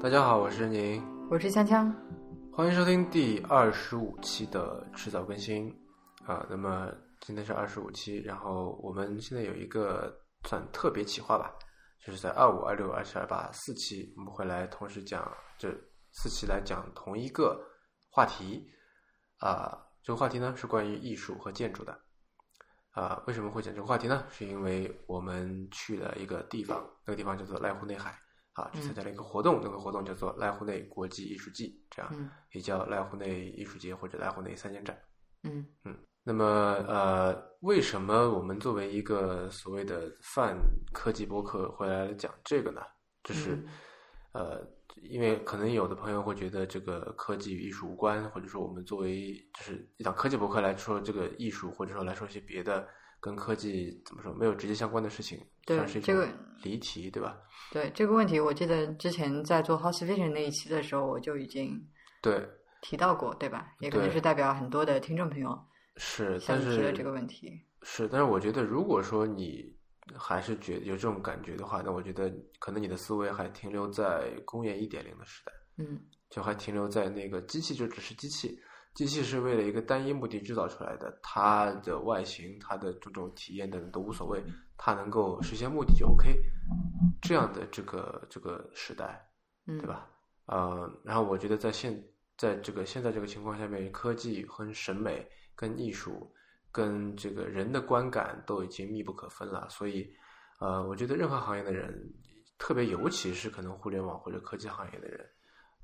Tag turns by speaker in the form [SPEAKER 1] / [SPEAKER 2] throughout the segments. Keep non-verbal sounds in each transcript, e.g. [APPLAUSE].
[SPEAKER 1] 大家好，我是宁，
[SPEAKER 2] 我是锵锵。
[SPEAKER 1] 欢迎收听第二十五期的迟早更新啊、那么今天是二十五期，然后我们现在有一个算特别企划吧，就是在二五、二六、二七、二八四期，我们会来同时讲这四期来讲同一个话题啊、这个话题呢是关于艺术和建筑的啊、为什么会讲这个话题呢？是因为我们去了一个地方，那个地方叫做濑户内海啊，去参加了一个活动，那个活动叫做濑户内国际艺术季，这样。
[SPEAKER 2] 嗯
[SPEAKER 1] 也叫濑户内艺术节或者濑户内三年展。
[SPEAKER 2] 嗯
[SPEAKER 1] 那么，呃，为什么我们作为一个所谓的泛科技播客回来讲这个呢？就是，
[SPEAKER 2] 嗯
[SPEAKER 1] 呃，因为可能有的朋友会觉得这个科技与艺术无关，或者说我们作为就是一档科技博客来说这个艺术，或者说来说一些别的跟科技怎么说没有直接相关的事情，
[SPEAKER 2] 对
[SPEAKER 1] 算是一
[SPEAKER 2] 这
[SPEAKER 1] 种
[SPEAKER 2] 个
[SPEAKER 1] 离题，对吧？
[SPEAKER 2] 对这个问题，我记得之前在做 House Vision 那一期的时候，我就已经
[SPEAKER 1] 对，
[SPEAKER 2] 提到过，对吧？也可能
[SPEAKER 1] 对
[SPEAKER 2] 是代表很多的听众朋友
[SPEAKER 1] 是，
[SPEAKER 2] 向
[SPEAKER 1] 但
[SPEAKER 2] 你提了
[SPEAKER 1] 是
[SPEAKER 2] 这个问题。
[SPEAKER 1] 是，但是我觉得，如果说你还是觉有这种感觉的话，那我觉得可能你的思维还停留在工业一点零的时代，
[SPEAKER 2] 嗯
[SPEAKER 1] 就还停留在那个机器就只是机器，机器是为了一个单一目的制造出来的，它的外形、它的这种体验等等都无所谓，它能够实现目的就 OK。这样的这个这个时代，
[SPEAKER 2] 嗯，
[SPEAKER 1] 对？吧？呃，然后我觉得在现在这个现在这个情况下面，科技和审美、跟艺术、跟这个人的观感都已经密不可分了，所以，呃，我觉得任何行业的人，特别尤其是可能互联网或者科技行业的人，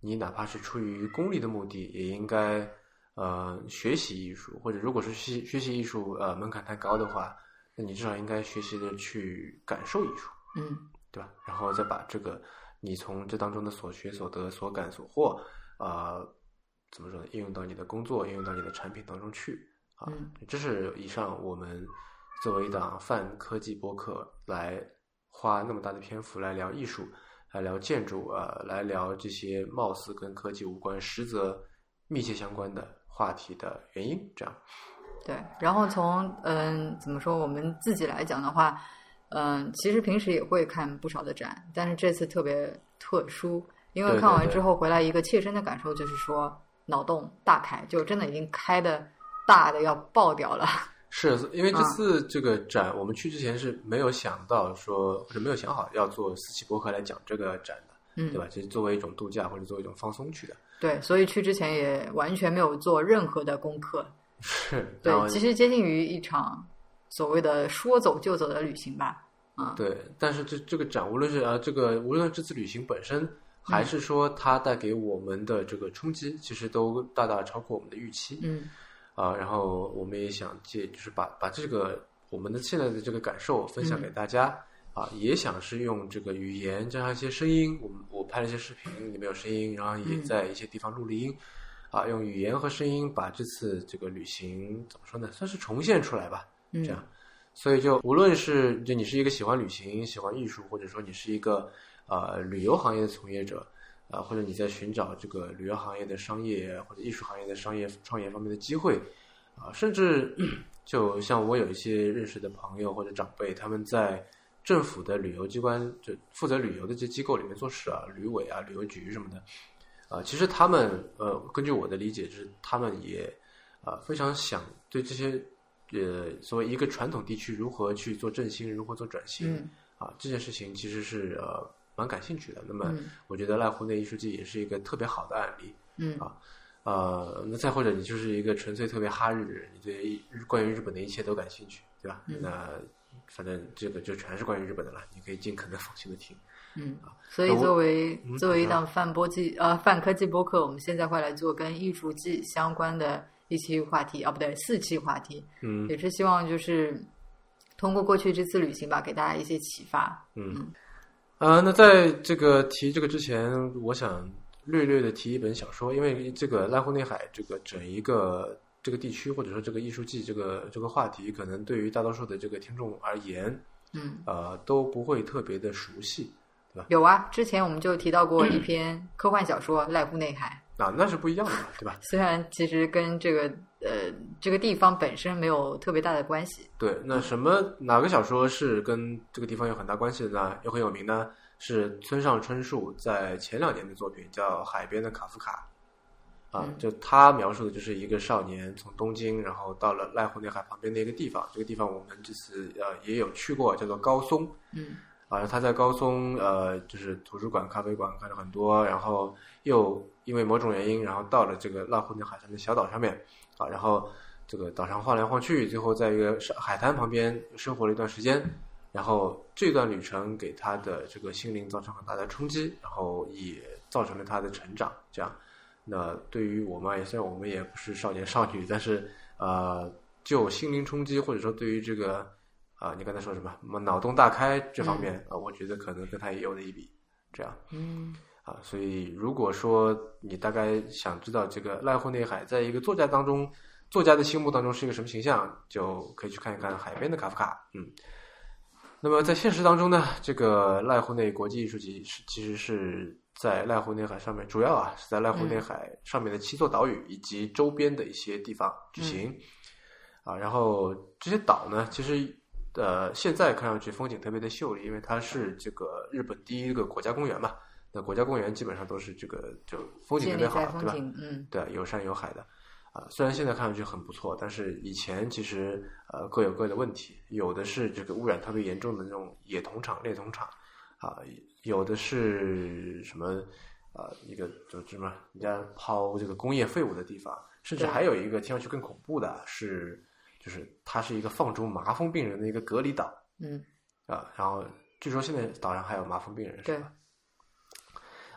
[SPEAKER 1] 你哪怕是出于功利的目的，也应该呃学习艺术，或者如果是学习学习艺术呃门槛太高的话，那你至少应该学习的去感受艺术。
[SPEAKER 2] 嗯
[SPEAKER 1] 对吧？然后再把这个你从这当中的所学、所得、所感、所获，啊、怎么说呢？应用到你的工作，应用到你的产品当中去啊。
[SPEAKER 2] 嗯
[SPEAKER 1] 这是以上我们作为一档泛科技播客来花那么大的篇幅来聊艺术，来聊建筑，呃，来聊这些貌似跟科技无关，实则密切相关的话题的原因。这样，
[SPEAKER 2] 对。然后从嗯怎么说，我们自己来讲的话，嗯，其实平时也会看不少的展，但是这次特别特殊，因为
[SPEAKER 1] 对
[SPEAKER 2] 看
[SPEAKER 1] 对
[SPEAKER 2] 完
[SPEAKER 1] 对
[SPEAKER 2] 之后回来一个切身的感受就是说，脑洞大开，就真的已经开的大的要爆掉了。 [LAUGHS]
[SPEAKER 1] 是因为这
[SPEAKER 2] 嗯
[SPEAKER 1] 次这个展，我们去之前是没有想到说，或者没有想好要做四期博客来讲这个展的，
[SPEAKER 2] 嗯，
[SPEAKER 1] 对吧？这是作为一种度假或者作为一种放松去的。
[SPEAKER 2] 对，所以去之前也完全没有做任何的功课，
[SPEAKER 1] 是，
[SPEAKER 2] 对
[SPEAKER 1] 然后，
[SPEAKER 2] 其实接近于一场所谓的说走就走的旅行吧。啊，
[SPEAKER 1] 对，但是这这个展，无论是啊这个，无论这次旅行本身，
[SPEAKER 2] 嗯
[SPEAKER 1] 还是说它带给我们的这个冲击，其实都大大超过我们的预期。
[SPEAKER 2] 嗯
[SPEAKER 1] 啊，然后我们也想借，就是把把这个我们的现在的这个感受分享给
[SPEAKER 2] 嗯
[SPEAKER 1] 大家、啊，也想是用这个语言加上一些声音，我们我拍了一些视频，里面有声音，然后也
[SPEAKER 2] 嗯
[SPEAKER 1] 在一些地方录了音，啊，用语言和声音把这次这个旅行怎么说呢，算是重现出来吧，
[SPEAKER 2] 嗯，
[SPEAKER 1] 这样，所以就无论是就你是一个喜欢旅行、喜欢艺术，或者说你是一个呃旅游行业的从业者，啊、或者你在寻找这个旅游行业的商业或者艺术行业的商业创业方面的机会，啊、甚至 [CLEARS THROAT] 就像我有一些认识的朋友或者长辈，他们在政府的旅游机关就负责旅游的这机构里面做事啊，旅委啊、旅游局什么的，啊、其实他们呃，根据我的理解，就是他们也啊、非常想对这些呃所谓一个传统地区如何去做振兴、如何做转型
[SPEAKER 2] 嗯
[SPEAKER 1] 啊、这件事情其实是呃蛮感兴趣的。那么
[SPEAKER 2] 嗯
[SPEAKER 1] 我觉得濑户内艺术季也是一个特别好的案例。
[SPEAKER 2] 嗯
[SPEAKER 1] 啊呃，那再或者你就是一个纯粹特别哈日的人，你对日关于日本的一切都感兴趣，对吧？
[SPEAKER 2] 嗯
[SPEAKER 1] 那反正这个就全是关于日本的了，你可以尽可能放心的听。
[SPEAKER 2] 嗯，所以
[SPEAKER 1] 那我
[SPEAKER 2] 作为
[SPEAKER 1] 嗯
[SPEAKER 2] 作为一
[SPEAKER 1] 好的
[SPEAKER 2] 档泛播记呃泛科技播客，我们现在会来做跟艺术季相关的一期话题啊，不对，四期话题，
[SPEAKER 1] 嗯
[SPEAKER 2] 也是希望就是通过过去这次旅行吧，给大家一些启发。
[SPEAKER 1] 嗯，啊、那在这个提这个之前，我想略略的提一本小说，因为这个濑户内海这个整一个这个地区或者说这个艺术季这个这个话题，可能对于大多数的这个听众而言，
[SPEAKER 2] 嗯，
[SPEAKER 1] 呃，都不会特别的熟悉。 [CLEARS THROAT]
[SPEAKER 2] 有啊，之前我们就提到过一篇科幻小说《濑户内海》，
[SPEAKER 1] 啊，那是不一样的嘛，对吧？
[SPEAKER 2] 虽然其实跟这个呃这个地方本身没有特别大的关系。
[SPEAKER 1] 对，那什么哪个小说是跟这个地方有很大关系的呢？又很有名呢？是村上春树在前两年的作品叫《海边的卡夫卡》，啊，就他描述的就是一个少年从东京，然后到了濑户内海旁边的一个地方，这个地方我们这次呃也有去过，叫做高松。
[SPEAKER 2] 嗯
[SPEAKER 1] 啊，他在高松呃，就是图书馆、咖啡馆看了很多，然后又因为某种原因，然后到了这个濑户内海上的小岛上面啊，然后这个岛上晃来晃去，最后在一个沙海滩旁边生活了一段时间，然后这段旅程给他的这个心灵造成很大的冲击，然后也造成了他的成长。这样，那对于我们而言，虽然我们也不是少年少女，但是呃，就心灵冲击或者说对于这个。啊，你刚才说什么？什么脑洞大开这方面、啊，我觉得可能跟他也有了一比，这样
[SPEAKER 2] 嗯
[SPEAKER 1] 啊。所以如果说你大概想知道这个濑户内海在一个作家当中，作家的心目当中是一个什么形象，就可以去看一看《海边的卡夫卡》。嗯，那么在现实当中呢，这个濑户内国际艺术节是其实是在濑户内海上面，主要啊是在濑户内海上面的七座岛屿以及周边的一些地方举行。啊，然后这些岛呢，其实呃，现在看上去风景特别的秀丽，因为它是这个日本第一个国家公园嘛。那国家公园基本上都是这个就风景特
[SPEAKER 2] 建
[SPEAKER 1] 别
[SPEAKER 2] 立
[SPEAKER 1] 好
[SPEAKER 2] 在，
[SPEAKER 1] 对
[SPEAKER 2] 风
[SPEAKER 1] 吧？
[SPEAKER 2] 景，嗯
[SPEAKER 1] 对，有山有海的。啊，虽然现在看上去很不错，但是以前其实呃各有各的问题，有的是这个污染特别严重的那种野铜厂、炼铜厂，啊，有的是什么呃一个就是什么人家抛这个工业废物的地方，甚至
[SPEAKER 2] 对
[SPEAKER 1] 还有一个听上去更恐怖的是，就是它是一个放逐麻风病人的一个隔离岛
[SPEAKER 2] 嗯，
[SPEAKER 1] 啊，然后据说现在岛上还有麻风病人，是
[SPEAKER 2] 对
[SPEAKER 1] 吧？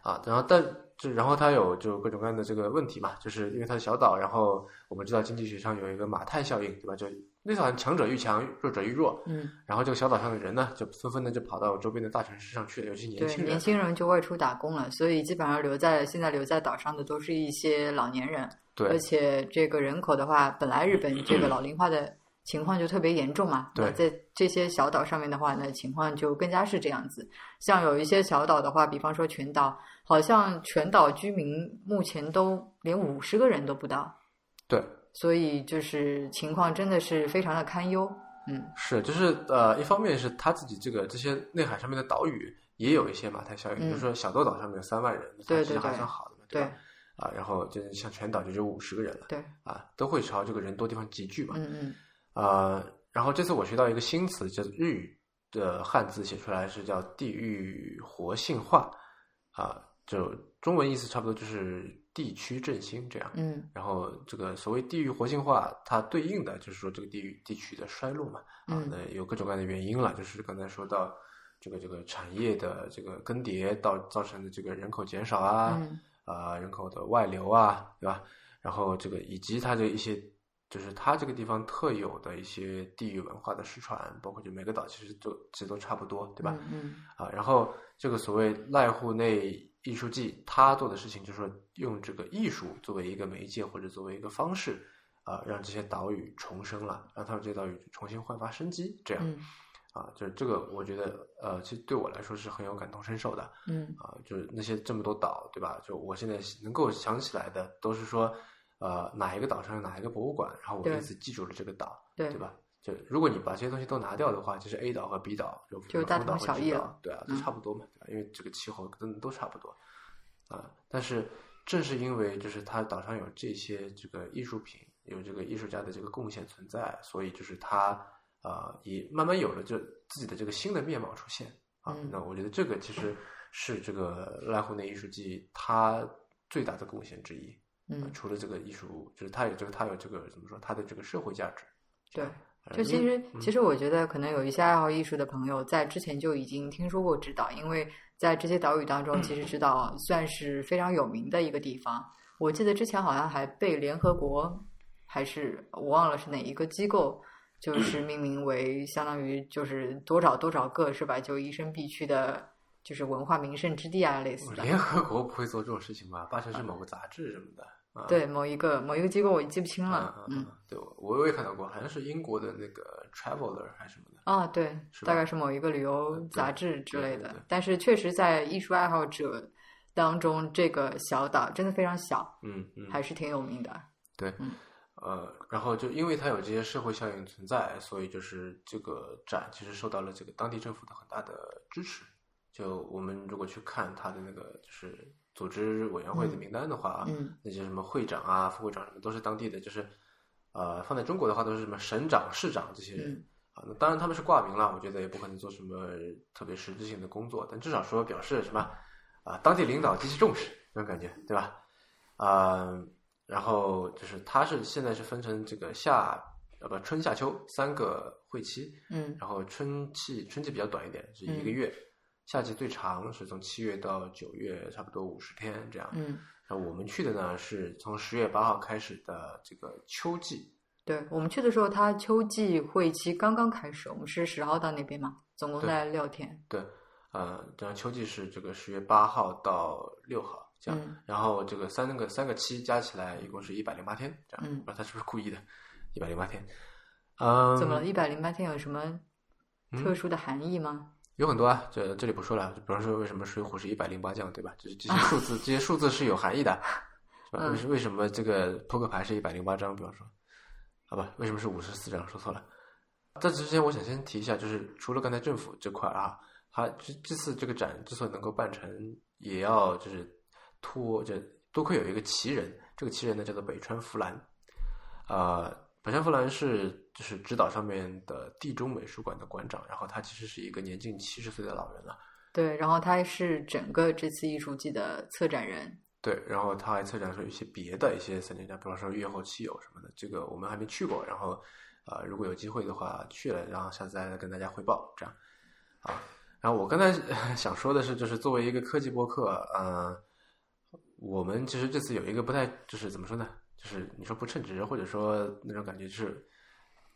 [SPEAKER 1] 啊，然后但这然后它有就各种各样的这个问题嘛，就是因为它是小岛，然后我们知道经济学上有一个马太效应，对吧？就那好像强者愈强，弱者愈弱，
[SPEAKER 2] 嗯，
[SPEAKER 1] 然后这个小岛上的人呢，就纷纷的就跑到周边的大城市上去了，尤其年
[SPEAKER 2] 对，
[SPEAKER 1] 轻人
[SPEAKER 2] 年，轻人就外出打工了，所以基本上留在现在留在岛上的都是一些老年人，
[SPEAKER 1] 对
[SPEAKER 2] 而且这个人口的话，本来日本这个老龄化的情况就特别严重
[SPEAKER 1] 嗯
[SPEAKER 2] 嘛。
[SPEAKER 1] 对
[SPEAKER 2] 那在这些小岛上面的话呢，情况就更加是这样子。像有一些小岛的话，比方说全岛，好像全岛居民目前都连五十个人都不到，
[SPEAKER 1] 对，
[SPEAKER 2] 所以就是情况真的是非常的堪忧。嗯，
[SPEAKER 1] 是，就是呃，一方面是他自己这个这些内海上面的岛屿也有一些马太效应，
[SPEAKER 2] 嗯
[SPEAKER 1] 比如说小豆岛上面有三万人，那它
[SPEAKER 2] 对
[SPEAKER 1] 其实
[SPEAKER 2] 对
[SPEAKER 1] 还
[SPEAKER 2] 对
[SPEAKER 1] 算好的嘛，
[SPEAKER 2] 对
[SPEAKER 1] 吧？啊，然后就是像全岛就只有五十个人了，
[SPEAKER 2] 对，
[SPEAKER 1] 啊，都会朝这个人多地方集聚嘛，
[SPEAKER 2] 嗯嗯
[SPEAKER 1] 啊、然后这次我学到一个新词，就是日语的汉字写出来是叫“地域活性化”，啊、就中文意思差不多就是地区振兴这样。
[SPEAKER 2] 嗯
[SPEAKER 1] 然后这个所谓地域活性化，它对应的就是说这个地域地区的衰落嘛，啊，
[SPEAKER 2] 嗯
[SPEAKER 1] 那有各种各样的原因了，就是刚才说到这个这个产业的这个更迭到造成的这个人口减少啊，
[SPEAKER 2] 嗯
[SPEAKER 1] 啊、人口的外流啊，对吧？然后这个以及它的一些，就是它这个地方特有的一些地域文化的失传，包括就每个岛其实都其实都差不多，对吧？
[SPEAKER 2] 嗯嗯
[SPEAKER 1] 啊，然后这个所谓濑户内艺术季，他做的事情就是说用这个艺术作为一个媒介或者作为一个方式，啊，让这些岛屿重生了，让他们这些岛屿重新焕发生机，这样、
[SPEAKER 2] 嗯
[SPEAKER 1] 啊，就是这个我觉得呃，其实对我来说是很有感同身受的
[SPEAKER 2] 嗯
[SPEAKER 1] 啊，就是那些这么多岛，对吧？就我现在能够想起来的都是说，呃，哪一个岛上有哪一个博物馆，然后我
[SPEAKER 2] 对
[SPEAKER 1] 一直记住了这个岛，
[SPEAKER 2] 对
[SPEAKER 1] 对吧？就如果你把这些东西都拿掉的话，就是 A 岛和 B 岛，就
[SPEAKER 2] 就大同小异了
[SPEAKER 1] 了，对啊，都
[SPEAKER 2] 嗯
[SPEAKER 1] 差不多嘛，对吧？因为这个气候真的都差不多啊。但是正是因为就是它岛上有这些这个艺术品，有这个艺术家的这个贡献存在，所以就是它啊也慢慢有了这自己的这个新的面貌出现啊
[SPEAKER 2] 嗯。
[SPEAKER 1] 那我觉得这个其实是这个濑户内艺术季它最大的贡献之一。
[SPEAKER 2] 嗯，
[SPEAKER 1] 除了这个艺术，就是它有这个，它有这个怎么说，它的这个社会价值。
[SPEAKER 2] 对。
[SPEAKER 1] 呃
[SPEAKER 2] 就其
[SPEAKER 1] 因为
[SPEAKER 2] 实，其实我觉得可能有一些爱好艺术的朋友，在之前就已经听说过直岛，因为在这些岛屿当中，其实直岛算是非常有名的一个地方。我记得之前好像还被联合国还是我忘了是哪一个机构，就是命名为相当于就是多少多少个是吧？就一生必去的，就是文化名胜之地啊，类似的。
[SPEAKER 1] 联合国不会做这种事情吧？八成是某个杂志什么的。啊、
[SPEAKER 2] 对，某一个某一个机构我记不清
[SPEAKER 1] 啊，
[SPEAKER 2] 了
[SPEAKER 1] 啊，
[SPEAKER 2] 嗯，
[SPEAKER 1] 啊对，我我也看到过，好像是英国的那个 Traveler 还是什么的。
[SPEAKER 2] 啊，对，
[SPEAKER 1] 是吧
[SPEAKER 2] 大概是某一个旅游
[SPEAKER 1] 嗯对
[SPEAKER 2] 杂志之
[SPEAKER 1] 对
[SPEAKER 2] 类
[SPEAKER 1] 对
[SPEAKER 2] 的
[SPEAKER 1] 对。
[SPEAKER 2] 但是确实在艺术爱好者当中，这个小岛真的非常小，
[SPEAKER 1] 嗯嗯，啊
[SPEAKER 2] 还是挺有名的。
[SPEAKER 1] 对，
[SPEAKER 2] 嗯
[SPEAKER 1] 呃，然后就因为它有这些社会效应存在，所以就是这个展其实受到了这个当地政府的很大的支持。就我们如果去看它的那个就是组织委员会的名单的话，啊
[SPEAKER 2] 嗯
[SPEAKER 1] 那些什么会长啊、副会长什么都是当地的，就是呃，放在中国的话都是什么省长、市长这些人。
[SPEAKER 2] 嗯
[SPEAKER 1] 啊，那当然他们是挂名了，我觉得也不可能做什么特别实质性的工作，但至少说表示什么啊，当地领导极其重视那种感觉，对吧？啊、然后就是它是现在是分成这个夏呃不春夏秋三个会期，
[SPEAKER 2] 嗯
[SPEAKER 1] 然后春季春季比较短一点，是一个
[SPEAKER 2] 嗯
[SPEAKER 1] 月，夏季最长是从七月到九月，差不多五十天这样。
[SPEAKER 2] 嗯，
[SPEAKER 1] 那我们去的呢是从十月八号开始的这个秋季，
[SPEAKER 2] 对我们去的时候，它秋季会期刚刚开始，我们是十号到那边嘛，总共
[SPEAKER 1] 对
[SPEAKER 2] 在六天。
[SPEAKER 1] 对，呃，这样秋季是这个十月八号到六号这样，
[SPEAKER 2] 嗯
[SPEAKER 1] 然后这个三个三个期加起来一共是一百零八天这样，
[SPEAKER 2] 嗯
[SPEAKER 1] 不知道他是不是故意的，一百零八天，嗯，
[SPEAKER 2] 怎么了？一百零八天有什么
[SPEAKER 1] 嗯
[SPEAKER 2] 特殊的含义吗？
[SPEAKER 1] 有很多啊，这这里不说了，比方说为什么《水浒》是一百零八将，对吧？就是这些数字，这些数字是有含义的，是吧？为什为什么这个扑克牌是一百零八张？比方说，啊不，为什么是五十四张？说错了。在此之前，我想先提一下，就是除了刚才政府这块啊，它这这次这个展之所以能够办成，也要就是托这多亏有一个奇人，这个奇人呢叫做北川福兰，呃，本山弗兰是就是指导上面的地中美术馆的馆长，然后他其实是一个年近七十岁的老人了。
[SPEAKER 2] 对，然后他是整个这次艺术季的策展人。
[SPEAKER 1] 对，然后他还策展出一些别的一些三千家，比方说月后期友什么的，这个我们还没去过。然后，呃，如果有机会的话去了，然后下次再跟大家汇报这样。啊，然后我刚才 [LAUGHS] 想说的是，就是作为一个科技播客，呃，我们其实这次有一个不太，就是怎么说呢，就是你说不称职，或者说那种感觉，就是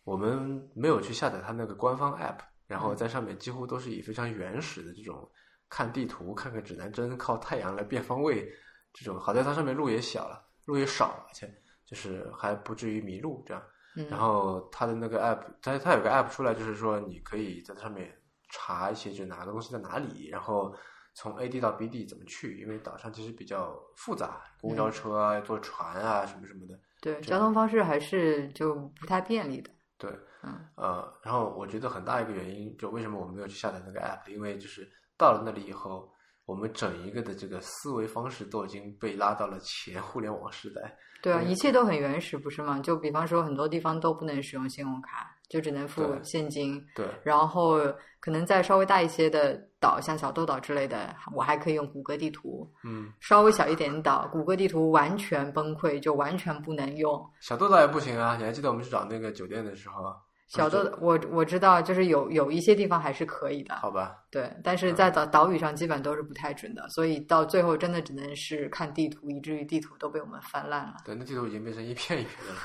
[SPEAKER 1] 我们没有去下载它那个官方 app，然后在上面几乎都是以非常原始的这种看地图、看看指南针、靠太阳来辨方位这种。好在它上面路也小了，路也少，而且就是还不至于迷路这样。
[SPEAKER 2] 嗯，
[SPEAKER 1] 然后它的那个 app，它它有个 app 出来，就是说你可以在上面查一些，就哪个东西在哪里，然后从 A 地到 B 地怎么去，因为岛上其实比较复杂，公交车啊、坐船啊什么什么的。
[SPEAKER 2] 对
[SPEAKER 1] 这
[SPEAKER 2] 交通方式还是就不太便利的。
[SPEAKER 1] 对，
[SPEAKER 2] 嗯
[SPEAKER 1] 呃，然后我觉得很大一个原因，就为什么我没有去下载那个 app，因为就是到了那里以后，我们整一个的这个思维方式都已经被拉到了前互联网时代。
[SPEAKER 2] 对啊，
[SPEAKER 1] 嗯
[SPEAKER 2] 一切都很原始，不是吗？就比方说，很多地方都不能使用信用卡，就只能付
[SPEAKER 1] 对
[SPEAKER 2] 现金。
[SPEAKER 1] 对，
[SPEAKER 2] 然后可能再稍微大一些的岛，像小豆岛之类的，我还可以用谷歌地图。
[SPEAKER 1] 嗯，
[SPEAKER 2] 稍微小一点
[SPEAKER 1] [LAUGHS]
[SPEAKER 2] 的岛，谷歌地图完全崩溃，就完全不能用。
[SPEAKER 1] 小豆岛也不行啊，你还记得我们去找那个酒店的时候？
[SPEAKER 2] 小豆，我我知道，就是有有一些地方还是可以的，
[SPEAKER 1] 好嗯吧，
[SPEAKER 2] 对，但是在岛岛屿上基本都是不太准的，所以到最后真的只能是看地图，以至于地图都被我们翻烂了。
[SPEAKER 1] 对，那地图已经变成一片一片的了，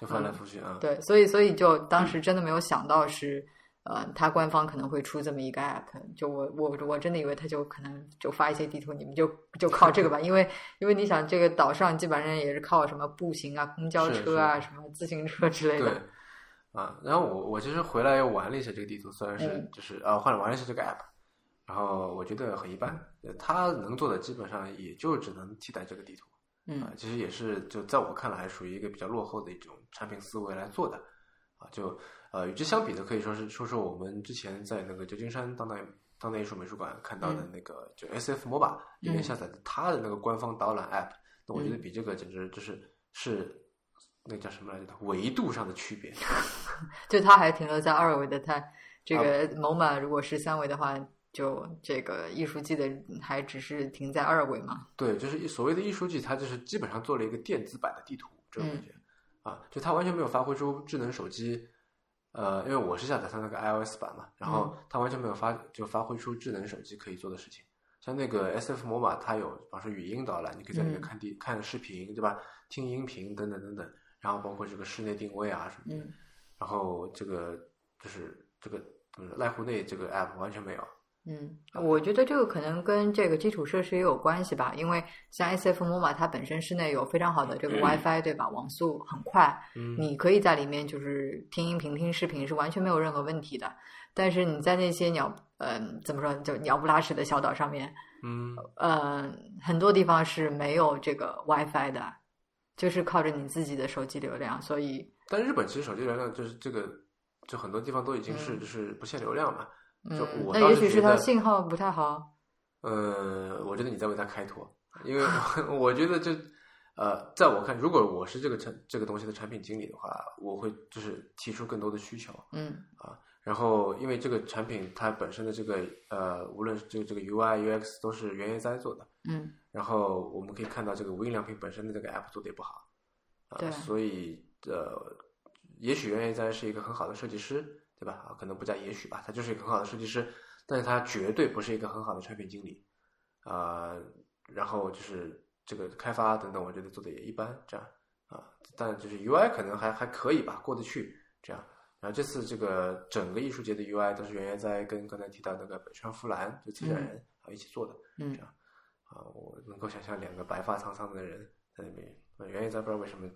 [SPEAKER 1] 就翻来覆去啊。
[SPEAKER 2] 嗯对，所以所以就当时真的没有想到是，呃，它官方可能会出这么一个 app，就我我我真的以为它就可能就发一些地图，你们就就靠这个吧，因为因为你想这个岛上基本上也是靠什么步行啊、公交
[SPEAKER 1] 是
[SPEAKER 2] 车啊、什么自行车之类
[SPEAKER 1] 对
[SPEAKER 2] 的。
[SPEAKER 1] 啊，然后我我其实回来又玩了一下这个地图，虽然是
[SPEAKER 2] 嗯
[SPEAKER 1] 就是啊换了玩了一下这个 app，然后我觉得很一般，呃它能做的基本上也就只能替代这个地图
[SPEAKER 2] 嗯
[SPEAKER 1] 啊，其实也是就在我看来属于一个比较落后的一种产品思维来做的啊，就呃与之相比的可以说是说说我们之前在那个旧金山当代当代艺术美术馆看到的
[SPEAKER 2] 嗯
[SPEAKER 1] 那个就 SF MOBA 里面
[SPEAKER 2] 嗯
[SPEAKER 1] 下载的它的那个官方导览 app，那我觉得
[SPEAKER 2] 嗯
[SPEAKER 1] 比这个简直就是是那叫什么来着？维度上的区别。
[SPEAKER 2] 就它还停留在二维的，它这
[SPEAKER 1] 啊
[SPEAKER 2] 个 MoMA 如果是三维的话，就这个艺术季的还只是停在二维嘛。
[SPEAKER 1] 对，就是一所谓的艺术季，它就是基本上做了一个电子版的地图这种感觉、
[SPEAKER 2] 嗯
[SPEAKER 1] 啊，就它完全没有发挥出智能手机，呃，因为我是下载它那个 iOS 版嘛，然后
[SPEAKER 2] 嗯
[SPEAKER 1] 它完全没有发就发挥出智能手机可以做的事情。像那个 SF 魔马，它有，比方说语音导览，你可以在里面
[SPEAKER 2] 嗯
[SPEAKER 1] 看地、看视频，对吧？听音频等等等等，然后包括这个室内定位啊什么的。
[SPEAKER 2] 嗯，
[SPEAKER 1] 然后这个就是这个呃濑户内这个 app 完全没有。
[SPEAKER 2] 嗯，我觉得这个可能跟这个基础设施也有关系吧，因为像 SF MoMA 它本身室内有非常好的这个 WiFi，对吧？网速很快，
[SPEAKER 1] 嗯
[SPEAKER 2] 你可以在里面就是听音频、听视频是完全没有任呃何问题的。但是你在那些鸟，嗯、怎么说，就鸟不拉屎的小岛上面，
[SPEAKER 1] 嗯
[SPEAKER 2] 呃，很多地方是没有这个 WiFi 的，就是靠着你自己的手机流量，所以
[SPEAKER 1] 但日本其实手机流量就是这个，就很多地方都已经是
[SPEAKER 2] 嗯
[SPEAKER 1] 就是不限流量嘛。就
[SPEAKER 2] 嗯，
[SPEAKER 1] 我
[SPEAKER 2] 那
[SPEAKER 1] 倒
[SPEAKER 2] 也
[SPEAKER 1] 是
[SPEAKER 2] 许
[SPEAKER 1] 觉
[SPEAKER 2] 是它
[SPEAKER 1] 得
[SPEAKER 2] 信号不太好。
[SPEAKER 1] 呃，我觉得你在为他开脱，因为我 [LAUGHS] 我觉得这呃，在我看，如果我是这个产这个东西的产品经理的话，我会就是提出更多的需求。
[SPEAKER 2] 嗯
[SPEAKER 1] 然后，因为这个产品它本身的这个呃，无论是这个这个 UI、UX 都是原研哉做的。
[SPEAKER 2] 嗯
[SPEAKER 1] 然后我们可以看到，这个无印良品本身的这个 app 做的也不好，啊、
[SPEAKER 2] 对
[SPEAKER 1] 所以呃，也许袁一哉是一个很好的设计师，对吧？啊，可能不叫也许吧，他就是一个很好的设计师，但是他绝对不是一个很好的产品经理，啊、然后就是这个开发等等，我觉得做的也一般，这样啊，但就是 UI 可能还还可以吧，过得去这样。然后这次这个整个艺术节的 UI 都是袁一哉跟刚才提到那个北川富兰就策展人啊、一起做的，
[SPEAKER 2] 嗯
[SPEAKER 1] 这样啊，我能够想象两个白发苍苍的人在那边，呃原因咱不知道为什么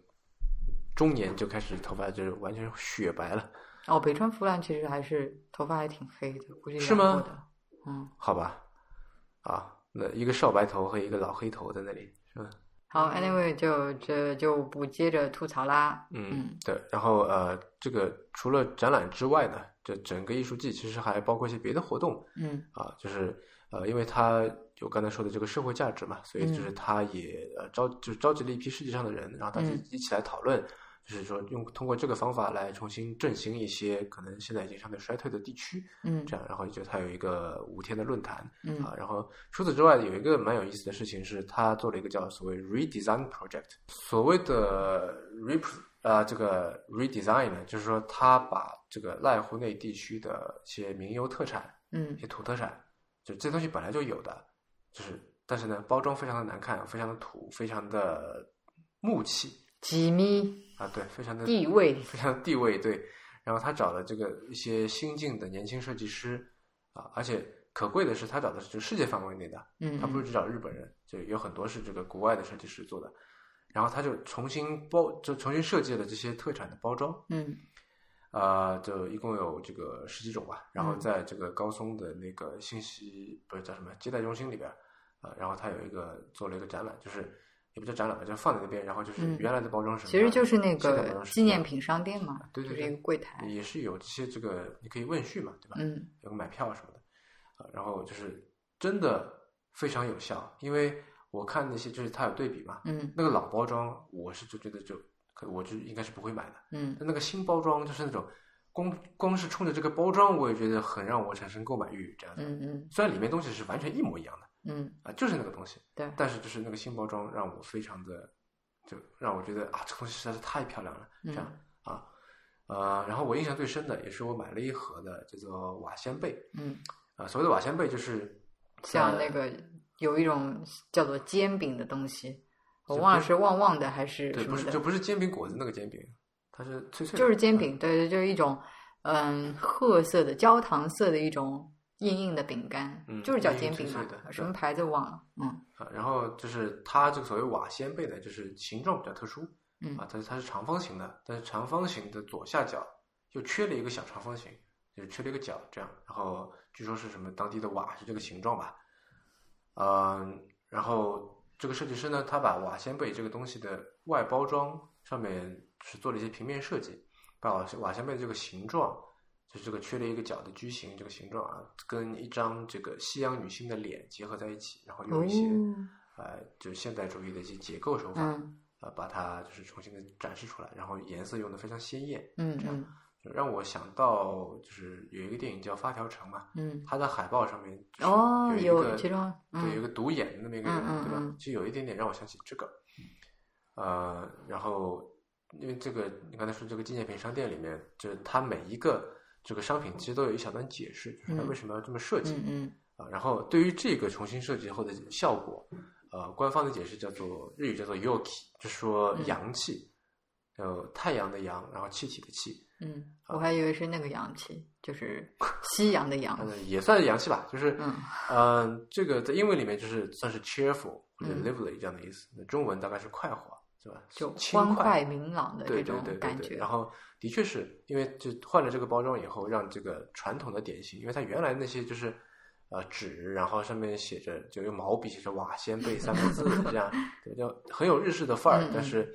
[SPEAKER 1] 中年就开始头发就是完全雪白了，
[SPEAKER 2] 哦，北川弗兰其实还是头发还挺黑的，估计
[SPEAKER 1] 是
[SPEAKER 2] 染
[SPEAKER 1] 吗
[SPEAKER 2] 过的。嗯，
[SPEAKER 1] 好吧？啊，那一个少白头和一个老黑头在那里，是吧？
[SPEAKER 2] 好，anyway，就
[SPEAKER 1] 嗯
[SPEAKER 2] 这就不接着吐槽啦。嗯
[SPEAKER 1] 对。然后呃，这个除了展览之外呢，这整个艺术季其实还包括一些别的活动
[SPEAKER 2] 嗯
[SPEAKER 1] 啊，就是呃，因为它有刚才说的这个社会价值嘛，所以就是
[SPEAKER 2] 嗯
[SPEAKER 1] 它也呃召就是召集了一批世界上的人，然后大家
[SPEAKER 2] 嗯
[SPEAKER 1] 一起来讨论。就是说用，通过这个方法来重新振兴一些可能现在已经相对衰退的地区，
[SPEAKER 2] 嗯
[SPEAKER 1] 这样，然后就它有一个五天的论坛啊
[SPEAKER 2] 嗯，
[SPEAKER 1] 然后除此之外有一个蛮有意思的事情是，他做了一个叫所谓 redesign project，所谓的 re 啊、这个 redesign 呢，就是说他把这个濑户内地区的一些名优特产、一
[SPEAKER 2] 嗯
[SPEAKER 1] 些土特产，就这东西本来就有的，就是但是呢包装非常的难看，非常的土，非常的木气
[SPEAKER 2] 几米
[SPEAKER 1] 啊，对，非常的
[SPEAKER 2] 地位。
[SPEAKER 1] 非常地位对。然后他找了这个一些新晋的年轻设计师啊，而且可贵的是，他找的是就世界范围内的，
[SPEAKER 2] 嗯，
[SPEAKER 1] 他不是只找日本人，就有很多是这个国外的设计师做的。然后他就重新包，就重新设计了这些特产的包装，
[SPEAKER 2] 嗯
[SPEAKER 1] 啊，就一共有这个十几种吧。然后
[SPEAKER 2] 嗯
[SPEAKER 1] 在这个高松的那个信息不是叫什么接待中心里边，啊，然后他有一个做了一个展览，就是也不叫展览吧，就放在那边，然后就是
[SPEAKER 2] 嗯
[SPEAKER 1] 原来的包装是什么
[SPEAKER 2] 其
[SPEAKER 1] 样
[SPEAKER 2] 实
[SPEAKER 1] 的，
[SPEAKER 2] 就是那
[SPEAKER 1] 现在包
[SPEAKER 2] 个
[SPEAKER 1] 装是什
[SPEAKER 2] 纪
[SPEAKER 1] 么
[SPEAKER 2] 念
[SPEAKER 1] 样的
[SPEAKER 2] 品商店嘛，
[SPEAKER 1] 对对
[SPEAKER 2] 就是
[SPEAKER 1] 对
[SPEAKER 2] 一个柜台。
[SPEAKER 1] 也是有这些这个你可以问讯嘛，对吧？
[SPEAKER 2] 嗯
[SPEAKER 1] 有个买票什么的，啊，然后就是真的非常有效，因为我看那些就是它有对比嘛，
[SPEAKER 2] 嗯
[SPEAKER 1] 那个老包装我是就觉得就可我就应该是不会买的，
[SPEAKER 2] 嗯
[SPEAKER 1] 但那个新包装就是那种光光是冲着这个包装，我也觉得很让我产生购买欲这样子。
[SPEAKER 2] 嗯嗯
[SPEAKER 1] 虽然里面东西是完全一模一样的
[SPEAKER 2] 嗯，
[SPEAKER 1] 啊，就是那个东西，
[SPEAKER 2] 对，
[SPEAKER 1] 但是就是那个新包装让我非常的，就让我觉得啊，这个东西实在是太漂亮了，这
[SPEAKER 2] 嗯
[SPEAKER 1] 样、啊，呃，然后我印象最深的也是我买了一盒的叫做瓦仙贝
[SPEAKER 2] 嗯，
[SPEAKER 1] 啊、所谓的瓦仙贝就是
[SPEAKER 2] 像
[SPEAKER 1] 呃
[SPEAKER 2] 那个有一种叫做煎饼的东西，我
[SPEAKER 1] 就
[SPEAKER 2] 忘了
[SPEAKER 1] 不
[SPEAKER 2] 是旺旺的还是
[SPEAKER 1] 对，
[SPEAKER 2] 什
[SPEAKER 1] 不
[SPEAKER 2] 么
[SPEAKER 1] 是
[SPEAKER 2] 的
[SPEAKER 1] 就，不是煎饼果子那个煎饼，它是脆脆的，
[SPEAKER 2] 就是煎
[SPEAKER 1] 嗯
[SPEAKER 2] 饼，对对，就是一种嗯褐色的焦糖色的一种硬硬的饼干，
[SPEAKER 1] 嗯
[SPEAKER 2] 就是叫
[SPEAKER 1] 硬硬
[SPEAKER 2] 煎
[SPEAKER 1] 脆
[SPEAKER 2] 饼
[SPEAKER 1] 脆
[SPEAKER 2] 嘛
[SPEAKER 1] 的，对
[SPEAKER 2] 什么牌子忘了，嗯
[SPEAKER 1] 啊，然后就是它这个所谓瓦仙贝呢，就是形状比较特殊
[SPEAKER 2] 嗯
[SPEAKER 1] 啊，它它是长方形的，但是长方形的左下角又缺了一个小长方形，就是缺了一个角这样。然后据说是什么当地的瓦是这个形状吧，嗯，然后这个设计师呢，他把瓦仙贝这个东西的外包装上面是做了一些平面设计，把瓦瓦仙贝的这个形状，就是这个缺了一个角的矩形这个形状啊，跟一张这个西洋女性的脸结合在一起，然后用一些、呃，就是现代主义的一些结构手法，
[SPEAKER 2] 嗯
[SPEAKER 1] 呃，把它就是重新的展示出来，然后颜色用的非常鲜艳，
[SPEAKER 2] 嗯
[SPEAKER 1] 这样
[SPEAKER 2] 嗯
[SPEAKER 1] 就让我想到就是有一个电影叫《发条城》嘛，
[SPEAKER 2] 嗯，
[SPEAKER 1] 它的海报上面就是
[SPEAKER 2] 哦，
[SPEAKER 1] 一
[SPEAKER 2] 有
[SPEAKER 1] 个
[SPEAKER 2] 其中
[SPEAKER 1] 对有一
[SPEAKER 2] 嗯
[SPEAKER 1] 个独眼的那么一个人，
[SPEAKER 2] 嗯嗯
[SPEAKER 1] 对吧
[SPEAKER 2] 嗯？
[SPEAKER 1] 就有一点点让我想起这个，呃，然后因为这个你刚才说这个纪念品商店里面，就是它每一个这个商品其实都有一小段解释，就是它
[SPEAKER 2] 嗯
[SPEAKER 1] 为什么要这么设计，
[SPEAKER 2] 嗯嗯
[SPEAKER 1] 啊，然后对于这个重新设计后的效果，呃，官方的解释叫做日语叫做 yoki，就说
[SPEAKER 2] 嗯
[SPEAKER 1] 阳气，呃，太阳的阳，然后气体的气，
[SPEAKER 2] 嗯，
[SPEAKER 1] 啊
[SPEAKER 2] 我还以为是那个洋气，就是
[SPEAKER 1] [LAUGHS]
[SPEAKER 2] 西洋的洋，
[SPEAKER 1] 呃，也算是阳气吧，就是，
[SPEAKER 2] 嗯
[SPEAKER 1] 呃，这个在英文里面就是算是 cheerful 或者
[SPEAKER 2] 嗯
[SPEAKER 1] lively 这样的意思，那中文大概是快活，是吧？
[SPEAKER 2] 就
[SPEAKER 1] 轻
[SPEAKER 2] 欢
[SPEAKER 1] 快
[SPEAKER 2] 快明朗的这
[SPEAKER 1] 对对
[SPEAKER 2] 种
[SPEAKER 1] 对对
[SPEAKER 2] 感
[SPEAKER 1] 对，
[SPEAKER 2] 觉
[SPEAKER 1] 然，后的确是因为就换了这个包装以后，让这个传统的点心，因为它原来那些就是呃纸，然后上面写着就用毛笔写着“瓦仙贝”三个字，这
[SPEAKER 2] [LAUGHS]
[SPEAKER 1] 样对就很有日式的范儿
[SPEAKER 2] 嗯嗯，
[SPEAKER 1] 但是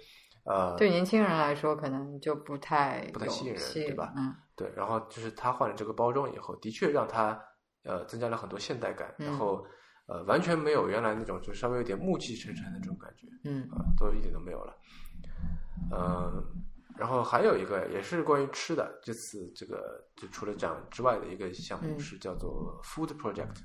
[SPEAKER 1] 呃
[SPEAKER 2] 对年轻人来说可能就不太
[SPEAKER 1] 不太
[SPEAKER 2] 有
[SPEAKER 1] 吸引人
[SPEAKER 2] 吸引
[SPEAKER 1] 对吧
[SPEAKER 2] 嗯
[SPEAKER 1] 对，然后就是他换了这个包装以后，的确让他呃增加了很多现代感，然
[SPEAKER 2] 嗯
[SPEAKER 1] 后呃完全没有原来那种就稍微有点暮气沉沉的那种感觉。
[SPEAKER 2] 嗯
[SPEAKER 1] 啊，都一点都没有了。嗯，然后还有一个也是关于吃的，这次这个就除了讲之外的一个项目
[SPEAKER 2] 嗯
[SPEAKER 1] 是叫做 Food Project。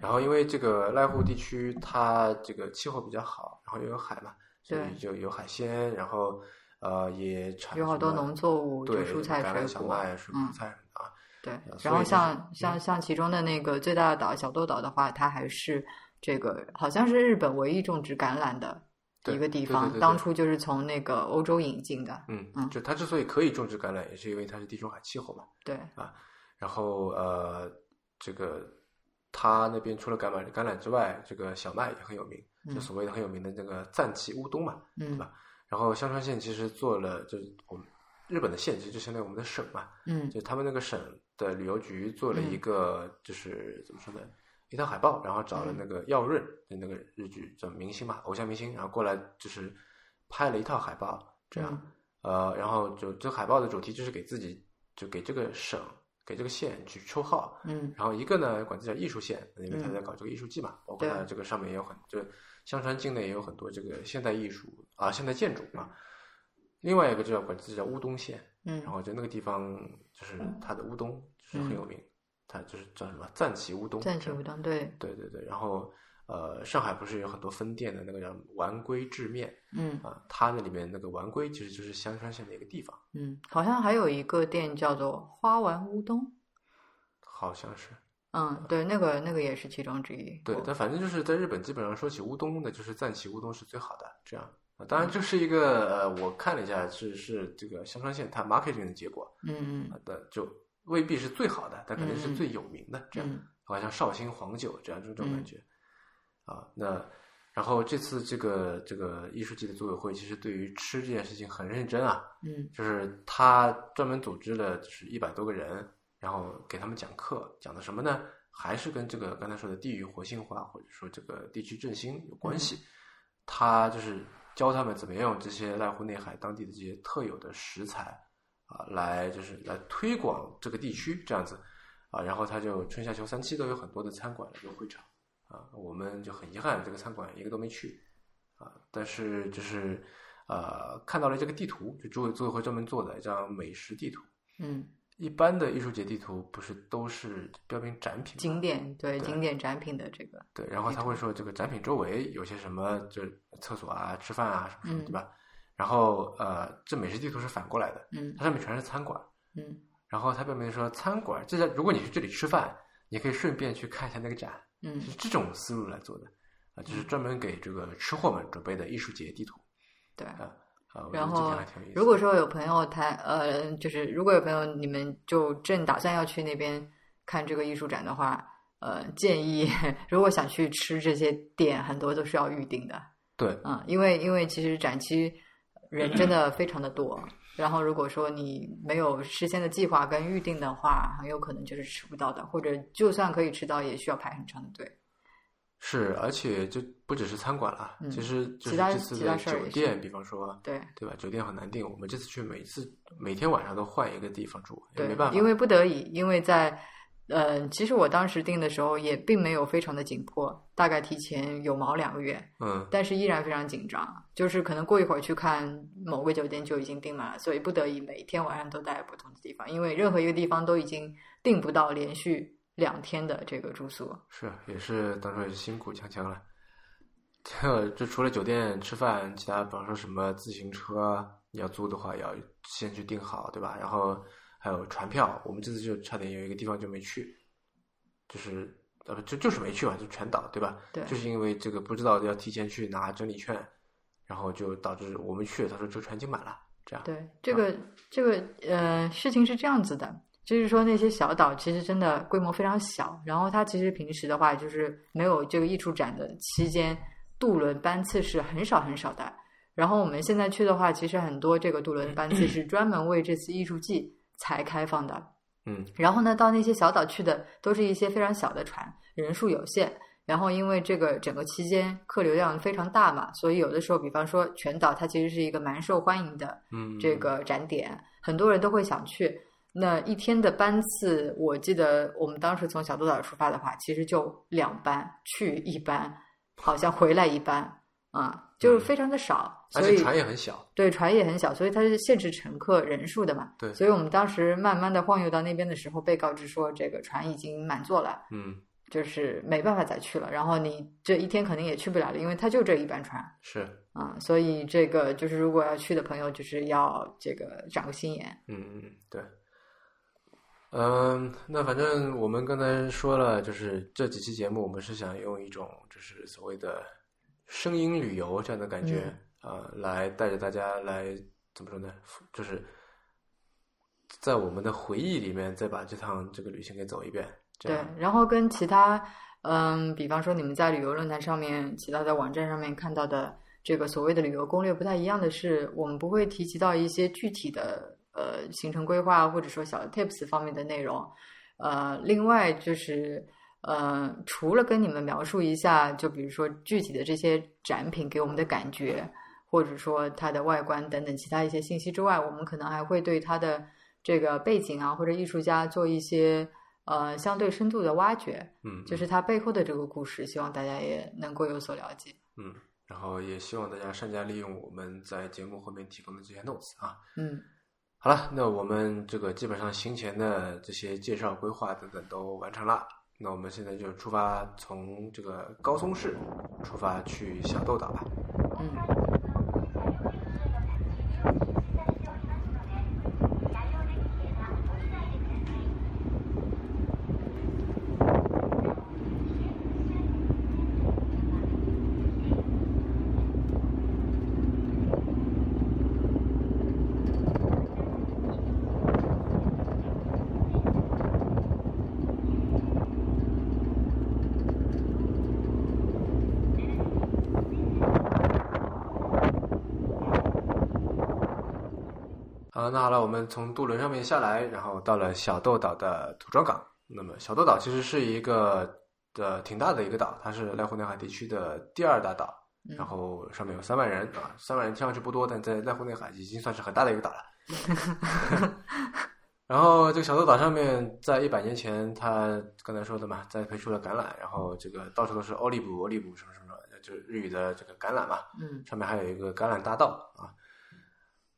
[SPEAKER 1] 然后因为这个濑户地区它这个气候比较好，然后又有海嘛，所以
[SPEAKER 2] 对
[SPEAKER 1] 就有海鲜，然后呃也产
[SPEAKER 2] 有好
[SPEAKER 1] 什
[SPEAKER 2] 多
[SPEAKER 1] 么
[SPEAKER 2] 农作物，就
[SPEAKER 1] 对
[SPEAKER 2] 蔬菜、
[SPEAKER 1] 橄榄、
[SPEAKER 2] 水
[SPEAKER 1] 小
[SPEAKER 2] 果，
[SPEAKER 1] 麦、水
[SPEAKER 2] 嗯
[SPEAKER 1] 果菜什么的啊。
[SPEAKER 2] 对
[SPEAKER 1] 所，
[SPEAKER 2] 然后
[SPEAKER 1] 以嗯就是
[SPEAKER 2] 像像像其中的那个最大的岛小豆岛的话，它还是这个好像是日本唯一种植橄榄的
[SPEAKER 1] 对
[SPEAKER 2] 一个地
[SPEAKER 1] 对对
[SPEAKER 2] 方，
[SPEAKER 1] 对对
[SPEAKER 2] 当初就是从那个欧洲引进的。
[SPEAKER 1] 嗯，
[SPEAKER 2] 嗯
[SPEAKER 1] 就它之所以可以种植橄榄，也是因为它是地中海气候嘛。
[SPEAKER 2] 对，
[SPEAKER 1] 然后呃，这个他那边除了橄榄橄榄之外，这个小麦也很有名，就
[SPEAKER 2] 嗯
[SPEAKER 1] 所谓的很有名的那个赞岐乌冬嘛。
[SPEAKER 2] 嗯
[SPEAKER 1] 吧然后香川县其实做了，就是我们日本的县其实就相当于我们的省嘛，
[SPEAKER 2] 嗯
[SPEAKER 1] 就他们那个省的旅游局做了一
[SPEAKER 2] 嗯
[SPEAKER 1] 个，就是、怎么说呢？一张海报，然后找了那
[SPEAKER 2] 嗯
[SPEAKER 1] 个耀润的那个日剧叫明星嘛，偶像明星，然后过来就是拍了一套海报，这样，
[SPEAKER 2] 嗯
[SPEAKER 1] 呃，然后就这海报的主题就是给自己，就给这个省，给这个县去抽号，
[SPEAKER 2] 嗯
[SPEAKER 1] 然后一个呢，管这叫艺术线，因为他
[SPEAKER 2] 嗯
[SPEAKER 1] 在搞这个艺术季嘛，包括
[SPEAKER 2] 对
[SPEAKER 1] 他这个上面也有很，就香川境内也有很多这个现代艺术啊，现代建筑嘛。另外一个就叫管这叫乌冬县，
[SPEAKER 2] 嗯
[SPEAKER 1] 然后就那个地方就是它的乌冬就是很有名，它就是叫什么赞岐嗯乌冬，
[SPEAKER 2] 暂且不当对，
[SPEAKER 1] 对对对。然后呃，上海不是有很多分店的那个叫丸龟制面
[SPEAKER 2] 嗯
[SPEAKER 1] 啊，它那里面那个丸龟其实就是香川县的一个地方，
[SPEAKER 2] 嗯，好像还有一个店叫做花丸乌冬，
[SPEAKER 1] 好像是。
[SPEAKER 2] 嗯，对，那个那个也是其中之一。
[SPEAKER 1] 啊对
[SPEAKER 2] 我，
[SPEAKER 1] 但反正就是在日本，基本上说起乌冬的，就是赞岐乌冬是最好的。这样，啊当然这是一个呃，我看了一下，是是这个香川县它 marketing 的结果，
[SPEAKER 2] 嗯
[SPEAKER 1] 啊，但就未必是最好的，但肯定是
[SPEAKER 2] 嗯
[SPEAKER 1] 最有名的。这样，
[SPEAKER 2] 嗯
[SPEAKER 1] 好像绍兴黄酒这样这种感觉。啊，那然后这次这个这个艺术季的组委会其实对于吃这件事情很认真啊，
[SPEAKER 2] 嗯
[SPEAKER 1] 就是他专门组织了就是一百多个人，然后给他们讲课，讲的什么呢？还是跟这个刚才说的地域活性化或者说这个地区振兴有关系。他就是教他们怎么样用这些濑户内海当地的这些特有的食材啊，来就是来推广这个地区这样子啊。然后他就春夏秋三期都有很多的餐馆来做会场啊，我们就很遗憾这个餐馆一个都没去啊，但是就是。呃，看到了这个地图，就组委组委会专门做的一张美食地图。
[SPEAKER 2] 嗯，
[SPEAKER 1] 一般的艺术节地图不是都是标明展品吗
[SPEAKER 2] 景点对
[SPEAKER 1] 对
[SPEAKER 2] 景点展品的这个，
[SPEAKER 1] 对，然后他会说这个展品周围有些什么，就是厕所啊、吃饭啊什么什么，
[SPEAKER 2] 嗯
[SPEAKER 1] 对吧？然后呃，这美食地图是反过来的，
[SPEAKER 2] 嗯
[SPEAKER 1] 它上面全是餐馆，
[SPEAKER 2] 嗯
[SPEAKER 1] 然后它标明说餐馆，这家如果你去这里吃饭，你可以顺便去看一下那个展，
[SPEAKER 2] 嗯
[SPEAKER 1] 是这种思路来做的啊，就是专门给这个吃货们准备的艺术节地图
[SPEAKER 2] 对。
[SPEAKER 1] 啊。我觉
[SPEAKER 2] 然
[SPEAKER 1] 得这
[SPEAKER 2] 后
[SPEAKER 1] 点还挺有意思的。
[SPEAKER 2] 如果说有朋友他呃，就是如果有朋友你们就正打算要去那边看这个艺术展的话，呃，建议 [LAUGHS] 如果想去吃这些店，很多都是要预定的，
[SPEAKER 1] 对，
[SPEAKER 2] 嗯，因为因为其实展期人真的非常的多，然后如果说你没有事先的计划跟预定的话，很有可能就是吃不到的，或者就算可以吃到，也需要排很长的队。
[SPEAKER 1] 是，而且就不只是餐馆了，
[SPEAKER 2] 嗯
[SPEAKER 1] 其实就
[SPEAKER 2] 其
[SPEAKER 1] 是
[SPEAKER 2] 他
[SPEAKER 1] 这次
[SPEAKER 2] 其他
[SPEAKER 1] 的
[SPEAKER 2] 事儿
[SPEAKER 1] 酒
[SPEAKER 2] 也是
[SPEAKER 1] 店，比方说，
[SPEAKER 2] 对
[SPEAKER 1] 对吧？酒店很难订，我们这次去每次每天晚上都换一个地方住，也
[SPEAKER 2] 对
[SPEAKER 1] 没办，法，
[SPEAKER 2] 因为不得已，因为在呃，其实我当时订的时候也并没有非常的紧迫，大概提前有毛两个月，
[SPEAKER 1] 嗯，
[SPEAKER 2] 但是依然非常紧张，就是可能过一会儿去看某个酒店就已经订满了，所以不得已每天晚上都待在不同的地方，因为任何一个地方都已经订不到连续两天的这个住宿。
[SPEAKER 1] 是也是当初也是辛苦强强了。 [LAUGHS] 这这除了酒店吃饭，其他比方说什么自行车，你要租的话，也要先去订好，对吧？然后还有船票，我们这次就差点有一个地方就没去，就是呃不就就是没去嘛，就全岛，对吧？
[SPEAKER 2] 对，
[SPEAKER 1] 就是因为这个不知道要提前去拿整理券，然后就导致我们去了，他说这个船已经满了，这样。
[SPEAKER 2] 对，这个、这个呃，事情是这样子的，就是说那些小岛其实真的规模非常小，然后它其实平时的话就是没有这个艺术展的期间，渡轮班次是很少很少的。然后我们现在去的话，其实很多这个渡轮班次是专门为这次艺术季才开放的，
[SPEAKER 1] 嗯，
[SPEAKER 2] 然后呢，到那些小岛去的都是一些非常小的船，人数有限。然后因为这个整个期间客流量非常大嘛，所以有的时候，比方说全岛它其实是一个蛮受欢迎的
[SPEAKER 1] 嗯，
[SPEAKER 2] 这个展点，很多人都会想去。那一天的班次，我记得我们当时从小豆岛出发的话，其实就两班，去一班，好像回来一班，啊、就是非常的少。
[SPEAKER 1] 嗯而
[SPEAKER 2] 所以
[SPEAKER 1] 且船也很小，
[SPEAKER 2] 对，船也很小，所以它是限制乘客人数的嘛。
[SPEAKER 1] 对
[SPEAKER 2] 所以我们当时慢慢的晃悠到那边的时候，被告知说这个船已经满座了，
[SPEAKER 1] 嗯，
[SPEAKER 2] 就是没办法再去了。然后你这一天肯定也去不了了，因为它就这一班船
[SPEAKER 1] 是，
[SPEAKER 2] 啊、所以这个就是如果要去的朋友，就是要这个长个心眼。
[SPEAKER 1] 嗯嗯嗯，对。嗯，那反正我们刚才说了，就是这几期节目，我们是想用一种就是所谓的声音旅游这样的感觉
[SPEAKER 2] 嗯
[SPEAKER 1] 啊、呃来带着大家来怎么说呢？就是在我们的回忆里面再把这趟这个旅行给走一遍，这
[SPEAKER 2] 对
[SPEAKER 1] 样，
[SPEAKER 2] 然后跟其他，嗯，比方说你们在旅游论坛上面、其他的网站上面看到的这个所谓的旅游攻略不太一样的是，我们不会提及到一些具体的呃行程规划或者说小的 tips 方面的内容。呃，另外就是呃，除了跟你们描述一下，就比如说具体的这些展品给我们的感觉，或者说它的外观等等其他一些信息之外，我们可能还会对它的这个背景啊或者艺术家做一些呃相对深度的挖掘，
[SPEAKER 1] 嗯，
[SPEAKER 2] 就
[SPEAKER 1] 嗯
[SPEAKER 2] 是它背后的这个故事，希望大家也能够有所了解。
[SPEAKER 1] 嗯，然后也希望大家善加利用我们在节目后面提供的这些 notes 啊。
[SPEAKER 2] 嗯，
[SPEAKER 1] 好了，那我们这个基本上行前的这些介绍、规划等等都完成了。那我们现在就出发，从这个高松市出发去小豆岛吧。
[SPEAKER 2] 嗯，
[SPEAKER 1] 啊，那好了，我们从渡轮上面下来，然后到了小豆岛的土庄港。那么小豆岛其实是一个呃挺大的一个岛，它是濑户内海地区的第二大岛，
[SPEAKER 2] 嗯
[SPEAKER 1] 然后上面有三万人啊，三万人听上去不多，但在濑户内海已经算是很大的一个岛了。 [LAUGHS] 然后这个小豆岛上面，在一百年前，他刚才说的嘛，栽培出了橄榄，然后这个到处都是欧利卜、欧利卜什么什么，就是日语的这个橄榄嘛。
[SPEAKER 2] 嗯
[SPEAKER 1] 上面还有一个橄榄大道啊。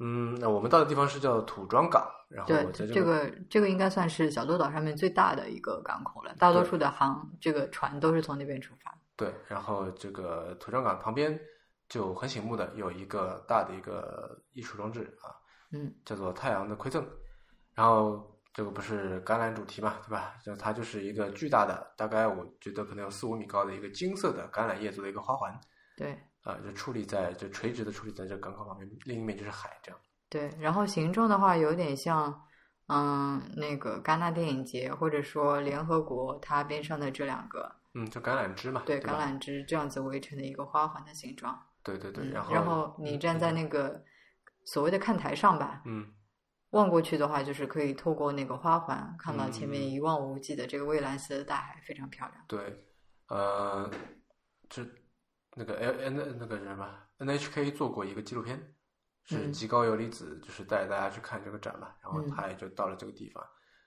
[SPEAKER 1] 嗯，那我们到的地方是叫土庄港，然后
[SPEAKER 2] 对
[SPEAKER 1] 我在，
[SPEAKER 2] 这
[SPEAKER 1] 个
[SPEAKER 2] 个这个应该算是小豆岛上面最大的一个港口了，大多数的航这个船都是从那边出发。
[SPEAKER 1] 对，然后这个土庄港旁边就很醒目的有一个大的一个艺术装置啊，
[SPEAKER 2] 嗯
[SPEAKER 1] 叫做太阳的馈赠，然后。这个不是橄榄主题嘛，对吧？就它就是一个巨大的，大概我觉得可能有四五米高的一个金色的橄榄叶做的一个花环，
[SPEAKER 2] 对
[SPEAKER 1] 啊、就矗立在就垂直的矗立在这个港口旁边，另一面就是海，这样。
[SPEAKER 2] 对，然后形状的话有点像，嗯，那个戛纳电影节或者说联合国它边上的这两个
[SPEAKER 1] 嗯，就橄榄枝嘛，
[SPEAKER 2] 对
[SPEAKER 1] 对
[SPEAKER 2] 橄
[SPEAKER 1] 吧，
[SPEAKER 2] 榄枝这样子围成的一个花环的形状。
[SPEAKER 1] 对对对，
[SPEAKER 2] 嗯
[SPEAKER 1] 然后
[SPEAKER 2] 然后你站在那个所谓的看台上吧，
[SPEAKER 1] 嗯，
[SPEAKER 2] 望过去的话，就是可以透过那个花环看到前
[SPEAKER 1] 嗯
[SPEAKER 2] 面一望无际的这个蔚蓝色的大海，非常漂亮。
[SPEAKER 1] 对，呃，这那个 L N 那个人吧，N H K 做过一个纪录片，是
[SPEAKER 2] 嗯
[SPEAKER 1] 极高游离子，就是带大家去看这个展嘛，然后
[SPEAKER 2] 嗯
[SPEAKER 1] 他也就到了这个地方，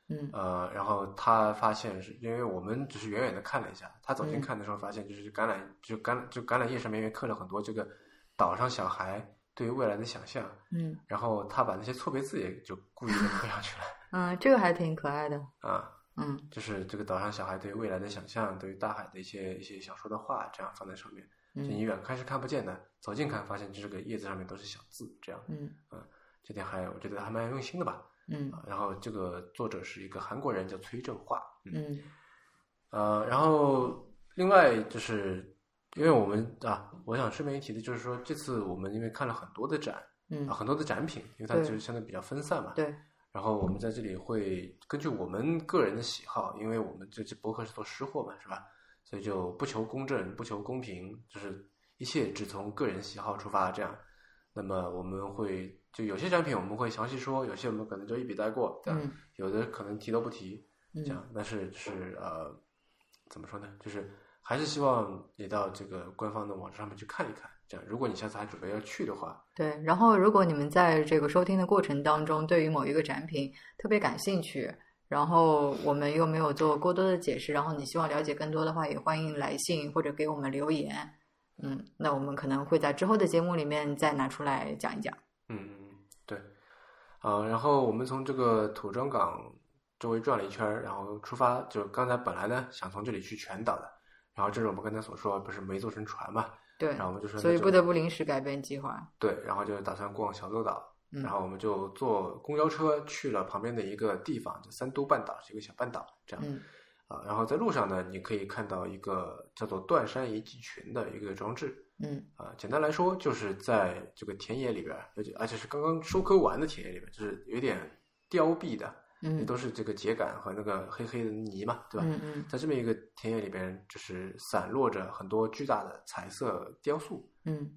[SPEAKER 2] 嗯
[SPEAKER 1] 呃，然后他发现是因为我们只是远远的看了一下，他走近
[SPEAKER 2] 嗯
[SPEAKER 1] 看的时候发现，就是橄榄，就橄就橄榄叶上面因为刻了很多这个岛上小孩对于未来的想象，
[SPEAKER 2] 嗯
[SPEAKER 1] 然后他把那些错别字也就故意的刻上去了
[SPEAKER 2] 嗯，这个还挺可爱的。 [LAUGHS]
[SPEAKER 1] 啊。
[SPEAKER 2] 嗯
[SPEAKER 1] 就是这个岛上小孩对于未来的想象，对于大海的一些一些小说的话，这样放在上面。就你
[SPEAKER 2] 嗯
[SPEAKER 1] 远看是看不见的，走近看发现这个叶子上面都是小字，这样
[SPEAKER 2] 嗯
[SPEAKER 1] 这点还我觉得还蛮用心的吧。
[SPEAKER 2] 嗯
[SPEAKER 1] 啊然后这个作者是一个韩国人，叫崔正化。嗯
[SPEAKER 2] 嗯
[SPEAKER 1] 呃，然后另外就是因为我们啊，我想顺便一提的就是说，这次我们因为看了很多的展
[SPEAKER 2] 嗯
[SPEAKER 1] 啊，，很多的展品，因为它
[SPEAKER 2] 对
[SPEAKER 1] 就是相对比较分散嘛，
[SPEAKER 2] 对，
[SPEAKER 1] 然后我们在这里会根据我们个人的喜好，因为我们这这博客是做吃货嘛，是吧？所以就不求公正，不求公平，就是一切只从个人喜好出发这样。那么我们会就有些展品我们会详细说，有些我们可能就一笔带过，对吧？
[SPEAKER 2] 嗯
[SPEAKER 1] 有的可能提都不提，
[SPEAKER 2] 嗯
[SPEAKER 1] 这样。但是就是呃，怎么说呢？就是还是希望你到这个官方的网站上面去看一看。这样，如果你下次还准备要去的话，
[SPEAKER 2] 对，然后如果你们在这个收听的过程当中，对于某一个展品特别感兴趣，然后我们又没有做过多的解释，然后你希望了解更多的话，也欢迎来信或者给我们留言。嗯，那我们可能会在之后的节目里面再拿出来讲一讲。
[SPEAKER 1] 嗯，嗯对，啊、然后我们从这个土庄港周围转了一圈儿，然后出发，就刚才本来呢想从这里去全岛的，然后这是我们刚才所说，不是没坐成船嘛，
[SPEAKER 2] 对
[SPEAKER 1] 然，后我们就说那
[SPEAKER 2] 所以
[SPEAKER 1] 就
[SPEAKER 2] 不得不临时改变计划。
[SPEAKER 1] 对，然后就打算逛小豆岛，
[SPEAKER 2] 嗯
[SPEAKER 1] 然后我们就坐公交车去了旁边的一个地方，叫三都半岛，是一个小半岛，这样
[SPEAKER 2] 嗯
[SPEAKER 1] 啊、然后在路上呢，你可以看到一个叫做断山遗迹群的一个装置，
[SPEAKER 2] 嗯
[SPEAKER 1] 啊，简单来说，就是在这个田野里边儿，而且而且是刚刚收割完的田野里边儿，就是有点凋敝的，也
[SPEAKER 2] 嗯
[SPEAKER 1] 都是这个秸秆和那个黑黑的泥嘛，对吧？
[SPEAKER 2] 嗯嗯
[SPEAKER 1] 在这么一个田野里边，就是散落着很多巨大的彩色雕塑，
[SPEAKER 2] 嗯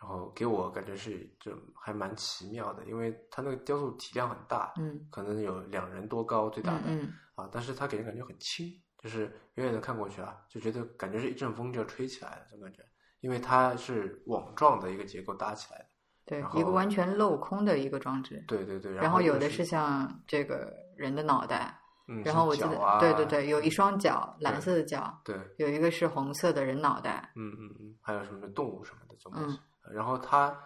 [SPEAKER 1] 然后给我感觉是就还蛮奇妙的，因为它那个雕塑体量很大，
[SPEAKER 2] 嗯
[SPEAKER 1] 可能有两人多高最大的、
[SPEAKER 2] 嗯
[SPEAKER 1] 啊，但是它给人感觉很轻，就是远远的看过去啊，就觉得感觉是一阵风就要吹起来了，这种感觉，因为它是网状的一个结构搭起来的。
[SPEAKER 2] 嗯对
[SPEAKER 1] 然，后
[SPEAKER 2] 一个完全镂空的一个装置，
[SPEAKER 1] 对对对，
[SPEAKER 2] 然后
[SPEAKER 1] 就
[SPEAKER 2] 有的
[SPEAKER 1] 是
[SPEAKER 2] 是，像这个人的脑袋，
[SPEAKER 1] 嗯，
[SPEAKER 2] 然后我记
[SPEAKER 1] 像
[SPEAKER 2] 得，
[SPEAKER 1] 脚啊、
[SPEAKER 2] 对对对，有一
[SPEAKER 1] 嗯
[SPEAKER 2] 双脚，蓝
[SPEAKER 1] 对
[SPEAKER 2] 色的脚，
[SPEAKER 1] 对，
[SPEAKER 2] 有一个是红色的人脑袋。
[SPEAKER 1] 嗯嗯嗯，还有什么动物什么的这种
[SPEAKER 2] 嗯
[SPEAKER 1] 东西。然后它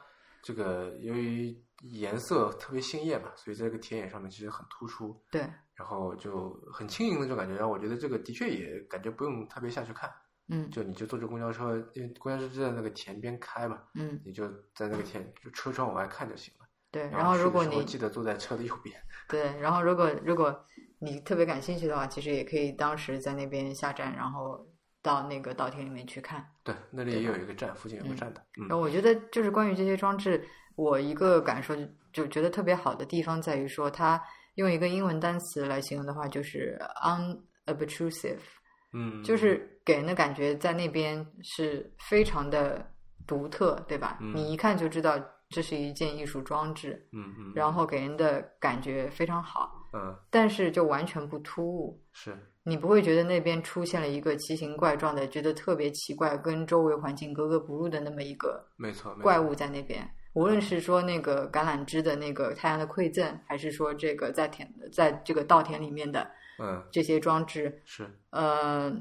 [SPEAKER 1] 这个由于颜色特别鲜艳嘛，所以在这个田野上面其实很突出，
[SPEAKER 2] 对，
[SPEAKER 1] 然后就很轻盈的这种感觉，让我觉得这个的确也感觉不用特别下去看，
[SPEAKER 2] 嗯
[SPEAKER 1] 就你就坐着公交车，因为公交车就在那个田边开嘛，
[SPEAKER 2] 嗯，
[SPEAKER 1] 你就在那个田就车窗往外看就行了。
[SPEAKER 2] 对。然后如果
[SPEAKER 1] 去的时候
[SPEAKER 2] 你
[SPEAKER 1] 记得坐在车的右边，
[SPEAKER 2] 对，然后如果如果你特别感兴趣的话，其实也可以当时在那边下站，然后到那个稻田里面去看。
[SPEAKER 1] 对，那里也有一个站，附近有个站的，嗯
[SPEAKER 2] 然后我觉得就是关于这些装置，我一个感受就就觉得特别好的地方在于说，它用一个英文单词来形容的话，就是 unobtrusive。
[SPEAKER 1] 嗯，
[SPEAKER 2] 就是给人的感觉在那边是非常的独特，对吧？
[SPEAKER 1] 嗯
[SPEAKER 2] 你一看就知道这是一件艺术装置，
[SPEAKER 1] 嗯嗯，
[SPEAKER 2] 然后给人的感觉非常好，
[SPEAKER 1] 嗯
[SPEAKER 2] 但是就完全不突兀。
[SPEAKER 1] 是
[SPEAKER 2] 你不会觉得那边出现了一个奇形怪状的、觉得特别奇怪、跟周围环境格格不入的那么一个
[SPEAKER 1] 没错，没错嗯
[SPEAKER 2] 怪物在那边。无论是说那个橄榄枝的那个太阳的馈赠，还是说这个在田在这个稻田里面的
[SPEAKER 1] 嗯
[SPEAKER 2] 这些装置，
[SPEAKER 1] 是。
[SPEAKER 2] 呃，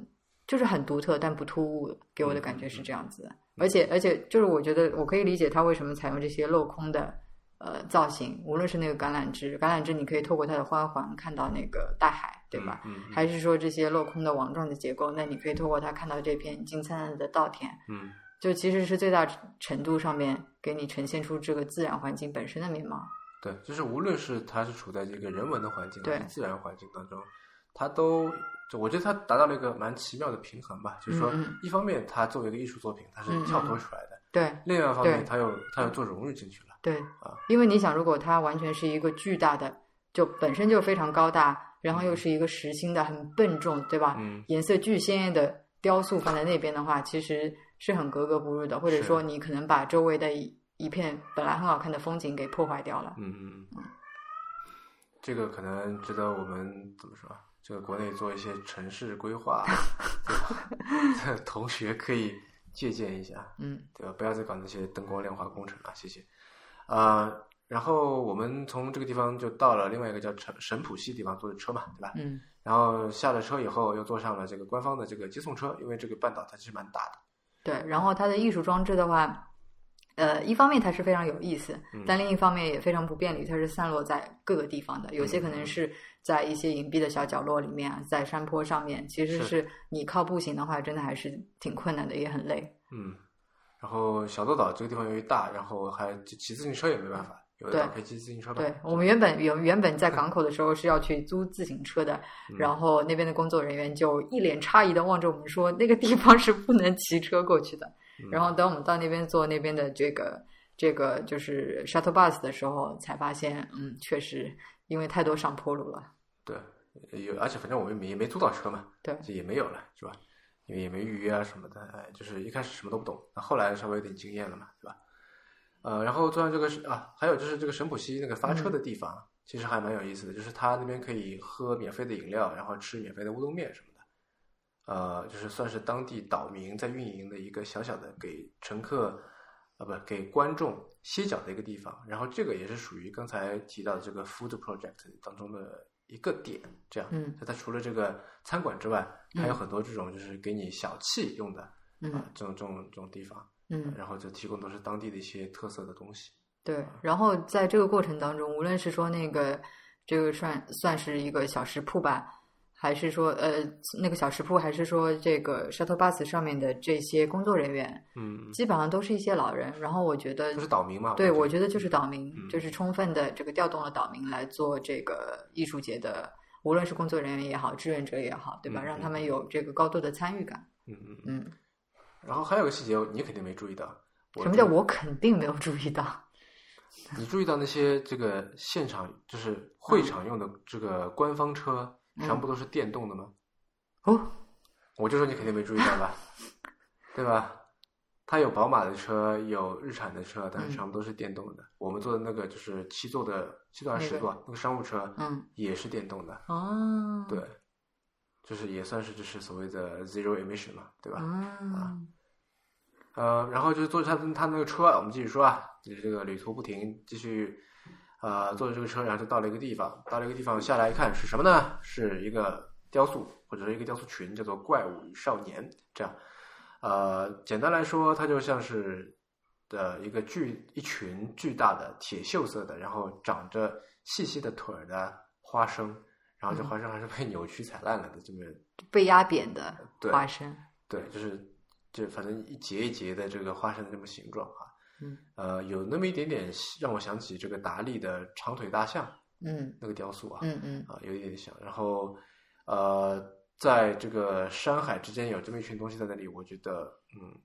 [SPEAKER 2] 就是很独特但不突兀，给我的感
[SPEAKER 1] 嗯
[SPEAKER 2] 觉是这样子的。而且而且就是我觉得我可以理解它为什么采用这些镂空的呃造型，无论是那个橄榄枝，橄榄枝你可以透过它的花环看到那个大海，对吧？
[SPEAKER 1] 嗯？嗯嗯
[SPEAKER 2] 还是说这些镂空的网状的结构，那你可以透过它看到这片金灿灿的稻田，
[SPEAKER 1] 嗯，
[SPEAKER 2] 就其实是最大程度上面给你呈现出这个自然环境本身的面貌。
[SPEAKER 1] 对，就是无论是它是处在这个人文的环境还
[SPEAKER 2] 对
[SPEAKER 1] 是自然环境当中，它都就我觉得它达到了一个蛮奇妙的平衡吧。就是说
[SPEAKER 2] 嗯嗯，
[SPEAKER 1] 一方面它作为一个艺术作品，它是
[SPEAKER 2] 嗯嗯
[SPEAKER 1] 跳脱出来的；
[SPEAKER 2] 对
[SPEAKER 1] 另外一方面，
[SPEAKER 2] 对
[SPEAKER 1] 它又它又做融入进去了。
[SPEAKER 2] 对，因为你想，如果它完全是一个巨大的，就本身就非常高大，然后又是一个实心的、很笨重，对吧？
[SPEAKER 1] 嗯，
[SPEAKER 2] 颜色巨鲜艳的雕塑放在那边的话，其实是很格格不入的，或者
[SPEAKER 1] 是
[SPEAKER 2] 说你可能把周围的一一片本来很好看的风景给破坏掉了。
[SPEAKER 1] 嗯嗯嗯，这个可能值得我们怎么说啊？这个国内做一些城市规划，对吧？ [LAUGHS] 同学可以借鉴一下。
[SPEAKER 2] 嗯
[SPEAKER 1] 对吧？不要再搞那些灯光亮化工程了，谢谢。啊、然后我们从这个地方就到了另外一个叫城神浦西地方坐的车嘛，对吧？
[SPEAKER 2] 嗯
[SPEAKER 1] 然后下了车以后，又坐上了这个官方的这个接送车，因为这个半岛它其实蛮大的。
[SPEAKER 2] 对，然后它的艺术装置的话，呃，一方面它是非常有意思，
[SPEAKER 1] 嗯
[SPEAKER 2] 但另一方面也非常不便利，它是散落在各个地方的，有些
[SPEAKER 1] 嗯
[SPEAKER 2] 可能是在一些隐蔽的小角落里面啊，在山坡上面，其实
[SPEAKER 1] 是
[SPEAKER 2] 是你靠步行的话，真的还是挺困难的，也很累。
[SPEAKER 1] 嗯，然后小豆岛这个地方由于大，然后还骑骑自行车也没办法，有的
[SPEAKER 2] 对
[SPEAKER 1] 岛可以骑自行车吧。
[SPEAKER 2] 对我们原本原原
[SPEAKER 1] [LAUGHS]
[SPEAKER 2] 本在港口的时候是要去租自行车的，
[SPEAKER 1] 嗯
[SPEAKER 2] 然后那边的工作人员就一脸诧异的望着我们说，那个地方是不能骑车过去的。
[SPEAKER 1] 嗯
[SPEAKER 2] 然后等我们到那边坐那边的这个这个就是 shuttle bus 的时候，才发现，嗯，确实因为太多上坡路了。
[SPEAKER 1] 对，有而且反正我们也没租到车嘛，
[SPEAKER 2] 对
[SPEAKER 1] 这也没有了，是吧？因为也没预约啊什么的，哎，就是一开始什么都不懂，那后来稍微有点经验了嘛，对吧？呃，然后坐上这个是啊，还有就是这个神浦西那个发
[SPEAKER 2] 嗯
[SPEAKER 1] 车的地方，其实还蛮有意思的，就是它那边可以喝免费的饮料，然后吃免费的乌冬面什么的。呃，就是算是当地岛民在运营的一个小小的给乘客啊，不给观众歇脚的一个地方。然后这个也是属于刚才提到的这个 food project 当中的一个点。这样，
[SPEAKER 2] 嗯
[SPEAKER 1] 就它除了这个餐馆之外，还有
[SPEAKER 2] 嗯
[SPEAKER 1] 很多这种就是给你小憩用的啊、
[SPEAKER 2] 嗯
[SPEAKER 1] 这种这种这种地方。
[SPEAKER 2] 嗯，
[SPEAKER 1] 然后就提供都是当地的一些特色的东西。
[SPEAKER 2] 对，然后在这个过程当中，无论是说那个这个算算是一个小食铺吧，还是说呃那个小食铺，还是说这个 shuttle bus 上面的这些工作人员，
[SPEAKER 1] 嗯，
[SPEAKER 2] 基本上都是一些老人。然后我觉得
[SPEAKER 1] 就是岛民嘛。
[SPEAKER 2] 对，我
[SPEAKER 1] 我
[SPEAKER 2] 觉得就是岛民，
[SPEAKER 1] 嗯
[SPEAKER 2] 就是充分的这个调动了岛民来做这个艺术节的，无论是工作人员也好，志愿者也好，对吧？
[SPEAKER 1] 嗯
[SPEAKER 2] 让
[SPEAKER 1] 嗯
[SPEAKER 2] 他们有这个高度的参与感。
[SPEAKER 1] 得，嗯嗯。嗯
[SPEAKER 2] 嗯，
[SPEAKER 1] 然后还有个细节，你肯定没注意到。
[SPEAKER 2] 什么叫
[SPEAKER 1] 注意？
[SPEAKER 2] 我肯定没有注意到？
[SPEAKER 1] 你注意到那些这个现场就是会场用的这个官方车，
[SPEAKER 2] 嗯
[SPEAKER 1] 全部都是电动的吗？
[SPEAKER 2] 哦，
[SPEAKER 1] 我就说你肯定没注意到吧，对吧？它有宝马的车，有日产的车，但
[SPEAKER 2] 嗯
[SPEAKER 1] 是全部都是电动的。我们坐的那个就是七座的，七座还是
[SPEAKER 2] 那个
[SPEAKER 1] 十座啊？那个商务车
[SPEAKER 2] 嗯，
[SPEAKER 1] 也是电动的。
[SPEAKER 2] 哦，
[SPEAKER 1] 对，就是也算是就是所谓的 zero emission 嘛，对吧？啊
[SPEAKER 2] 嗯。
[SPEAKER 1] 呃，然后就是坐着他他那个车，啊，我们继续说啊，就是这个旅途不停，继续呃坐着这个车，然后就到了一个地方，到了一个地方下来一看是什么呢？是一个雕塑或者是一个雕塑群，叫做《怪物与少年》这样。呃，简单来说，它就像是的一个巨一群巨大的铁锈色的，然后长着细细的腿儿的花生，然后这
[SPEAKER 2] 嗯
[SPEAKER 1] 花生还是被扭曲踩烂了的这么
[SPEAKER 2] 被压扁的
[SPEAKER 1] 对
[SPEAKER 2] 花生。
[SPEAKER 1] 对，就是就反正一节一节的这个花生的这么形状啊，
[SPEAKER 2] 嗯
[SPEAKER 1] 呃，有那么一点点让我想起这个达利的长腿大象
[SPEAKER 2] 嗯
[SPEAKER 1] 那个雕塑啊，
[SPEAKER 2] 嗯嗯
[SPEAKER 1] 啊，有一点点像。然后呃，在这个山海之间有这么一群东西在那里，我觉得嗯，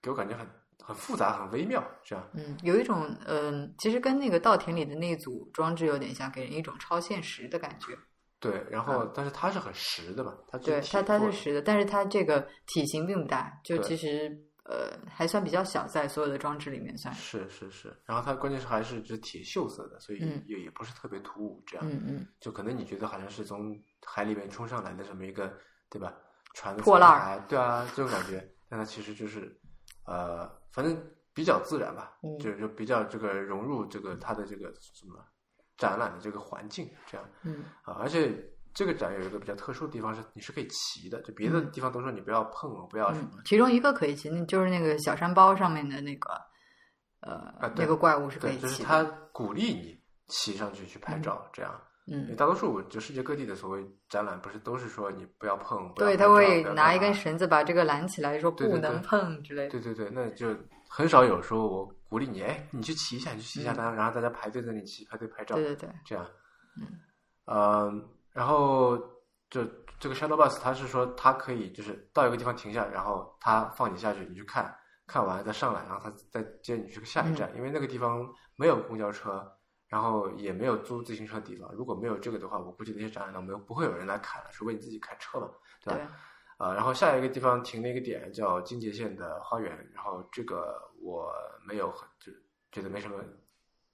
[SPEAKER 1] 给我感觉很很复杂，很微妙，这样。
[SPEAKER 2] 嗯，有一种嗯、其实跟那个稻田里的那组装置有点像，给人一种超现实的感觉。
[SPEAKER 1] 对，然后、但是它是很实的嘛，它只
[SPEAKER 2] 嗯对，
[SPEAKER 1] 是
[SPEAKER 2] 它
[SPEAKER 1] 铁
[SPEAKER 2] 它
[SPEAKER 1] 做
[SPEAKER 2] 是
[SPEAKER 1] 的
[SPEAKER 2] 实的，但是它这个体型并不大，就
[SPEAKER 1] 对
[SPEAKER 2] 其实呃还算比较小，在所有的装置里面算是。
[SPEAKER 1] 是是是，然后它关键是还是只铁锈色的，所以
[SPEAKER 2] 嗯
[SPEAKER 1] 也也不是特别突兀，这样。
[SPEAKER 2] 嗯嗯，
[SPEAKER 1] 就可能你觉得好像是从海里面冲上来的这么一个，对吧？船的
[SPEAKER 2] 破
[SPEAKER 1] 残
[SPEAKER 2] 烂儿
[SPEAKER 1] 骸，对啊，这种感觉。但它其实就是，呃，反正比较自然吧，
[SPEAKER 2] 嗯
[SPEAKER 1] 就就比较这个融入这个它的这个什么展览的这个环境这样
[SPEAKER 2] 嗯
[SPEAKER 1] 啊。而且这个展有一个比较特殊的地方是，你是可以骑的，就别的
[SPEAKER 2] 嗯
[SPEAKER 1] 地方都说你不要碰我，不要什么
[SPEAKER 2] 嗯，，其中一个可以骑，那就是那个小山包上面的那个呃、
[SPEAKER 1] 啊对
[SPEAKER 2] 那个怪物是可
[SPEAKER 1] 对，
[SPEAKER 2] 以
[SPEAKER 1] 就是
[SPEAKER 2] 骑
[SPEAKER 1] 他
[SPEAKER 2] 的。
[SPEAKER 1] 鼓励你骑上去去拍照这样。因为
[SPEAKER 2] 嗯，
[SPEAKER 1] 大多数就世界各地的所谓展览，不是都是说你不要碰，不要
[SPEAKER 2] 对，
[SPEAKER 1] 拍
[SPEAKER 2] 他
[SPEAKER 1] 照
[SPEAKER 2] 会
[SPEAKER 1] 不要
[SPEAKER 2] 拿
[SPEAKER 1] 干
[SPEAKER 2] 一根
[SPEAKER 1] 嘛
[SPEAKER 2] 绳子把这个拦起来，说
[SPEAKER 1] 对
[SPEAKER 2] 不
[SPEAKER 1] 对对
[SPEAKER 2] 能碰之类的。
[SPEAKER 1] 对对对，那就很少有说我鼓励你，哎，你去骑一下，你去骑一下，
[SPEAKER 2] 嗯
[SPEAKER 1] 然后然后大家排队在那里骑，排队拍照，
[SPEAKER 2] 对对对，
[SPEAKER 1] 这样。
[SPEAKER 2] 嗯
[SPEAKER 1] 嗯，然后就这个 shuttle bus，它是说它可以就是到一个地方停下，然后它放你下去，你去看看完再上来，然后它再接你去下一站，因为那个地方没有公交车。然后也没有租自行车的地方，如果没有这个的话，我估计那些展览都没有不会有人来砍了，除非你自己开车嘛。对
[SPEAKER 2] 对，
[SPEAKER 1] 啊，然后下一个地方停了一个点叫金节县的花园，然后这个我没有很就觉得没什么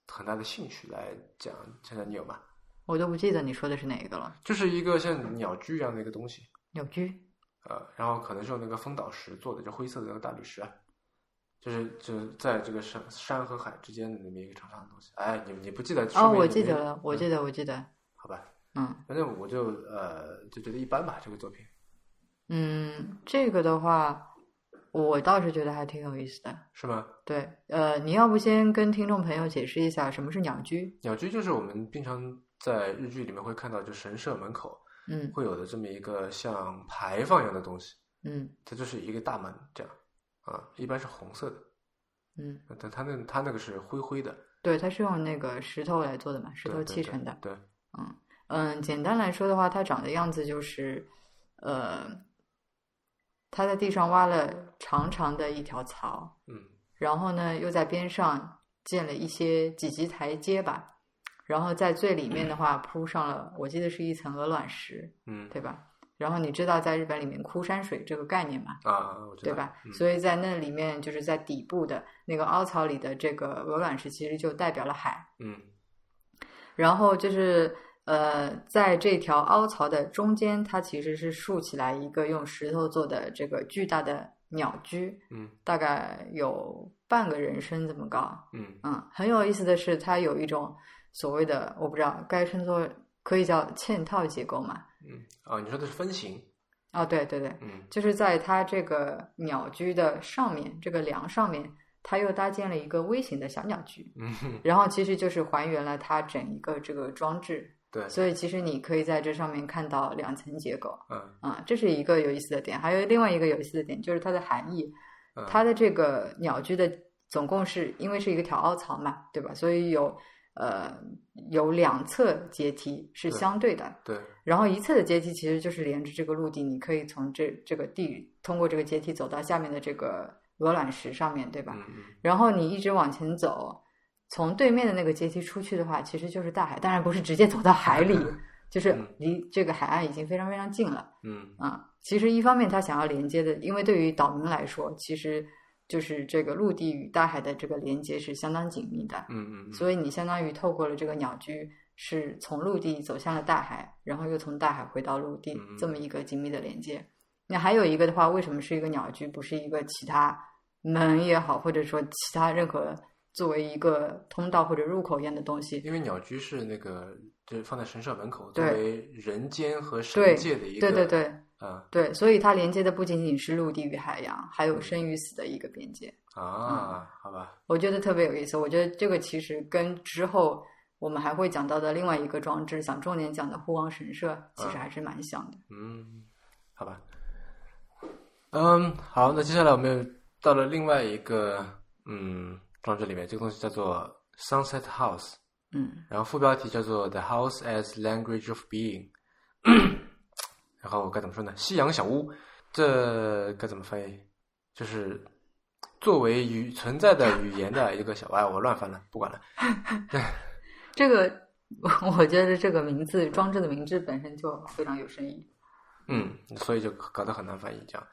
[SPEAKER 1] 很大的兴趣来讲，现在你有吗？
[SPEAKER 2] 我都不记得你说的是哪一个了。
[SPEAKER 1] 就是一个像鸟居一样的一个东西，
[SPEAKER 2] 鸟居，
[SPEAKER 1] 呃，然后可能是用那个风岛石做的，就灰色的那个大理石啊，就是就是在这个山山和海之间的那么一个长长的东西。哎，你你不记得？说
[SPEAKER 2] 哦，
[SPEAKER 1] 明
[SPEAKER 2] 我
[SPEAKER 1] 你
[SPEAKER 2] 记
[SPEAKER 1] 没
[SPEAKER 2] 得了，我
[SPEAKER 1] 嗯
[SPEAKER 2] 记得，我记得，
[SPEAKER 1] 好吧，
[SPEAKER 2] 嗯
[SPEAKER 1] 反正我就呃就觉得一般吧，这个作品。
[SPEAKER 2] 嗯，这个的话，我倒是觉得还挺有意思的。
[SPEAKER 1] 是吗？
[SPEAKER 2] 对，呃，你要不先跟听众朋友解释一下什么是鸟居？
[SPEAKER 1] 鸟居就是我们平常在日剧里面会看到，就神社门口
[SPEAKER 2] 嗯
[SPEAKER 1] 会有的这么一个像牌坊一样的东西，
[SPEAKER 2] 嗯
[SPEAKER 1] 它就是一个大门这样啊，一般是红色的，呃
[SPEAKER 2] 嗯，
[SPEAKER 1] 但它那它那个是灰灰的，
[SPEAKER 2] 对，它是用那个石头来做的嘛，石
[SPEAKER 1] 对
[SPEAKER 2] 头
[SPEAKER 1] 对
[SPEAKER 2] 砌
[SPEAKER 1] 对
[SPEAKER 2] 成的。
[SPEAKER 1] 对，
[SPEAKER 2] 嗯，简单来说的话，它长的样子就是，呃，它在地上挖了长长的一条槽，
[SPEAKER 1] 嗯
[SPEAKER 2] 然后呢，又在边上建了一些几级台阶吧，然后在最里面的话铺上了，我记得是一层鹅卵石，
[SPEAKER 1] 嗯
[SPEAKER 2] 对吧？然后你知道在日本里面枯山水这个概念吗？
[SPEAKER 1] 啊，我知道
[SPEAKER 2] 对吧？
[SPEAKER 1] 嗯
[SPEAKER 2] 所以在那里面，就是在底部的那个凹槽里的这个鹅卵石，其实就代表了海。
[SPEAKER 1] 嗯
[SPEAKER 2] 然后就是呃，在这条凹槽的中间，它其实是竖起来一个用石头做的这个巨大的鸟居，
[SPEAKER 1] 嗯
[SPEAKER 2] 大概有半个人身这么高。
[SPEAKER 1] 嗯
[SPEAKER 2] 嗯，很有意思的是，它有一种所谓的我不知道该称作可以叫嵌套结构嘛？
[SPEAKER 1] 嗯啊，你说的是分形，
[SPEAKER 2] 哦，对对对，
[SPEAKER 1] 嗯
[SPEAKER 2] 就是在它这个鸟居的上面，这个梁上面，它又搭建了一个微型的小鸟居，
[SPEAKER 1] 嗯哼，
[SPEAKER 2] 然后其实就是还原了它整一个这个装置，
[SPEAKER 1] 对，
[SPEAKER 2] 所以其实你可以在这上面看到两层结构
[SPEAKER 1] 嗯
[SPEAKER 2] 啊、这是一个有意思的点。还有另外一个有意思的点就是它的含义，
[SPEAKER 1] 嗯，
[SPEAKER 2] 它的这个鸟居的总共是因为是一个条凹槽嘛，对吧？所以有呃有两侧阶梯是
[SPEAKER 1] 对
[SPEAKER 2] 相对的，
[SPEAKER 1] 对
[SPEAKER 2] 然后一侧的阶梯其实就是连着这个陆地，你可以从这这个地通过这个阶梯走到下面的这个鹅卵石上面，对吧？
[SPEAKER 1] 嗯嗯
[SPEAKER 2] 然后你一直往前走，从对面的那个阶梯出去的话，其实就是大海，当然不是直接走到海
[SPEAKER 1] [LAUGHS]
[SPEAKER 2] 里，就是
[SPEAKER 1] 嗯
[SPEAKER 2] 离这个海岸已经非常非常近了
[SPEAKER 1] 嗯
[SPEAKER 2] 啊、其实一方面他想要连接的，因为对于岛民来说，其实就是这个陆地与大海的这个连接是相当紧密的，
[SPEAKER 1] 嗯嗯，
[SPEAKER 2] 所
[SPEAKER 1] 以
[SPEAKER 2] 以你相当于透过了这个鸟居，是从陆地走向了大海，然后又从大海回到陆地
[SPEAKER 1] 嗯，
[SPEAKER 2] 这么一个紧密的连接。那还有一个的话，为什么是一个鸟居，不是一个其他门也好，或者说其他任何作为一个通道或者入口一样的东西？
[SPEAKER 1] 因为鸟居是那个就是放在神社门口，作
[SPEAKER 2] 对
[SPEAKER 1] 为人间和
[SPEAKER 2] 对
[SPEAKER 1] 神界的一个
[SPEAKER 2] 对对对
[SPEAKER 1] 啊
[SPEAKER 2] 对，所以它连接的不仅仅是陆地与海洋，还有生与死的一个边界。嗯
[SPEAKER 1] 啊，好吧，
[SPEAKER 2] 我觉得特别有意思。我觉得这个其实跟之后我们还会讲到的另外一个装置，想重点讲的护王神社，其实还是蛮像的。
[SPEAKER 1] 嗯，好吧，嗯，好，那接下来我们又到了另外一个嗯装置里面，这个东西叫做 Sunset House。
[SPEAKER 2] 嗯。
[SPEAKER 1] 然后副标题叫做《The House as Language of Being》，然后该怎么说呢？夕阳小屋，这该怎么翻译？就是作为语存在的语言的一个小，哎，我乱翻了，不管了。
[SPEAKER 2] 这个， [LAUGHS] 我觉得这个名字装置的名字本身就非常有深意。
[SPEAKER 1] 嗯，所以就搞得很难翻译这样。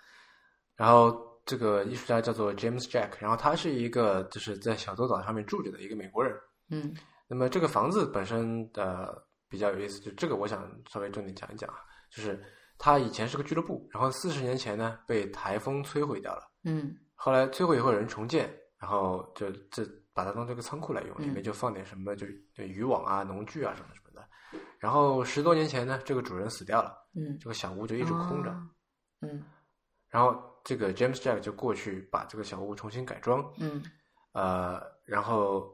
[SPEAKER 1] 然后这个艺术家叫做 James Jack，然后他是一个就是在小洲岛上面住着的一个美国人。
[SPEAKER 2] 嗯
[SPEAKER 1] 那么这个房子本身呃比较有意思，就这个我想稍微重点讲一讲啊，就是它以前是个俱乐部，然后四十年前呢被台风摧毁掉了，
[SPEAKER 2] 嗯
[SPEAKER 1] 后来摧毁以后有人重建，然后就这把它当这个仓库来用，
[SPEAKER 2] 嗯
[SPEAKER 1] 里面就放点什么就就渔网啊、农具啊什么什么的。然后十多年前呢，这个主人死掉了，
[SPEAKER 2] 嗯，
[SPEAKER 1] 这个小屋就一直空着，
[SPEAKER 2] 哦。嗯
[SPEAKER 1] 然后这个 James Jack 就过去把这个小屋重新改装，
[SPEAKER 2] 嗯
[SPEAKER 1] 呃，然后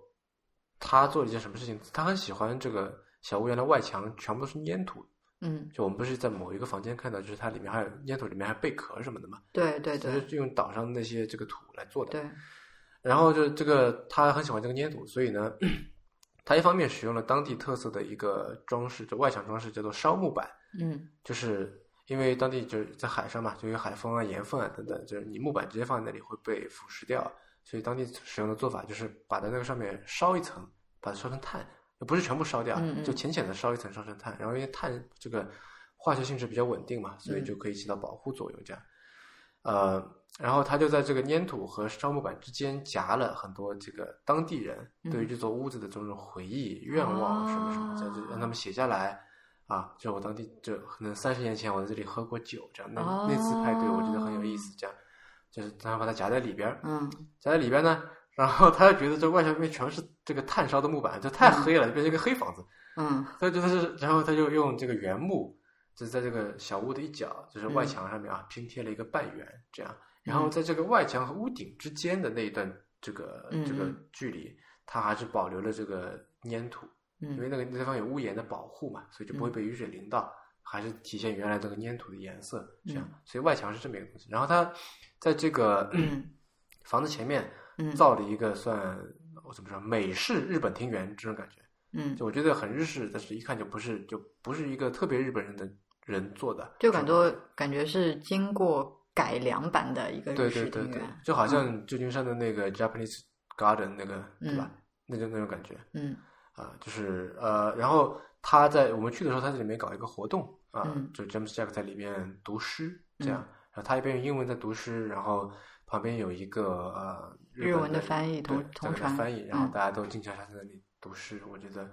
[SPEAKER 1] 他做了一件什么事情？他很喜欢这个小屋原来外墙全部都是粘土，
[SPEAKER 2] 嗯，
[SPEAKER 1] 就我们不是在某一个房间看到，就是它里面还有粘土，里面还有贝壳什么的嘛，
[SPEAKER 2] 对对
[SPEAKER 1] 它
[SPEAKER 2] 对
[SPEAKER 1] 是用岛上的那些这个土来做的。
[SPEAKER 2] 对，
[SPEAKER 1] 然后就这个他很喜欢这个粘土，所以呢， [CLEARS THROAT] 他一方面使用了当地特色的一个装饰，就外墙装饰叫做烧木板，
[SPEAKER 2] 嗯
[SPEAKER 1] 就是因为当地就是在海上嘛，就有海风啊、盐分啊等等，就是你木板直接放在那里会被腐蚀掉，所以当地使用的做法就是把它那个上面烧一层，把它烧成炭，不是全部烧掉，
[SPEAKER 2] 嗯嗯
[SPEAKER 1] 就浅浅的烧一层烧成炭，然后因为碳这个化学性质比较稳定嘛，所
[SPEAKER 2] 嗯
[SPEAKER 1] 以就可以起到保护作用这样。呃，然后他就在这个粘土和烧木板之间夹了很多这个当地人对于
[SPEAKER 2] 嗯哦
[SPEAKER 1] 这座屋子的种种回忆、愿望什么什么，这就让他们写下来。啊，就我当地就可能三十年前我在这里喝过酒，这样那、
[SPEAKER 2] 哦
[SPEAKER 1] 那次派对我觉得很有意思，这样就是然后把它夹在里边儿，
[SPEAKER 2] 嗯
[SPEAKER 1] 夹在里边呢，然后他就觉得这外墙面全是这个炭烧的木板，这太黑了，就变成一个黑房子。
[SPEAKER 2] 嗯
[SPEAKER 1] 他觉得是，然后他就用这个原木，就在这个小屋的一角，就是
[SPEAKER 2] 嗯
[SPEAKER 1] 外墙上面啊拼贴了一个半圆，这样，然后在这个外墙和屋顶之间的那一段这个
[SPEAKER 2] 嗯
[SPEAKER 1] 这个
[SPEAKER 2] 嗯
[SPEAKER 1] 距离，他还是保留了这个粘土。因为
[SPEAKER 2] 嗯
[SPEAKER 1] 那个那地方有屋檐的保护嘛，所以就不会被雨水淋到，还是体现原来这个粘土的颜色。这样
[SPEAKER 2] 嗯，
[SPEAKER 1] 所以外墙是这么一个东西。然后它在这个、
[SPEAKER 2] 嗯
[SPEAKER 1] [CLEARS THROAT] 房子前面
[SPEAKER 2] 嗯，
[SPEAKER 1] 造了一个算我怎么说美式日本庭园这种感觉，
[SPEAKER 2] 嗯，
[SPEAKER 1] 就我觉得很日式，但是一看就不是就不是一个特别日本人的人做的，
[SPEAKER 2] 就感觉感觉是经过改良版的一个
[SPEAKER 1] 对
[SPEAKER 2] 日
[SPEAKER 1] 对
[SPEAKER 2] 式
[SPEAKER 1] 对
[SPEAKER 2] 庭
[SPEAKER 1] 对
[SPEAKER 2] 园，。嗯
[SPEAKER 1] 就好像旧金山的那个 Japanese Garden 那个、对吧？那就那种感觉。
[SPEAKER 2] 嗯
[SPEAKER 1] 啊，就是呃，然后他在我们去的时候，他在里面搞一个活动，啊、
[SPEAKER 2] 嗯
[SPEAKER 1] 就 James Jack 在里边读诗，这样，然后他一边用英文在读诗，然后旁边有一个呃
[SPEAKER 2] 日
[SPEAKER 1] 本
[SPEAKER 2] 文的翻译
[SPEAKER 1] 对
[SPEAKER 2] 同
[SPEAKER 1] 在
[SPEAKER 2] 同
[SPEAKER 1] 给他
[SPEAKER 2] 传
[SPEAKER 1] 翻译，然后
[SPEAKER 2] 嗯
[SPEAKER 1] 大家都静悄悄在那里读诗，我觉得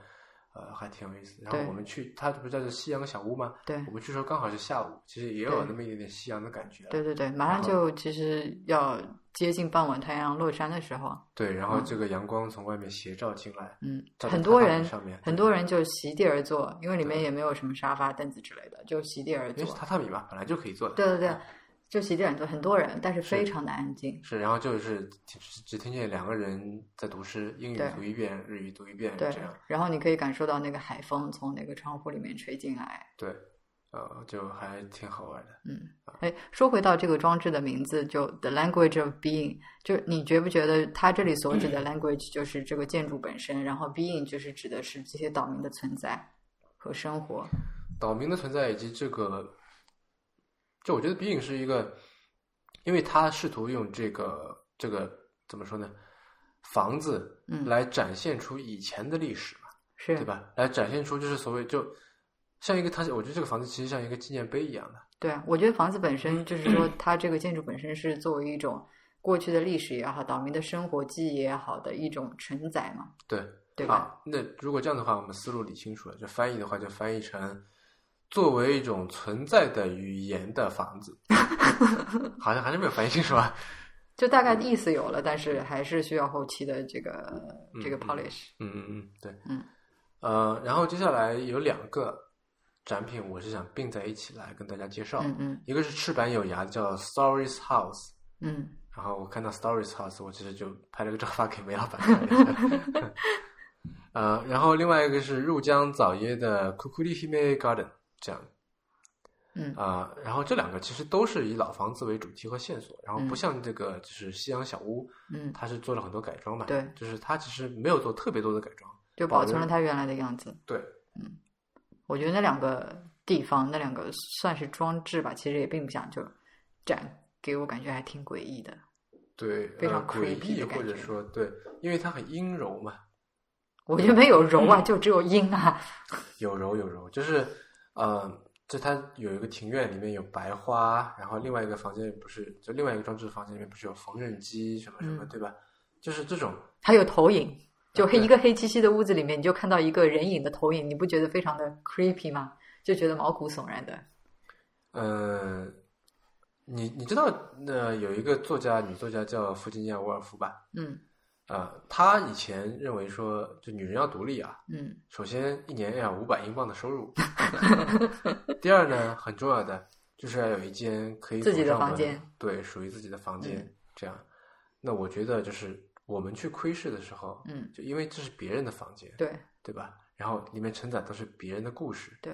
[SPEAKER 1] 呃还挺有意思。然后
[SPEAKER 2] 对
[SPEAKER 1] 我们去，它不是叫做夕阳小屋吗？
[SPEAKER 2] 对
[SPEAKER 1] 我们去时候刚好是下午，其实也有
[SPEAKER 2] 对
[SPEAKER 1] 那么一点点夕阳的感觉。
[SPEAKER 2] 对对对，马上
[SPEAKER 1] 然后
[SPEAKER 2] 就其实要接近傍晚太阳落山的时候，
[SPEAKER 1] 对，然后
[SPEAKER 2] 嗯
[SPEAKER 1] 这个阳光从外面斜照进来，
[SPEAKER 2] 嗯，
[SPEAKER 1] 照在
[SPEAKER 2] 很
[SPEAKER 1] 榻
[SPEAKER 2] 多
[SPEAKER 1] 榻米
[SPEAKER 2] 人
[SPEAKER 1] 上面
[SPEAKER 2] 很多人就席地而坐，因为里面
[SPEAKER 1] 对
[SPEAKER 2] 也没有什么沙发、凳子之类的，就席地而
[SPEAKER 1] 因为
[SPEAKER 2] 坐
[SPEAKER 1] 是。榻榻米嘛，本来就可以坐的。
[SPEAKER 2] 对对对
[SPEAKER 1] 啊，
[SPEAKER 2] 就席地而坐，很多人，但是非
[SPEAKER 1] 是
[SPEAKER 2] 常的安静。
[SPEAKER 1] 是，然后就是只只听见两个人在读诗，英语
[SPEAKER 2] 对
[SPEAKER 1] 读一遍，日语读一遍，
[SPEAKER 2] 对
[SPEAKER 1] 这样，
[SPEAKER 2] 然后你可以感受到那个海风从那个窗户里面吹进来。
[SPEAKER 1] 对，呃，就还挺好玩的。
[SPEAKER 2] 哎，说回到这个装置的名字，就 The Language of Being，就你觉不觉得它这里所指
[SPEAKER 1] 嗯
[SPEAKER 2] 的 language 就是这个建筑本身，然后 being 就是指的是这些岛民的存在和生活。
[SPEAKER 1] 岛民的存在以及这个，就我觉得 Being 是一个，因为他试图用这个这个怎么说呢，房子
[SPEAKER 2] 嗯
[SPEAKER 1] 来展现出以前的历史嘛，
[SPEAKER 2] 是
[SPEAKER 1] 对吧？来展现出就是所谓就像一个它，我觉得这个房子其实像一个纪念碑一样的，
[SPEAKER 2] 对啊，我觉得房子本身就是
[SPEAKER 1] 嗯
[SPEAKER 2] 说，它这个建筑本身是作为一种过去的历史也好，岛民的生活记忆也好的一种承载嘛，
[SPEAKER 1] 对
[SPEAKER 2] 对吧？
[SPEAKER 1] 啊，那如果这样的话，我们思路理清楚了，就翻译的话就翻译成作为一种存在的语言的房
[SPEAKER 2] [LAUGHS]
[SPEAKER 1] 子，好像还是没有翻译清楚啊。
[SPEAKER 2] 就大
[SPEAKER 1] 嗯
[SPEAKER 2] 概意思有了，但是还是需要后期的这个这个
[SPEAKER 1] 嗯嗯
[SPEAKER 2] polish。
[SPEAKER 1] 嗯嗯嗯，对，
[SPEAKER 2] 嗯，
[SPEAKER 1] 呃，然后接下来有两个展品，我是想并在一起来跟大家介绍，
[SPEAKER 2] 嗯嗯
[SPEAKER 1] 一个是赤坂有崖的叫 Stories House，
[SPEAKER 2] 嗯，
[SPEAKER 1] 然后我看到 Stories House，我其实就拍了个照发给梅老板看一
[SPEAKER 2] [LAUGHS]
[SPEAKER 1] 下。呃，然后另外一个是入江早耶的 Kukuri Hime Garden，这样
[SPEAKER 2] 嗯
[SPEAKER 1] 啊、然后这两个其实都是以老房子为主题和线索，然后不
[SPEAKER 2] 嗯
[SPEAKER 1] 像这个就是西洋小屋，
[SPEAKER 2] 嗯，
[SPEAKER 1] 它是做了很多改装嘛，
[SPEAKER 2] 对
[SPEAKER 1] 就是它其实没有做特别多的改装，
[SPEAKER 2] 就
[SPEAKER 1] 保
[SPEAKER 2] 保存
[SPEAKER 1] 留
[SPEAKER 2] 了它原来的样子。
[SPEAKER 1] 对，
[SPEAKER 2] 我觉得那两个地方，那两个算是装置吧，其实也并不想就展，给我感觉还挺诡异的。
[SPEAKER 1] 对，
[SPEAKER 2] 非常
[SPEAKER 1] 呃诡
[SPEAKER 2] creepy
[SPEAKER 1] 异，
[SPEAKER 2] 的感
[SPEAKER 1] 或者
[SPEAKER 2] 觉
[SPEAKER 1] 说对，因为它很阴柔嘛，
[SPEAKER 2] 我觉得没有柔
[SPEAKER 1] 嗯
[SPEAKER 2] 啊，就只有阴啊。
[SPEAKER 1] 有柔有柔，就是呃，就它有一个庭院，里面有白花，然后另外一个房间里不是，就另外一个装置房间里面不是有缝纫机什么什么，
[SPEAKER 2] 嗯
[SPEAKER 1] 对吧？就是这种，
[SPEAKER 2] 还有投影，就黑
[SPEAKER 1] 啊对
[SPEAKER 2] 一个黑漆漆的屋子里面，你就看到一个人影的投影，你不觉得非常的 creepy 吗？就觉得毛骨悚然的。
[SPEAKER 1] 呃，你你知道，呃，有一个作家，女作家叫弗吉尼亚·沃尔夫吧？
[SPEAKER 2] 嗯
[SPEAKER 1] 呃，她以前认为说，就女人要独立啊，
[SPEAKER 2] 嗯
[SPEAKER 1] 首先一年要五百英镑的收
[SPEAKER 2] [LAUGHS]
[SPEAKER 1] 入，第二呢，很重要的就是要有一间可以
[SPEAKER 2] 自己的
[SPEAKER 1] 走上
[SPEAKER 2] 房
[SPEAKER 1] 门
[SPEAKER 2] 间，
[SPEAKER 1] 对，属于自己的房间。
[SPEAKER 2] 嗯
[SPEAKER 1] 这样，那我觉得就是我们去窥视的时候，
[SPEAKER 2] 嗯，
[SPEAKER 1] 就因为这是别人的房间，
[SPEAKER 2] 对
[SPEAKER 1] 对吧？然后里面承载都是别人的故事，
[SPEAKER 2] 对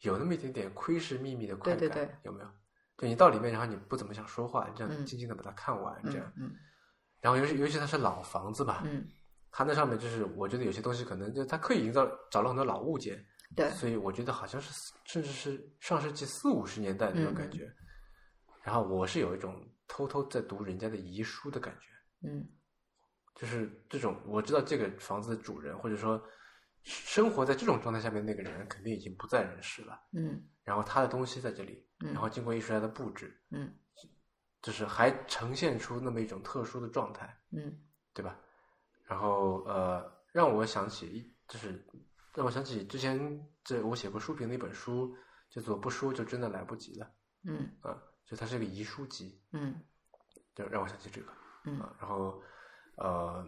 [SPEAKER 1] 有那么一点点窥视秘密的快
[SPEAKER 2] 对
[SPEAKER 1] 感，
[SPEAKER 2] 对对
[SPEAKER 1] 有没有？就你到里面，然后你不怎么想说话，你这样
[SPEAKER 2] 嗯
[SPEAKER 1] 静静的把它看完，
[SPEAKER 2] 嗯
[SPEAKER 1] 这样。
[SPEAKER 2] 嗯
[SPEAKER 1] 然后尤其尤其它是老房子嘛，
[SPEAKER 2] 嗯
[SPEAKER 1] 它那上面就是我觉得有些东西可能就它刻意营造找了很多老物件，
[SPEAKER 2] 对
[SPEAKER 1] 所以我觉得好像是四甚至是上世纪四五十年代那种感觉。
[SPEAKER 2] 嗯
[SPEAKER 1] 然后我是有一种偷偷在读人家的遗书的感觉，
[SPEAKER 2] 嗯
[SPEAKER 1] 就是这种我知道这个房子的主人或者说生活在这种状态下面那个人肯定已经不在人世了，
[SPEAKER 2] 嗯
[SPEAKER 1] 然后他的东西在这里，
[SPEAKER 2] 嗯
[SPEAKER 1] 然后经过艺术家的布置，
[SPEAKER 2] 嗯
[SPEAKER 1] 就是还呈现出那么一种特殊的状态。
[SPEAKER 2] 嗯
[SPEAKER 1] 对吧？然后呃，让我想起一，就是让我想起之前这我写过书评的一本书，叫做《不说就真的来不及了》
[SPEAKER 2] 嗯
[SPEAKER 1] 啊，就它是一个遗书集，
[SPEAKER 2] 嗯
[SPEAKER 1] 就让我想起这个
[SPEAKER 2] 嗯
[SPEAKER 1] 啊。然后呃，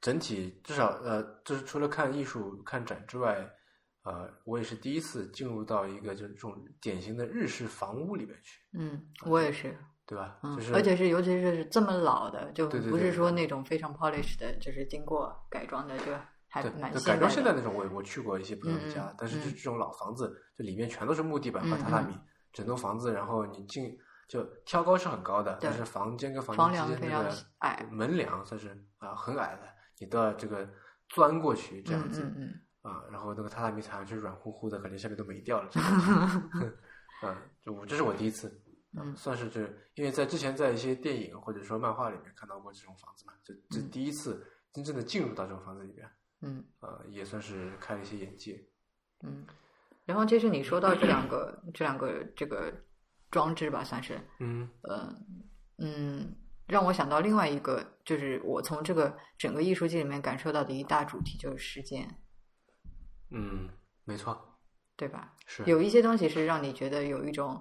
[SPEAKER 1] 整体至少呃，就是除了看艺术、看展之外，呃，我也是第一次进入到一个就是这种典型的日式房屋里面去，
[SPEAKER 2] 嗯，我也是，
[SPEAKER 1] 对吧？
[SPEAKER 2] 嗯
[SPEAKER 1] 就是，
[SPEAKER 2] 而且是尤其是这么老的，就
[SPEAKER 1] 对对
[SPEAKER 2] 不
[SPEAKER 1] 对嗯
[SPEAKER 2] 是说那种非常 polish 的，就是经过改装的，就还
[SPEAKER 1] 对，
[SPEAKER 2] 蛮
[SPEAKER 1] 就
[SPEAKER 2] 现
[SPEAKER 1] 改
[SPEAKER 2] 代
[SPEAKER 1] 装现在
[SPEAKER 2] 的。
[SPEAKER 1] 那
[SPEAKER 2] 嗯
[SPEAKER 1] 种我也，我去过一些朋友的家，
[SPEAKER 2] 嗯嗯
[SPEAKER 1] 但是就
[SPEAKER 2] 嗯
[SPEAKER 1] 这种老房子，就里面全都是木地板和
[SPEAKER 2] 嗯
[SPEAKER 1] 榻榻米，整栋房子，然后你进就挑高是很高的，
[SPEAKER 2] 对
[SPEAKER 1] 但是房间跟
[SPEAKER 2] 房
[SPEAKER 1] 房间
[SPEAKER 2] 梁
[SPEAKER 1] 之
[SPEAKER 2] 非
[SPEAKER 1] 间
[SPEAKER 2] 常
[SPEAKER 1] 那个
[SPEAKER 2] 矮
[SPEAKER 1] 门梁算是啊、很矮的，你都要这个钻过去这样子
[SPEAKER 2] 嗯嗯
[SPEAKER 1] 啊、然后那个榻榻米踩上去软乎乎的，可能下面都没掉了这
[SPEAKER 2] [LAUGHS]
[SPEAKER 1] 样子， [LAUGHS] 嗯，就我这是我第一次。
[SPEAKER 2] 嗯嗯
[SPEAKER 1] 算是这，因为在之前在一些电影或者说漫画里面看到过这种房子嘛，就这
[SPEAKER 2] 嗯
[SPEAKER 1] 第一次真正的进入到这种房子里面，
[SPEAKER 2] 嗯
[SPEAKER 1] 呃，也算是开了一些眼界。
[SPEAKER 2] 嗯，然后这是你说到这两个这两个这个装置吧，算是
[SPEAKER 1] 嗯
[SPEAKER 2] 呃嗯，让我想到另外一个，就是我从这个整个艺术季里面感受到的一大主题就是时间，
[SPEAKER 1] 嗯，没错，
[SPEAKER 2] 对吧？
[SPEAKER 1] 是
[SPEAKER 2] 有一些东西是让你觉得有一种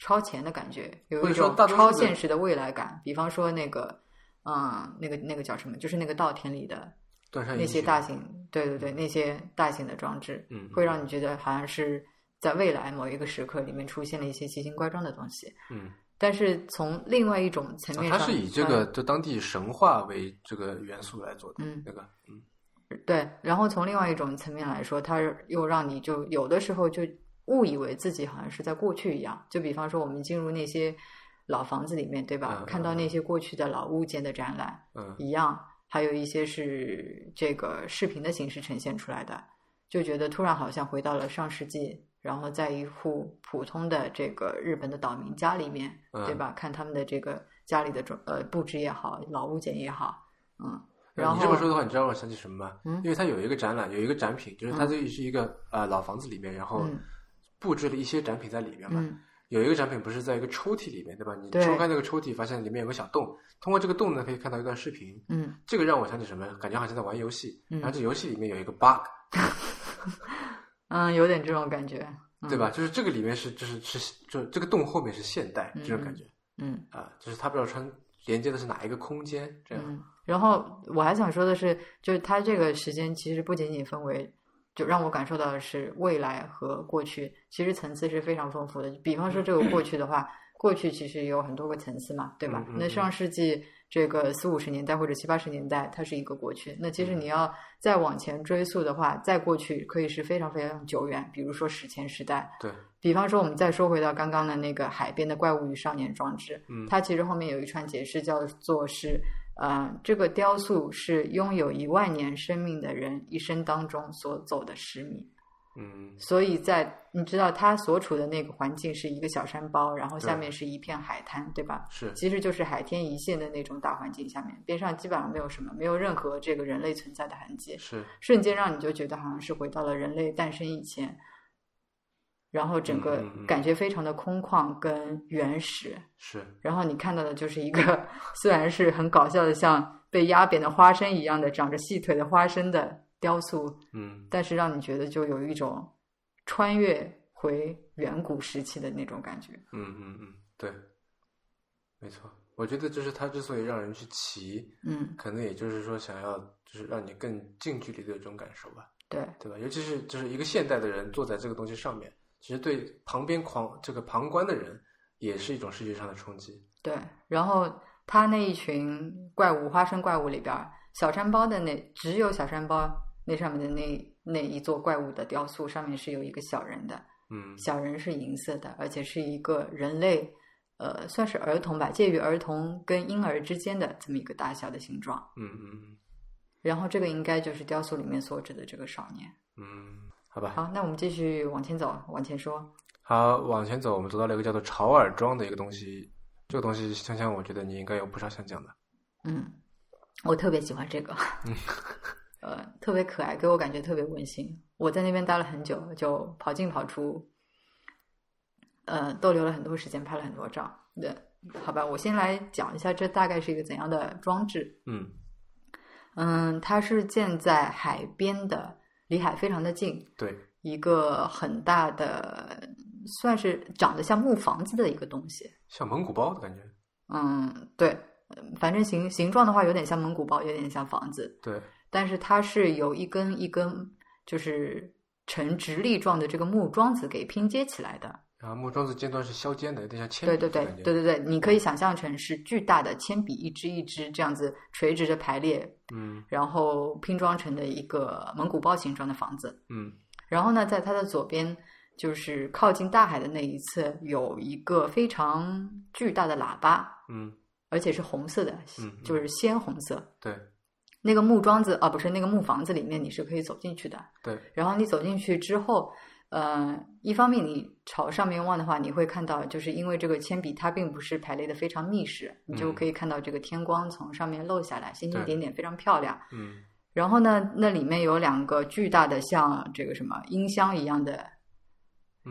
[SPEAKER 2] 超前的感觉，有
[SPEAKER 1] 或
[SPEAKER 2] 一
[SPEAKER 1] 者说
[SPEAKER 2] 种
[SPEAKER 1] 大多数
[SPEAKER 2] 超
[SPEAKER 1] 的
[SPEAKER 2] 现实的未来感。比方说那个，嗯，那个那个叫什么，就是那个稻田里的
[SPEAKER 1] 断山
[SPEAKER 2] 那
[SPEAKER 1] 引
[SPEAKER 2] 些
[SPEAKER 1] 起
[SPEAKER 2] 大型，对对对，那些大型的装置，
[SPEAKER 1] 嗯
[SPEAKER 2] 会让你觉得好像是在未来某一个时刻里面出现了一些奇形怪状的东西。
[SPEAKER 1] 嗯，
[SPEAKER 2] 但是从另外一种层面
[SPEAKER 1] 啊它
[SPEAKER 2] 上，
[SPEAKER 1] 是以这个就当地神话为这个元素来做的
[SPEAKER 2] 嗯
[SPEAKER 1] 那个嗯
[SPEAKER 2] 对，然后从另外一种层面来说，它又让你就有的时候就误以为自己好像是在过去一样。就比方说，我们进入那些老房子里面，对吧？
[SPEAKER 1] 嗯
[SPEAKER 2] 看到那些过去的老物件的展览，
[SPEAKER 1] 嗯
[SPEAKER 2] 一样，还有一些是这个视频的形式呈现出来的，就觉得突然好像回到了上世纪，然后在一户普通的这个日本的岛民家里面，
[SPEAKER 1] 嗯
[SPEAKER 2] 对吧？看他们的这个家里的装呃布置也好，老物件也好，嗯，然后
[SPEAKER 1] 你这么说的话，你知道让我想起什么吗？
[SPEAKER 2] 嗯
[SPEAKER 1] 因为它有一个展览，有一个展品，就是它这是一个、呃老房子里面，然后
[SPEAKER 2] 嗯
[SPEAKER 1] 布置了一些展品在里面嘛。
[SPEAKER 2] 嗯
[SPEAKER 1] 有一个展品不是在一个抽屉里面，对吧？你
[SPEAKER 2] 对
[SPEAKER 1] 抽开那个抽屉，发现里面有个小洞，通过这个洞呢，可以看到一段视频。
[SPEAKER 2] 嗯，
[SPEAKER 1] 这个让我想起什么？感觉好像在玩游戏，
[SPEAKER 2] 嗯
[SPEAKER 1] 然后这游戏里面有一个 bug，
[SPEAKER 2] 嗯，有点这种感觉，嗯
[SPEAKER 1] 对吧？？就是这个里面是就是是就这个洞后面是现代
[SPEAKER 2] 嗯
[SPEAKER 1] 这种感觉
[SPEAKER 2] 嗯
[SPEAKER 1] 啊、就是它不知道穿连接的是哪一个空间这样。
[SPEAKER 2] 嗯。然后我还想说的是，就是它这个时间其实不仅仅分为，就让我感受到的是未来和过去，其实层次是非常丰富的。比方说这个过去的话，过去其实有很多个层次嘛，对吧
[SPEAKER 1] 嗯嗯？
[SPEAKER 2] 那
[SPEAKER 1] 嗯
[SPEAKER 2] 上世纪这个四五十年代或者七八十年代，它是一个过去。那
[SPEAKER 1] 嗯
[SPEAKER 2] 其实你要再往前追溯的话，再过去可以是非常非常久远，比如说史前时代，
[SPEAKER 1] 对，
[SPEAKER 2] 比方说，我们再说回到刚刚的那个海边的怪物与少年装置，
[SPEAKER 1] 嗯
[SPEAKER 2] 它其实后面有一串解释，叫做是，呃，这个雕塑是拥有一万年生命的人一生当中所走的十米，
[SPEAKER 1] 嗯
[SPEAKER 2] 所以在你知道他所处的那个环境是一个小山包，然后下
[SPEAKER 1] 对
[SPEAKER 2] 面是一片海滩，对吧？
[SPEAKER 1] 是
[SPEAKER 2] 其实就是海天一线的那种大环境下面，边上基本上没有什么，没有任何这个人类存在的痕迹，
[SPEAKER 1] 是，
[SPEAKER 2] 瞬间让你就觉得好像是回到了人类诞生以前，然后整个
[SPEAKER 1] 嗯嗯嗯
[SPEAKER 2] 感觉非常的空旷跟原始。
[SPEAKER 1] 是，
[SPEAKER 2] 然后你看到的就是一个 [LAUGHS] 虽然是很搞笑的，像被压扁的花生一样的长着细腿的花生的雕塑，
[SPEAKER 1] 嗯
[SPEAKER 2] 但是让你觉得就有一种穿越回远古时期的那种感觉。
[SPEAKER 1] 嗯嗯嗯，对，没错。我觉得就是它之所以让人去骑，
[SPEAKER 2] 嗯，
[SPEAKER 1] 可能也就是说想要就是让你更近距离的有这种感受吧，
[SPEAKER 2] 对，
[SPEAKER 1] 对吧？尤其是就是一个现代的人坐在这个东西上面，其实对旁边狂这个旁观的人也是一种视觉上的冲击。
[SPEAKER 2] 对，然后他那一群怪物，花生怪物里边儿，小山包的那只有小山包那上面的那那一座怪物的雕塑上面是有一个小人的，
[SPEAKER 1] 嗯
[SPEAKER 2] 小人是银色的，而且是一个人类，呃，算是儿童吧，介于儿童跟婴儿之间的这么一个大小的形状。
[SPEAKER 1] 嗯嗯
[SPEAKER 2] 然后这个应该就是雕塑里面所指的这个少年。
[SPEAKER 1] 嗯，好吧。
[SPEAKER 2] 好，那我们继续往前走，往前说。
[SPEAKER 1] 好，往前走，我们走到了一个叫做潮耳庄的一个东西。这个东西，香香，我觉得你应该有不少想讲的。
[SPEAKER 2] 嗯，我特别喜欢这个， [LAUGHS] 呃，特别可爱，给我感觉特别温馨。我在那边待了很久，就跑进跑出，呃，逗留了很多时间，拍了很多照。对，好吧，我先来讲一下这大概是一个怎样的装置。
[SPEAKER 1] 嗯
[SPEAKER 2] 嗯，它是建在海边的，离海非常的近，
[SPEAKER 1] 对，
[SPEAKER 2] 一个很大的，算是长得像木房子的一个东西。
[SPEAKER 1] 像蒙古包的感觉。
[SPEAKER 2] 嗯，对，反正形形状的话，有点像蒙古包，有点像房子。
[SPEAKER 1] 对，
[SPEAKER 2] 但是它是由一根一根就是呈直立状的这个木桩子给拼接起来的。
[SPEAKER 1] 然后木桩子尖端是削尖的，有点像铅
[SPEAKER 2] 对
[SPEAKER 1] 笔
[SPEAKER 2] 对
[SPEAKER 1] 的
[SPEAKER 2] 对
[SPEAKER 1] 感觉。嗯
[SPEAKER 2] 对对对，你可以想象成是巨大的铅笔一支一支这样子垂直着排列，
[SPEAKER 1] 嗯
[SPEAKER 2] 然后拼装成的一个蒙古包形状的房子。
[SPEAKER 1] 嗯
[SPEAKER 2] 然后呢，在它的左边。就是靠近大海的那一侧，有一个非常巨大的喇叭，
[SPEAKER 1] 嗯，
[SPEAKER 2] 而且是红色的
[SPEAKER 1] 嗯嗯，
[SPEAKER 2] 就是鲜红色。
[SPEAKER 1] 对
[SPEAKER 2] 那个木桩子啊，不是那个木房子里面，你是可以走进去的。
[SPEAKER 1] 对，
[SPEAKER 2] 然后你走进去之后，呃，一方面你朝上面望的话，你会看到，就是因为这个铅笔它并不是排列的非常密实，你就
[SPEAKER 1] 嗯
[SPEAKER 2] 可以看到这个天光从上面漏下来，星星
[SPEAKER 1] 对
[SPEAKER 2] 点点，非常漂亮。
[SPEAKER 1] 嗯
[SPEAKER 2] 然后呢，那里面有两个巨大的像这个什么音箱一样的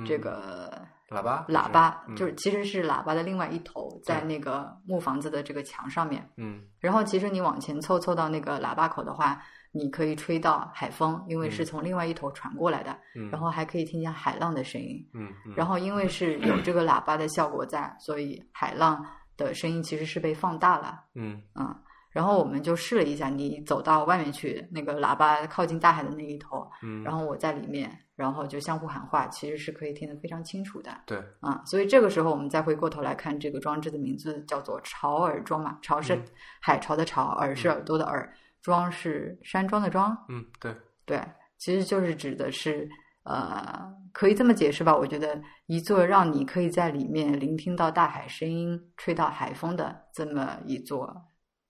[SPEAKER 2] 这个
[SPEAKER 1] 嗯喇叭，
[SPEAKER 2] 喇叭，
[SPEAKER 1] 嗯
[SPEAKER 2] 就是其实是喇叭的另外一头，在那个木房子的这个墙上面。
[SPEAKER 1] 嗯
[SPEAKER 2] 然后其实你往前凑凑到那个喇叭口的话，你可以吹到海风，因为是
[SPEAKER 1] 嗯
[SPEAKER 2] 从另外一头传过来的，
[SPEAKER 1] 嗯，
[SPEAKER 2] 然后还可以听见海浪的声音。
[SPEAKER 1] 嗯嗯，
[SPEAKER 2] 然
[SPEAKER 1] 后
[SPEAKER 2] 后因为是有这个喇叭的效果在，所以海浪的声音其实是被放大了，
[SPEAKER 1] 嗯
[SPEAKER 2] 嗯。然后我们就试了一下，你走到外面去，那个喇叭靠近大海的那一头，
[SPEAKER 1] 嗯，
[SPEAKER 2] 然后我在里面，然后就相互喊话，其实是可以听得非常清楚的，
[SPEAKER 1] 对，
[SPEAKER 2] 啊、所以这个时候我们再回过头来看这个装置的名字叫做潮耳庄嘛，潮是
[SPEAKER 1] 嗯
[SPEAKER 2] 海潮的潮，耳是
[SPEAKER 1] 嗯
[SPEAKER 2] 耳朵的耳，庄是山庄的庄，
[SPEAKER 1] 嗯对，
[SPEAKER 2] 对，其实就是指的是，呃，可以这么解释吧？我觉得一座让你可以在里面聆听到大海声音、吹到海风的这么一座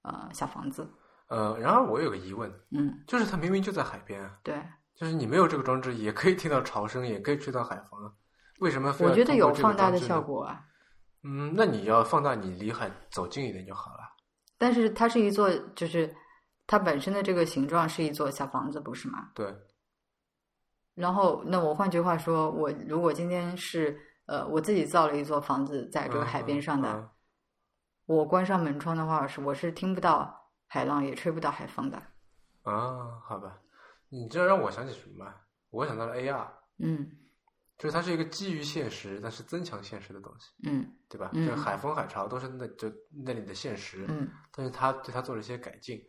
[SPEAKER 2] 呃小房子。
[SPEAKER 1] 呃，然而我有个疑问，
[SPEAKER 2] 嗯，
[SPEAKER 1] 就是它明明就在海边啊，
[SPEAKER 2] 对，
[SPEAKER 1] 就是你没有这个装置也可以听到潮声，也可以吹到海风啊，为什么非
[SPEAKER 2] 我
[SPEAKER 1] 要
[SPEAKER 2] 觉得
[SPEAKER 1] 通过
[SPEAKER 2] 有
[SPEAKER 1] 这个
[SPEAKER 2] 放大
[SPEAKER 1] 装
[SPEAKER 2] 的
[SPEAKER 1] 置
[SPEAKER 2] 效
[SPEAKER 1] 呢？
[SPEAKER 2] 果啊，
[SPEAKER 1] 嗯，那你要放大，你离海走近一点就好了。
[SPEAKER 2] 但是它是一座，就是它本身的这个形状是一座小房子，不是吗？
[SPEAKER 1] 对，
[SPEAKER 2] 然后，那我换句话说，我如果今天是呃我自己造了一座房子在这个
[SPEAKER 1] 嗯
[SPEAKER 2] 海边上的，
[SPEAKER 1] 嗯
[SPEAKER 2] 我关上门窗的话，是我是听不到海浪，也吹不到海风的。
[SPEAKER 1] 嗯啊，好吧，你这让我想起什么来？我想到了 AR，
[SPEAKER 2] 嗯
[SPEAKER 1] 就是它是一个基于现实，但是增强现实的东西，
[SPEAKER 2] 嗯
[SPEAKER 1] 对吧？
[SPEAKER 2] 嗯
[SPEAKER 1] 就是海风、海潮都是那就那里的现实，
[SPEAKER 2] 嗯
[SPEAKER 1] 但是它对它做了一些改进。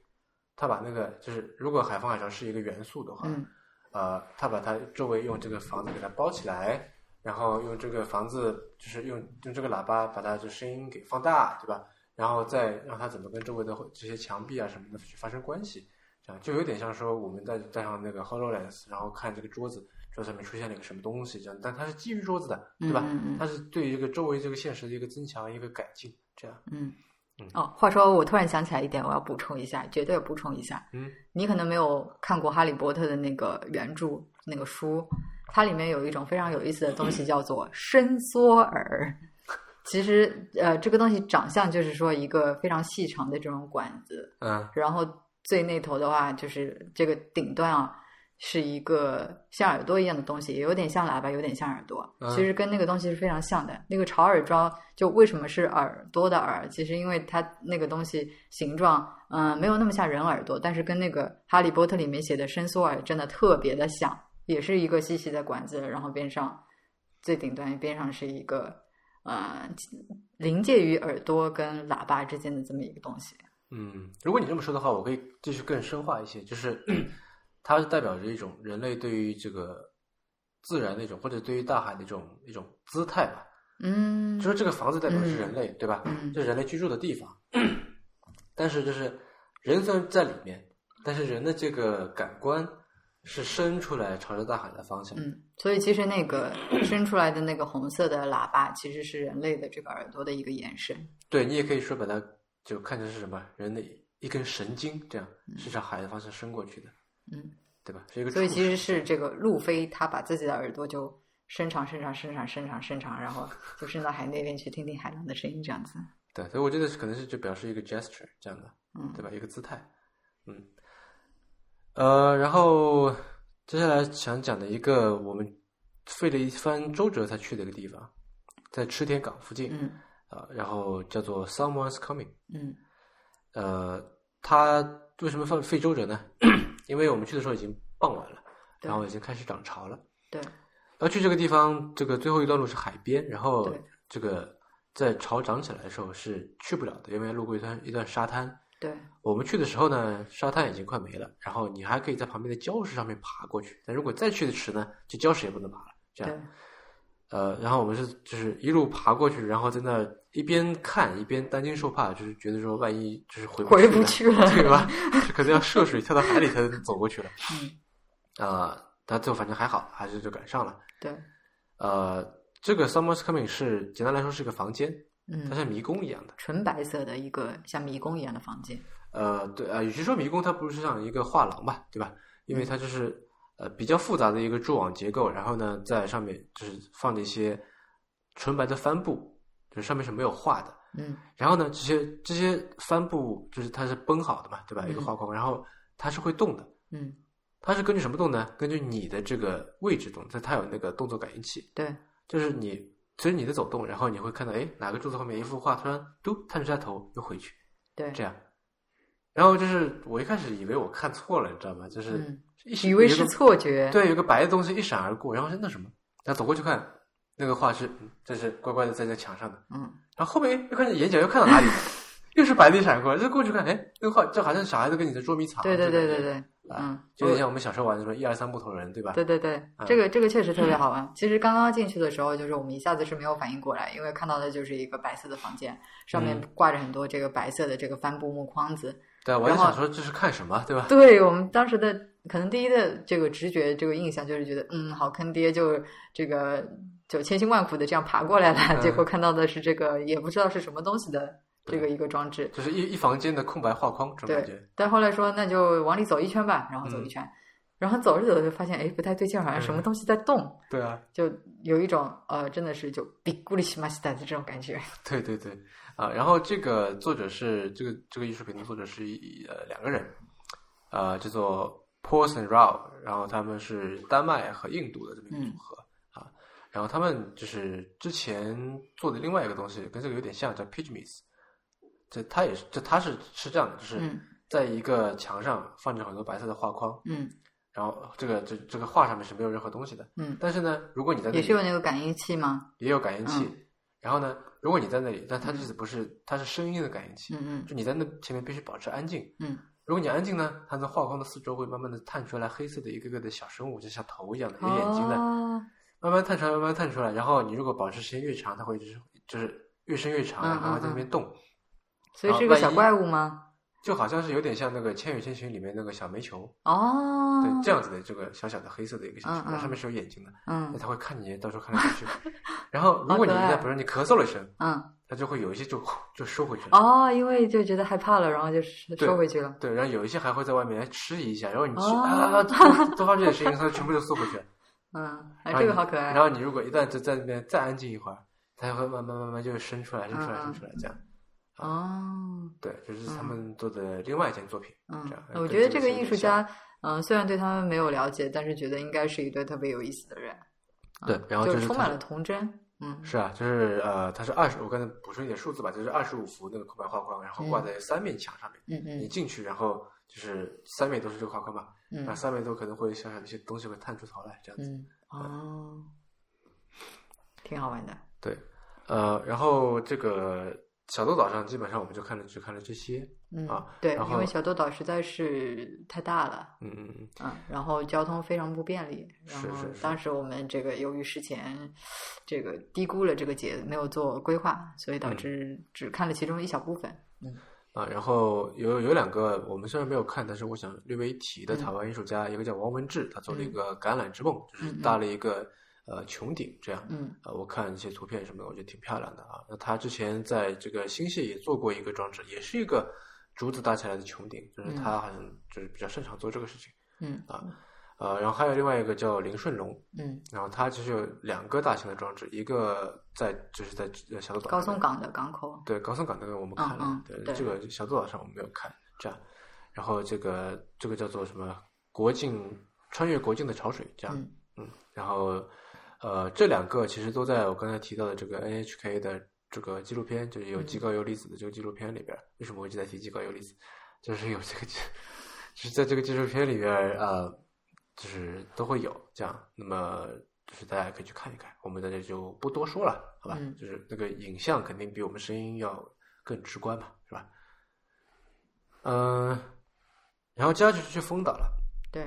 [SPEAKER 1] 它把那个就是，如果海风、海潮是一个元素的话，
[SPEAKER 2] 嗯
[SPEAKER 1] 呃，他把它周围用这个房子给它包起来，然后用这个房子就是用用这个喇叭把它的声音给放大，对吧？然后再让它怎么跟周围的这些墙壁啊什么的去发生关系，这样就有点像说我们在带上那个 HoloLens，然后看这个桌子，桌子上面出现了一个什么东西，这样，但它是基于桌子的，对吧？
[SPEAKER 2] 嗯嗯嗯
[SPEAKER 1] 它是对于这个周围这个现实的一个增强、一个改进，这样，
[SPEAKER 2] 嗯
[SPEAKER 1] 嗯。
[SPEAKER 2] 哦，话说我突然想起来一点，我要补充一下，绝对补充一下。
[SPEAKER 1] 嗯
[SPEAKER 2] 你可能没有看过《哈利波特》的那个原著那个书，它里面有一种非常有意思的
[SPEAKER 1] [CLEARS THROAT]
[SPEAKER 2] 东西，叫做伸缩耳。其实，呃，这个东西长相就是说一个非常细长的这种管子，
[SPEAKER 1] 嗯
[SPEAKER 2] 然后最那头的话就是这个顶端啊，是一个像耳朵一样的东西，也有点像喇叭，有点像耳朵，
[SPEAKER 1] 嗯
[SPEAKER 2] 其实跟那个东西是非常像的。那个潮耳装就为什么是耳朵的耳，其实因为它那个东西形状，嗯、没有那么像人耳朵，但是跟那个《哈利波特》里面写的伸缩耳真的特别的像，也是一个细细的管子，然后边上最顶端边上是一个。呃，临界于耳朵跟喇叭之间的这么一个东西，
[SPEAKER 1] 嗯，如果你这么说的话，我可以继续更深化一些，就是 [CLEARS THROAT] 它代表着一种人类对于这个自然的一种，或者对于大海的一种一种姿态吧。
[SPEAKER 2] 嗯，
[SPEAKER 1] 就是这个房子代表的是人类，对吧？
[SPEAKER 2] 嗯
[SPEAKER 1] 这是人类居住的地方。但是就是人虽然在里面，但是人的这个感官是伸出来朝着大海的方向。
[SPEAKER 2] 嗯，所以其实那个
[SPEAKER 1] [CLEARS THROAT]
[SPEAKER 2] 伸出来的那个红色的喇叭，其实是人类的这个耳朵的一个延伸。
[SPEAKER 1] 对你也可以说把它就看成是什么人的一根神经，这样是朝海的方向伸过去的，
[SPEAKER 2] 嗯，
[SPEAKER 1] 对吧？是一个触
[SPEAKER 2] 所以其
[SPEAKER 1] 手
[SPEAKER 2] 实是这个路飞他把自己的耳朵就伸长、伸长、伸长、伸长、伸长，然后就伸到海那边去听听海浪的声音，这样子。
[SPEAKER 1] 对，所以我觉得是可能是就表示一个 gesture 这样的，
[SPEAKER 2] 嗯
[SPEAKER 1] 对吧？一个姿态，嗯，呃，然后接下来想讲的一个我们费了一番周折才去的一个地方，在池田港附近
[SPEAKER 2] 嗯
[SPEAKER 1] 啊、然后叫做 Someone's Coming，
[SPEAKER 2] 嗯
[SPEAKER 1] 呃，它为什么费费周折呢？ [COUGHS] 因为我们去的时候已经傍晚了，
[SPEAKER 2] 对
[SPEAKER 1] 然后已经开始涨潮了。
[SPEAKER 2] 对，
[SPEAKER 1] 要去这个地方，这个最后一段路是海边，然后
[SPEAKER 2] 对
[SPEAKER 1] 这个在潮涨起来的时候是去不了的，因为路过一段一段沙滩。
[SPEAKER 2] 对，
[SPEAKER 1] 我们去的时候呢，沙滩已经快没了，然后你还可以在旁边的礁石上面爬过去。但如果再去的迟呢，就礁石也不能爬了。这
[SPEAKER 2] 对
[SPEAKER 1] 样，，呃，然后我们是就是一路爬过去，然后在那一边看一边担惊受怕，就是觉得说万一就是回
[SPEAKER 2] 回不
[SPEAKER 1] 不
[SPEAKER 2] 去了
[SPEAKER 1] 对吧？是可能要涉水跳到海里才能走过去了。
[SPEAKER 2] 嗯，
[SPEAKER 1] 啊、但最后反正还好，还是就赶上了。
[SPEAKER 2] 对，
[SPEAKER 1] 呃，这个 Summer's Coming 是简单来说是一个房间，它
[SPEAKER 2] 嗯，
[SPEAKER 1] 像迷宫一样的。
[SPEAKER 2] 纯白色的一个像迷宫一样的房间。
[SPEAKER 1] 呃，对，呃，与其说迷宫，它不是像一个画廊吧，对吧？因
[SPEAKER 2] 嗯
[SPEAKER 1] 为它就是呃比较复杂的一个蛛网结构，然后呢，在上面就是放着一些纯白的帆布，就是上面是没有画的。
[SPEAKER 2] 嗯
[SPEAKER 1] 然后呢，这些这些帆布就是它是绷好的嘛，对吧？一个
[SPEAKER 2] 嗯
[SPEAKER 1] 画框，然后它是会动的，
[SPEAKER 2] 嗯
[SPEAKER 1] 它是根据什么动呢？根据你的这个位置动，它它有那个动作感应器，
[SPEAKER 2] 对，
[SPEAKER 1] 就是你随着你的走动，然后你会看到，哎，哪个柱子后面一幅画突然嘟探出下头又回去，
[SPEAKER 2] 对，
[SPEAKER 1] 这样。然后就是我一开始以为我看错了，你知道吗？就是
[SPEAKER 2] 嗯
[SPEAKER 1] 一时
[SPEAKER 2] 以为
[SPEAKER 1] 有一
[SPEAKER 2] 是
[SPEAKER 1] 个
[SPEAKER 2] 错觉，
[SPEAKER 1] 对，有个白的东西一闪而过，然后是那什么？然后走过去看，那个画是嗯这是乖乖的在那墙上的，
[SPEAKER 2] 嗯，
[SPEAKER 1] 然后后面又看见眼角又看到哪里了， [LAUGHS] 又是白的一闪过，就过去看，哎，那个画这好像小孩子跟你在捉迷藏，
[SPEAKER 2] 对对对
[SPEAKER 1] 这
[SPEAKER 2] 对
[SPEAKER 1] 种感觉，
[SPEAKER 2] 对，嗯，
[SPEAKER 1] 啊就有点像我们小时候玩的什么一二三木头人，对吧？
[SPEAKER 2] 对对对，
[SPEAKER 1] 嗯
[SPEAKER 2] 这个这个确实特别好玩。其实刚刚进去的时候，就是我们一下子是没有反应过来，因为看到的就是一个白色的房间，上面
[SPEAKER 1] 嗯
[SPEAKER 2] 挂着很多这个白色的这个帆布木框子。
[SPEAKER 1] 对，啊我就
[SPEAKER 2] 然后
[SPEAKER 1] 想说这是看什么，对吧？
[SPEAKER 2] 对我们当时的可能第一的这个直觉、这个印象就是觉得，嗯，好坑爹，就这个就千辛万苦的这样爬过来了，
[SPEAKER 1] 嗯
[SPEAKER 2] [LAUGHS] 结果看到的是这个也不知道是什么东西的这个一个装置。
[SPEAKER 1] 就是一一房间的空白画框，这种感觉。
[SPEAKER 2] 但后来说那就往里走一圈吧，然后走
[SPEAKER 1] 嗯
[SPEAKER 2] 一圈，然后走着走着发现，哎，不太对劲，好像什么东西在动。
[SPEAKER 1] 对啊，
[SPEAKER 2] 就有一种呃，真的是就比古里西马西达的这种感觉。
[SPEAKER 1] 对对对，啊、然后这个作者是这个这个艺术品的作者是一呃两个人，呃，叫做 Paul and Rao，然后他们是丹麦和印度的这么一个
[SPEAKER 2] 嗯
[SPEAKER 1] 组合、啊，然后他们就是之前做的另外一个东西跟这个有点像，叫 Pygmies，这他也是这他是是这样的，就是
[SPEAKER 2] 嗯
[SPEAKER 1] 在一个墙上放着很多白色的画框，
[SPEAKER 2] 嗯
[SPEAKER 1] 然后这个这这个画上面是没有任何东西的，
[SPEAKER 2] 嗯，
[SPEAKER 1] 但是呢，如果你在那
[SPEAKER 2] 也
[SPEAKER 1] 里
[SPEAKER 2] 是有那个感应器吗？
[SPEAKER 1] 也有感应器。
[SPEAKER 2] 嗯
[SPEAKER 1] 然后呢，如果你在那里，但它这次不是，它是声音的感应器，
[SPEAKER 2] 嗯嗯
[SPEAKER 1] 就你在那前面必须保持安静。
[SPEAKER 2] 嗯
[SPEAKER 1] 如果你安静呢，它从画框的四周会慢慢的探出来黑色的一个个的小生物，就像头一样的，有眼睛的，
[SPEAKER 2] 哦
[SPEAKER 1] 慢慢探出来，慢慢探出来。然后你如果保持时间越长，它会就是就是越伸越长，啊然
[SPEAKER 2] 嗯
[SPEAKER 1] 后
[SPEAKER 2] 嗯
[SPEAKER 1] 会在那边动，
[SPEAKER 2] 所以是一个小怪物吗？
[SPEAKER 1] 就好像是有点像那个《千与千寻》里面那个小煤球，
[SPEAKER 2] 哦，
[SPEAKER 1] 对，这样子的这个小小的黑色的一个小球，
[SPEAKER 2] 嗯嗯
[SPEAKER 1] 那上面是有眼睛的，那
[SPEAKER 2] 嗯
[SPEAKER 1] 它会看你，到时候看来看去。
[SPEAKER 2] [LAUGHS]
[SPEAKER 1] 然后如果你
[SPEAKER 2] 好可爱
[SPEAKER 1] 在，比如说你咳嗽了一声，
[SPEAKER 2] 嗯，
[SPEAKER 1] 它就会有一些就就收回去了。
[SPEAKER 2] 哦，因为就觉得害怕了，然后就是
[SPEAKER 1] 对
[SPEAKER 2] 收回去了。
[SPEAKER 1] 对，然后有一些还会在外面迟疑一下，然后你去、
[SPEAKER 2] 哦
[SPEAKER 1] 啊，多多发这点声音，它全部就缩回去了。
[SPEAKER 2] 嗯，哎，
[SPEAKER 1] 然后
[SPEAKER 2] 这个
[SPEAKER 1] 你
[SPEAKER 2] 好可爱
[SPEAKER 1] 然。后你如果一旦就在那边再安静一会儿，它就会慢慢慢慢就伸出来，伸出来，
[SPEAKER 2] 嗯
[SPEAKER 1] 伸
[SPEAKER 2] 嗯
[SPEAKER 1] 出来，这样。
[SPEAKER 2] 哦，
[SPEAKER 1] 对，就是他们做的另外一件作品。
[SPEAKER 2] 嗯
[SPEAKER 1] 这样，
[SPEAKER 2] 我觉得这
[SPEAKER 1] 跟这个是有
[SPEAKER 2] 个艺
[SPEAKER 1] 点
[SPEAKER 2] 术家，嗯，虽然对他们没有了解，但是觉得应该是一对特别有意思的人。嗯
[SPEAKER 1] 对然后
[SPEAKER 2] 就
[SPEAKER 1] 就是
[SPEAKER 2] 充
[SPEAKER 1] 他
[SPEAKER 2] 满
[SPEAKER 1] 是
[SPEAKER 2] 了童真。嗯
[SPEAKER 1] 是啊，就是呃，它是二十，我刚才补充一点数字吧，就是二十五幅那个空白画框，然后挂在三面墙上面。
[SPEAKER 2] 嗯
[SPEAKER 1] 你
[SPEAKER 2] 嗯
[SPEAKER 1] 进去，然后就是三面都是这个画框嘛，
[SPEAKER 2] 嗯
[SPEAKER 1] 然后三面都可能会小小一些东西会探出头来，这样子。
[SPEAKER 2] 嗯，哦，挺好玩的。
[SPEAKER 1] 对，呃，然后这个小豆岛上基本上我们就看了只看了这些，
[SPEAKER 2] 嗯，
[SPEAKER 1] 啊
[SPEAKER 2] 对，
[SPEAKER 1] 然
[SPEAKER 2] 因为
[SPEAKER 1] 后
[SPEAKER 2] 小豆岛实在是太大了，
[SPEAKER 1] 嗯嗯嗯，
[SPEAKER 2] 嗯，然后交通非常不便利，然
[SPEAKER 1] 是
[SPEAKER 2] 后
[SPEAKER 1] 是是
[SPEAKER 2] 当时我们这个由于事前这个低估了这个节，没有做规划，所以导
[SPEAKER 1] 嗯
[SPEAKER 2] 致只看了其中一小部分。
[SPEAKER 1] 啊，然后有有两个我们虽然没有看，但是我想略微一提的
[SPEAKER 2] 嗯
[SPEAKER 1] 台湾艺术家，一个叫王文志，他做了一
[SPEAKER 2] 嗯
[SPEAKER 1] 个橄榄之梦，就是
[SPEAKER 2] 嗯嗯
[SPEAKER 1] 搭了一个呃穹顶这样，
[SPEAKER 2] 嗯
[SPEAKER 1] 呃，我看一些图片什么的，我觉得挺漂亮的啊。那他之前在这个星系也做过一个装置，也是一个竹子搭起来的穹顶，就是
[SPEAKER 2] 嗯
[SPEAKER 1] 他好像就是比较擅长做这个事情。
[SPEAKER 2] 嗯
[SPEAKER 1] 呃，然后还有另外一个叫林顺龙，
[SPEAKER 2] 嗯，
[SPEAKER 1] 然后它其实有两个大型的装置，一个在就是在呃小豆岛
[SPEAKER 2] 高
[SPEAKER 1] 上
[SPEAKER 2] 松
[SPEAKER 1] 面
[SPEAKER 2] 港的港口，
[SPEAKER 1] 对高松港那个我们看了，
[SPEAKER 2] 嗯嗯对
[SPEAKER 1] 这个小豆岛上我们没有看这样，然后这个这个叫做什么国境穿越国境的潮水这样，
[SPEAKER 2] 嗯
[SPEAKER 1] 然后呃这两个其实都在我刚才提到的这个 NHK 的这个纪录片，就是有
[SPEAKER 2] 嗯
[SPEAKER 1] 极高游离子的这个纪录片里边，为什么我一直在提极高游离子，就是有这个纪， [LAUGHS] 就是在这个纪录片里边呃就是都会有这样，那么就是大家可以去看一看，我们在这就不多说了，好吧？
[SPEAKER 2] 嗯
[SPEAKER 1] 就是那个影像肯定比我们声音要更直观嘛，是吧？嗯、然后接下去就去丰岛了，
[SPEAKER 2] 对，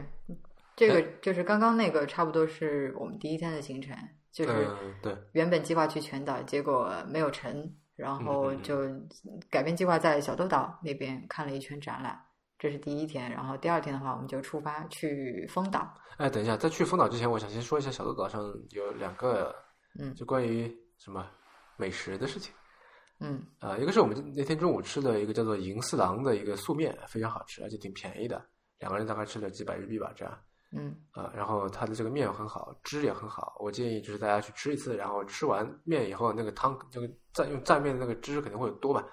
[SPEAKER 2] 这个
[SPEAKER 1] 哎
[SPEAKER 2] 就是刚刚那个差不多是我们第一天的行程，
[SPEAKER 1] 嗯、
[SPEAKER 2] 就是
[SPEAKER 1] 对，
[SPEAKER 2] 原本计划去全岛，结果没有成，然后
[SPEAKER 1] 嗯嗯嗯
[SPEAKER 2] 就改变计划，在小豆岛那边看了一圈展览，这是第一天。然后第二天的话，我们就出发去丰岛。
[SPEAKER 1] 哎，等一下，在去丰岛之前，我想先说一下小豆岛上有两个，
[SPEAKER 2] 嗯
[SPEAKER 1] 就关于什么美食的事情。
[SPEAKER 2] 嗯
[SPEAKER 1] 啊，一个是我们那天中午吃的一个叫做银四郎的一个素面，非常好吃，而且挺便宜的，两个人大概吃了几百日币吧，这样。
[SPEAKER 2] 嗯
[SPEAKER 1] 啊，然后它的这个面很好，汁也很好。我建议就是大家去吃一次，然后吃完面以后，那个汤那个蘸用蘸面的那个汁肯定会有多吧，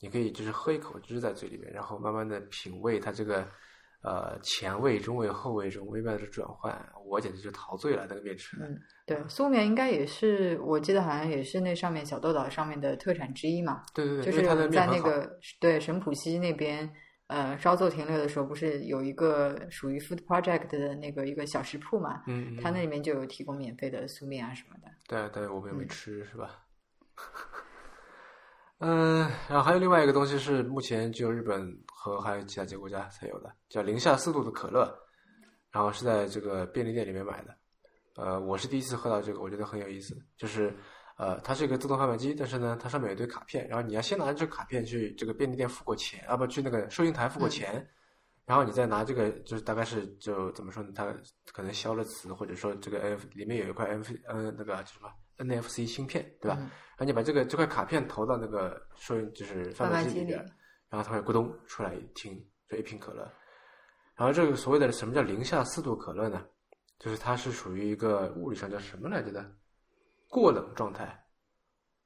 [SPEAKER 1] 你可以就是喝一口汁在嘴里面，然后慢慢的品味它这个呃前卫、中卫、后卫这种微妙的转换，我简直就陶醉了那个面吃。
[SPEAKER 2] 嗯，对，苏棉应该也是，我记得好像也是那上面小豆岛上面的特产之一嘛，
[SPEAKER 1] 对对对，
[SPEAKER 2] 就
[SPEAKER 1] 因为
[SPEAKER 2] 是
[SPEAKER 1] 它的面
[SPEAKER 2] 在
[SPEAKER 1] 很
[SPEAKER 2] 那
[SPEAKER 1] 好。
[SPEAKER 2] 个对神浦西那边。呃，稍作停留的时候，不是有一个属于 Food Project 的那个一个小食铺嘛？
[SPEAKER 1] 嗯，嗯
[SPEAKER 2] 它那里面就有提供免费的苏面啊什么的。
[SPEAKER 1] 对，但是我们也没
[SPEAKER 2] 嗯
[SPEAKER 1] 吃，是吧？嗯，然后还有另外一个东西是目前只有日本和还有其他几个国家才有的，叫零下四度的可乐，然后是在这个便利店里面买的。呃，我是第一次喝到这个，我觉得很有意思。就是呃，它是一个自动贩卖机，但是呢，它上面有一堆卡片，然后你要先拿着这个卡片去这个便利店付过钱，啊不，去那个收银台付过
[SPEAKER 2] 嗯
[SPEAKER 1] 钱，然后你再拿这个，就是大概是就怎么说呢？它可能消了磁，或者说这个 F 里面有一块 F 嗯那个叫什么 NFC 芯片，对吧？
[SPEAKER 2] 嗯
[SPEAKER 1] 然后你把这个这块卡片投到那个收银就是贩卖机里边
[SPEAKER 2] 贩卖机，
[SPEAKER 1] 然后它会咕咚出来一听这一瓶可乐。然后这个所谓的什么叫零下四度可乐呢？就是它是属于一个物理上叫什么来着的过冷状态，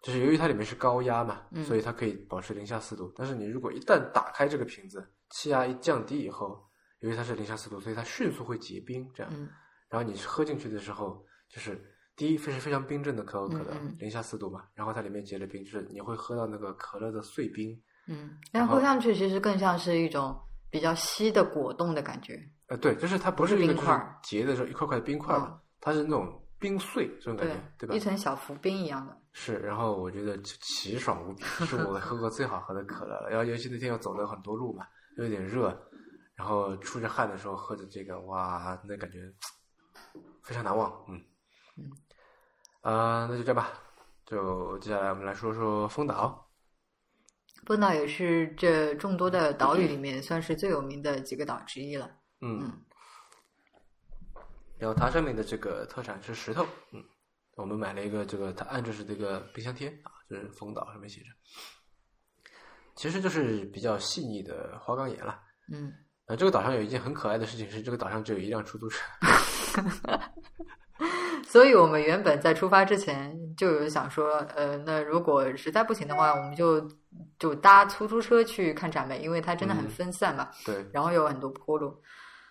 [SPEAKER 1] 就是由于它里面是高压嘛，
[SPEAKER 2] 嗯
[SPEAKER 1] 所以它可以保持零下四度。但是你如果一旦打开这个瓶子，气压一降低以后，由于它是零下四度，所以它迅速会结冰，这样。
[SPEAKER 2] 嗯
[SPEAKER 1] 然后你喝进去的时候，就是第一，非是非常冰镇的可口可乐
[SPEAKER 2] 嗯嗯，
[SPEAKER 1] 零下四度嘛，然后它里面结了冰，就是你会喝到那个可乐的碎冰。
[SPEAKER 2] 嗯，
[SPEAKER 1] 然
[SPEAKER 2] 但
[SPEAKER 1] 后
[SPEAKER 2] 喝上去其实更像是一种比较稀的果冻的感觉。
[SPEAKER 1] 呃，对，就是它不是
[SPEAKER 2] 不是
[SPEAKER 1] 一个就
[SPEAKER 2] 冰
[SPEAKER 1] 是
[SPEAKER 2] 块儿
[SPEAKER 1] 结的时候一块块的冰块嘛，
[SPEAKER 2] 嗯
[SPEAKER 1] 它是那种冰碎这种感
[SPEAKER 2] 对
[SPEAKER 1] 觉，对，吧
[SPEAKER 2] 一？层小浮冰一样的。
[SPEAKER 1] 是，然后我觉得奇奇爽无比，是我喝过最好喝的可乐了。然后尤其那天又走了很多路嘛，又有点热，然后出着汗的时候喝着这个，哇，那感觉非常难忘。嗯，
[SPEAKER 2] 嗯，
[SPEAKER 1] 啊，那就这样吧。就接下来我们来说说丰岛。
[SPEAKER 2] 波岛也是这众多的岛屿里面算是最有名的几个岛之一了。
[SPEAKER 1] 嗯，
[SPEAKER 2] 嗯
[SPEAKER 1] 然后它上面的这个特产是石头。嗯，我们买了一个这个它按着是这个冰箱贴啊，就是丰岛上面写着，其实就是比较细腻的花岗岩了。
[SPEAKER 2] 嗯，
[SPEAKER 1] 呃，这个岛上有一件很可爱的事情是，这个岛上只有一辆出租车。 [LAUGHS]
[SPEAKER 2] 所以我们原本在出发之前就有想说，呃，那如果实在不行的话，我们就就搭出租车去看展美，因为它真的很
[SPEAKER 1] 嗯
[SPEAKER 2] 分散嘛，
[SPEAKER 1] 对，
[SPEAKER 2] 然后有很多坡路。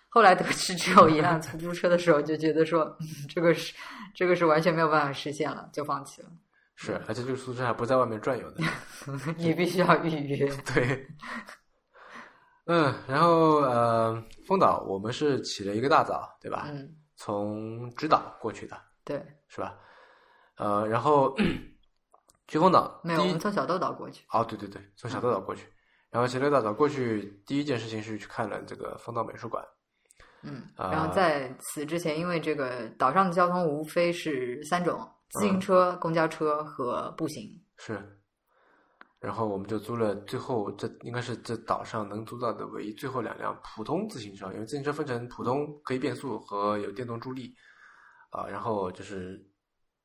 [SPEAKER 2] 后来得知只有一辆出租车的时候，就觉得说、嗯这个是这个是完全没有办法实现了，就放弃了。
[SPEAKER 1] 是，
[SPEAKER 2] 嗯
[SPEAKER 1] 而且这个出租车还不在外面转悠
[SPEAKER 2] [LAUGHS]
[SPEAKER 1] 的。
[SPEAKER 2] 你必须要预
[SPEAKER 1] [LAUGHS]
[SPEAKER 2] 约。
[SPEAKER 1] 对，嗯，然后呃，丰岛我们是起了一个大早，对吧？
[SPEAKER 2] 嗯，
[SPEAKER 1] 从直岛过去的
[SPEAKER 2] 对，
[SPEAKER 1] 是吧？呃，然后去丰岛
[SPEAKER 2] 没有，
[SPEAKER 1] 第
[SPEAKER 2] 我
[SPEAKER 1] 一
[SPEAKER 2] 们从小豆岛过去。
[SPEAKER 1] 哦，对对对，从小豆岛过去，然后起了个大早过去，第一件事情是去看了这个丰岛美术馆。
[SPEAKER 2] 嗯，
[SPEAKER 1] 啊
[SPEAKER 2] 然后在此之前，因为这个岛上的交通无非是三
[SPEAKER 1] 嗯
[SPEAKER 2] 种：自行车、公交车和步行。
[SPEAKER 1] 是，然后我们就租了最后这应该是这岛上能租到的唯一最后两辆普通自行车，因为自行车分成普通可以变速和有电动助力，啊、然后就是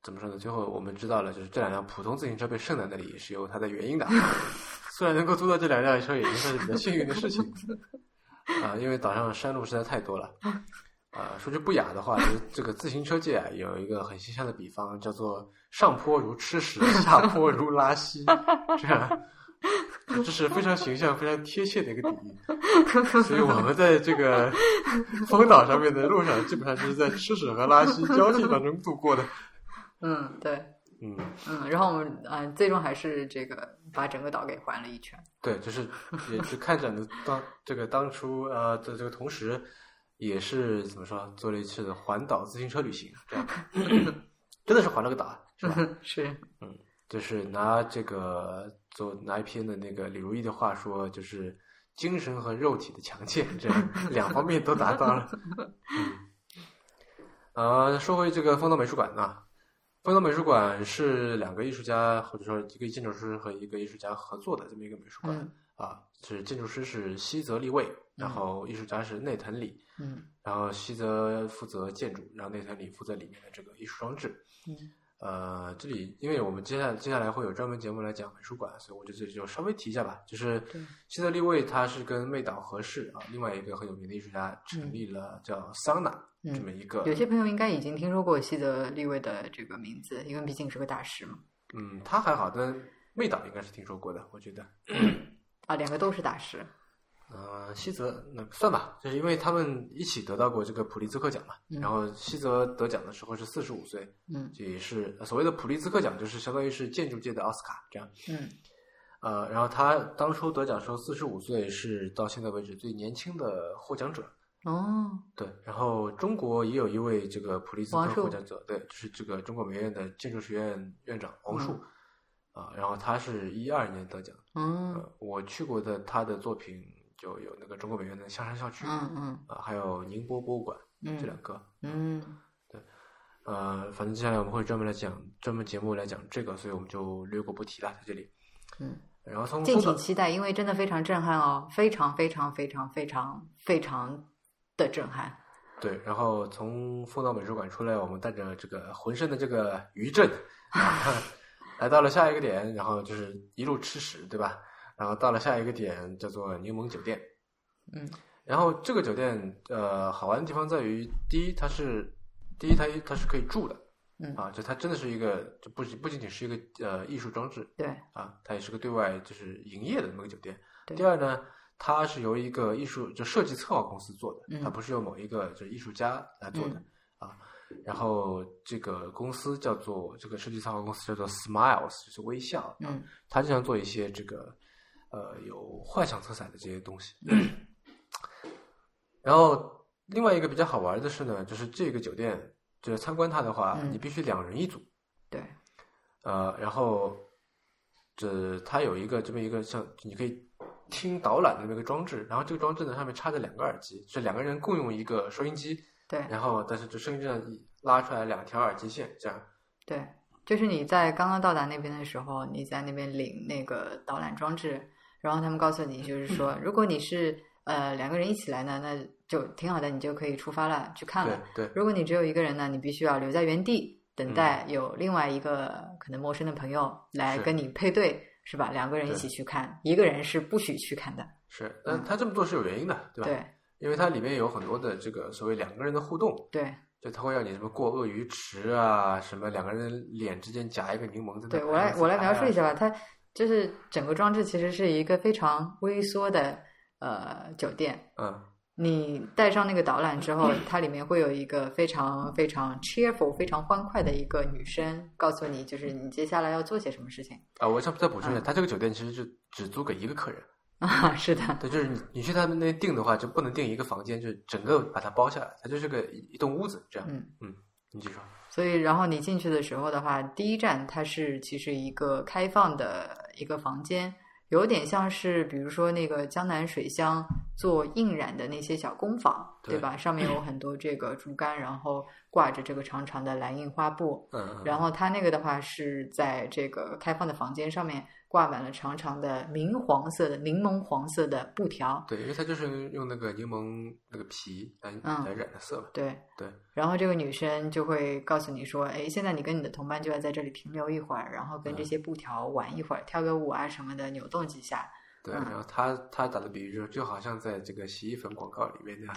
[SPEAKER 1] 怎么说呢？最后我们知道了，就是这两辆普通自行车被剩在那里也是有它的原因的。 [LAUGHS] 虽然能够租到这两辆车，也已经算是比较幸运的事情啊、因为岛上山路实在太多了。啊、说句不雅的话，就是这个自行车界啊，有一个很形象的比方，叫做“上坡如吃屎，下坡如拉稀”，这样，这是非常形象、非常贴切的一个比喻。所以我们在这个风岛上面的路上，基本上就是在吃屎和拉稀交替当中度过的。
[SPEAKER 2] 嗯，对，
[SPEAKER 1] 嗯，
[SPEAKER 2] 嗯，然后我们嗯、呃最终还是这个把整个岛给环了一圈。 [LAUGHS]
[SPEAKER 1] 对，就是也是看展的当这个当初呃的这个同时，也是怎么说，做了一次环岛自行车旅行，这样 [COUGHS] 真的是环了个岛，啊是吧？
[SPEAKER 2] 是，
[SPEAKER 1] 就是拿这个做拿一篇的那个李如意的话说，就是精神和肉体的强健，
[SPEAKER 2] [LAUGHS]
[SPEAKER 1] 这两方面都达到了。嗯，呃，说回这个丰岛美术馆呢，丰岛美术馆是两个艺术家或者说一个建筑师和一个艺术家合作的这么一个美术馆、
[SPEAKER 2] 嗯
[SPEAKER 1] 啊，是建筑师是西泽立卫，然
[SPEAKER 2] 嗯
[SPEAKER 1] 后艺术家是内藤里，
[SPEAKER 2] 嗯
[SPEAKER 1] 然后西泽负责建筑，然后内藤里负责里面的这个艺术装置。
[SPEAKER 2] 嗯
[SPEAKER 1] 呃，这里因为我们接下接下来会有专门节目来讲美术馆，所以我就这里就稍微提一下吧。就是
[SPEAKER 2] 对
[SPEAKER 1] 希特利卫他是跟妹岛和世啊，另外一个很有名的艺术家成
[SPEAKER 2] 嗯
[SPEAKER 1] 立了叫桑拿这么
[SPEAKER 2] 嗯。
[SPEAKER 1] 一个，
[SPEAKER 2] 有些朋友应该已经听说过西德利维的这个名字，因为毕竟是个大师嘛。
[SPEAKER 1] 嗯，他还好，但妹岛应该是听说过的，我觉得。
[SPEAKER 2] 啊，两个都是大师。
[SPEAKER 1] 呃，西泽那算吧，就是因为他们一起得到过这个普利兹克奖嘛。
[SPEAKER 2] 嗯
[SPEAKER 1] 然后西泽得奖的时候是四十五岁，
[SPEAKER 2] 嗯
[SPEAKER 1] 这也是呃所谓的普利兹克奖，就是相当于是建筑界的奥斯卡这样。
[SPEAKER 2] 嗯
[SPEAKER 1] 呃，然后他当初得奖的时候四十五岁，是到现在为止最年轻的获奖者。
[SPEAKER 2] 哦，
[SPEAKER 1] 对，然后中国也有一位这个普利兹
[SPEAKER 2] 王
[SPEAKER 1] 克
[SPEAKER 2] 树
[SPEAKER 1] 获奖者，对，就是这个中国美院的建筑学院院长王树
[SPEAKER 2] 嗯
[SPEAKER 1] 啊、然后他是一二年得奖，
[SPEAKER 2] 嗯
[SPEAKER 1] 呃，我去过的他的作品就有那个中国美院的香山校区，
[SPEAKER 2] 嗯嗯
[SPEAKER 1] 呃，还有宁波博物馆这两
[SPEAKER 2] 嗯
[SPEAKER 1] 个，
[SPEAKER 2] 嗯，
[SPEAKER 1] 呃，反正接下来我们会专门来讲专门节目来讲这个，所以我们就略过不提了，在这里。
[SPEAKER 2] 嗯，
[SPEAKER 1] 然后从
[SPEAKER 2] 敬
[SPEAKER 1] 松岛
[SPEAKER 2] 请期待，因为真的非常震撼哦，非常非常非常非常非常的震撼。
[SPEAKER 1] 对，然后从凤岛美术馆出来，我们带着这个浑身的这个余震，啊来到了下一个点，然后就是一路吃屎，对吧？然后到了下一个点叫做柠檬酒店，
[SPEAKER 2] 嗯
[SPEAKER 1] 然后这个酒店呃好玩的地方在于，第一它是第一它它是可以住的，
[SPEAKER 2] 嗯
[SPEAKER 1] 啊，就它真的是一个就不不仅仅是一个呃艺术装置，
[SPEAKER 2] 对，
[SPEAKER 1] 啊，它也是个对外就是营业的那么个酒店。
[SPEAKER 2] 对
[SPEAKER 1] 第二呢，它是由一个艺术就设计策划公司做的，
[SPEAKER 2] 嗯
[SPEAKER 1] 它不是由某一个就是艺术家来做的、
[SPEAKER 2] 嗯
[SPEAKER 1] 啊。然后这个公司叫做这个设计策划公司叫做 Smiles，就是微笑。，啊
[SPEAKER 2] 嗯
[SPEAKER 1] 它经常做一些这个呃有幻想色彩的这些东西。
[SPEAKER 2] 嗯
[SPEAKER 1] 然后另外一个比较好玩的是呢，就是这个酒店，就是参观它的话，
[SPEAKER 2] 嗯
[SPEAKER 1] 你必须两人一组。
[SPEAKER 2] 对，
[SPEAKER 1] 呃，然后这它有一个这么一个像你可以听导览的那么一个装置，然后这个装置呢上面插着两个耳机，是两个人共用一个收音机，
[SPEAKER 2] 对
[SPEAKER 1] 然后但是这收音机上一拉出来两条耳机线，这样
[SPEAKER 2] 对，就是你在刚刚到达那边的时候，你在那边领那个导览装置，然后他们告诉你，就是说，
[SPEAKER 1] 嗯
[SPEAKER 2] 如果你是呃两个人一起来呢，那就挺好的，你就可以出发了，去看
[SPEAKER 1] 对
[SPEAKER 2] 了。
[SPEAKER 1] 对嗯
[SPEAKER 2] 如果你只有一个人呢，你必须要留在原地等待有另外一个可能陌生的朋友来
[SPEAKER 1] 是
[SPEAKER 2] 跟你配对，是吧？两个人一
[SPEAKER 1] 对
[SPEAKER 2] 起去看，一个人是不许去看的。
[SPEAKER 1] 是，但它这么做是有原因的，对吧？
[SPEAKER 2] 嗯对
[SPEAKER 1] 因为它里面有很多的这个所谓两个人的互动，
[SPEAKER 2] 对
[SPEAKER 1] 就它会让你什么过鳄鱼池啊，什么两个人的脸之间夹一个柠檬在那
[SPEAKER 2] 对，我
[SPEAKER 1] 盘
[SPEAKER 2] 来
[SPEAKER 1] 上
[SPEAKER 2] 我来
[SPEAKER 1] 撒
[SPEAKER 2] 描
[SPEAKER 1] 哎呀
[SPEAKER 2] 述一下吧，它就是整个装置其实是一个非常微缩的呃酒店。
[SPEAKER 1] 嗯
[SPEAKER 2] 你带上那个导览之后，它里面会有一个非常非常 cheerful、非常欢快的一个女生，告诉你就是你接下来要做些什么事情 [LAUGHS]
[SPEAKER 1] 啊，我想再补充一下，
[SPEAKER 2] 嗯
[SPEAKER 1] 它这个酒店其实就只租给一个客人。
[SPEAKER 2] 啊。是的，
[SPEAKER 1] 对，就是你你去他们那订的话，就不能订一个房间，就整个把它包下来，它就是个一一栋屋子这样。
[SPEAKER 2] 嗯，
[SPEAKER 1] 你继续说。
[SPEAKER 2] 所以然后你进去的时候的话，第一站它是其实一个开放的一个房间，有点像是比如说那个江南水乡做印染的那些小工坊，
[SPEAKER 1] 对
[SPEAKER 2] 对吧？上面有很多这个竹竿，然后挂着这个长长的蓝印花布，
[SPEAKER 1] 嗯，
[SPEAKER 2] 然后它那个的话是在这个开放的房间上面挂满了长长的明黄色的柠檬黄色的布条，
[SPEAKER 1] 对，因为它就是用那个柠檬那个皮来、
[SPEAKER 2] 嗯
[SPEAKER 1] 来染的色嘛。
[SPEAKER 2] 对
[SPEAKER 1] 对。
[SPEAKER 2] 然后这个女生就会告诉你说：“哎，现在你跟你的同伴就要在这里停留一会儿，然后跟这
[SPEAKER 1] 嗯
[SPEAKER 2] 些布条玩一会儿，跳个舞啊什么的，扭动几下。
[SPEAKER 1] 对，
[SPEAKER 2] 嗯
[SPEAKER 1] 然后他他打的比喻就是，就好像在这个洗衣粉广告里面那 [LAUGHS] 样。”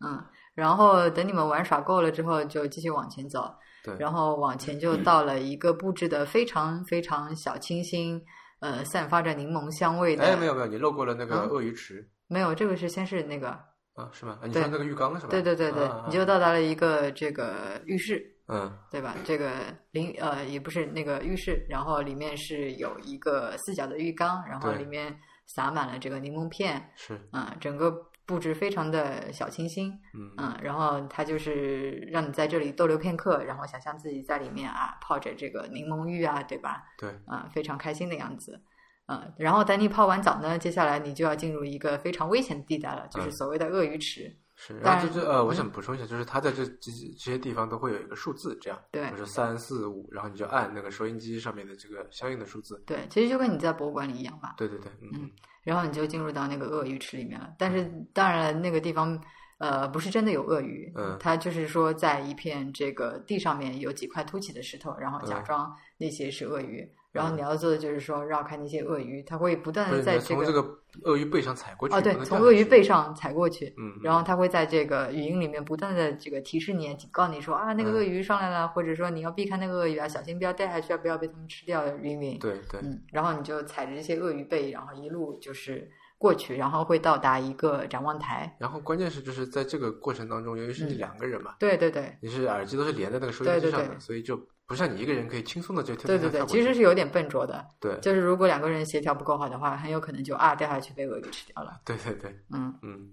[SPEAKER 2] 嗯，然后等你们玩耍够了之后，就继续往前走。
[SPEAKER 1] 对
[SPEAKER 2] 然后往前就到了一个布置的非常非常小清新，呃，散发着柠檬香味的。
[SPEAKER 1] 哎，没有没有，你漏过了那个
[SPEAKER 2] 嗯
[SPEAKER 1] 鳄鱼池、
[SPEAKER 2] 没有，这个是先是那个
[SPEAKER 1] 啊，是吗？啊你
[SPEAKER 2] 对
[SPEAKER 1] 说那个浴缸是吧？
[SPEAKER 2] 对对对对，
[SPEAKER 1] 啊、
[SPEAKER 2] 你就到达了一个这个浴室，
[SPEAKER 1] 嗯
[SPEAKER 2] 对吧？这个淋呃也不是那个浴室，然后里面是有一个四角的浴缸，然后
[SPEAKER 1] 对
[SPEAKER 2] 里面撒满了这个柠檬片，
[SPEAKER 1] 是
[SPEAKER 2] 嗯，整个布置非常的小清新，
[SPEAKER 1] 嗯
[SPEAKER 2] 嗯，然后它就是让你在这里逗留片刻，然后想象自己在里面啊泡着这个柠檬浴啊，对吧？
[SPEAKER 1] 对
[SPEAKER 2] 啊、非常开心的样子。嗯，然后等你泡完澡呢，接下来你就要进入一个非常危险的地带了，就是
[SPEAKER 1] 嗯
[SPEAKER 2] 所谓的鳄鱼池。
[SPEAKER 1] 是。
[SPEAKER 2] 当
[SPEAKER 1] 然后
[SPEAKER 2] 然
[SPEAKER 1] 就是呃，我
[SPEAKER 2] 嗯
[SPEAKER 1] 想补充一下，就是它在这这这些地方都会有一个数字，这样，
[SPEAKER 2] 对
[SPEAKER 1] 比如说三四五，然后你就按那个收音机上面的这个相应的数字。
[SPEAKER 2] 对，其实就跟你在博物馆里一样吧。
[SPEAKER 1] 对对对，嗯
[SPEAKER 2] 嗯然后你就进入到那个鳄鱼池里面了。但是当然了，那个地方呃不是真的有鳄鱼，
[SPEAKER 1] 嗯
[SPEAKER 2] 它就是说在一片这个地上面有几块凸起的石头，然后假
[SPEAKER 1] 嗯
[SPEAKER 2] 装那些是鳄鱼。然后你要做的就是说绕开那些鳄鱼，它会不断
[SPEAKER 1] 不
[SPEAKER 2] 的
[SPEAKER 1] 是，
[SPEAKER 2] 在
[SPEAKER 1] 你从这个鳄鱼背上踩过去，
[SPEAKER 2] 哦对
[SPEAKER 1] 不，能
[SPEAKER 2] 从
[SPEAKER 1] 掉
[SPEAKER 2] 鳄
[SPEAKER 1] 下
[SPEAKER 2] 鱼
[SPEAKER 1] 去
[SPEAKER 2] 背，上踩过去，
[SPEAKER 1] 嗯，
[SPEAKER 2] 然后它会在这个语音里面不断的这个提示你、警告你说啊那个
[SPEAKER 1] 嗯
[SPEAKER 2] 鳄鱼上来了，或者说你要避开那个鳄鱼啊，小心不要掉下去啊，不要被它们吃掉，云云。
[SPEAKER 1] 对对，
[SPEAKER 2] 嗯，然后你就踩着这些鳄鱼背，然后一路就是过去，然后会到达一个展望台。
[SPEAKER 1] 然后关键是就是在这个过程当中，由于是你
[SPEAKER 2] 嗯
[SPEAKER 1] 两个人嘛，
[SPEAKER 2] 对对对，
[SPEAKER 1] 你是耳机都是连在那个收音机
[SPEAKER 2] 对对
[SPEAKER 1] 上的，
[SPEAKER 2] 对
[SPEAKER 1] 所以就不像你一个人可以轻松的就跳
[SPEAKER 2] 对
[SPEAKER 1] 跳
[SPEAKER 2] 对对
[SPEAKER 1] 跳，过
[SPEAKER 2] 其
[SPEAKER 1] 去
[SPEAKER 2] 实是有点笨拙的，
[SPEAKER 1] 对
[SPEAKER 2] 就是如果两个人协调不够好的话，很有可能就啊掉下去被鳄鱼吃掉了。
[SPEAKER 1] 对对对，
[SPEAKER 2] 嗯，
[SPEAKER 1] 嗯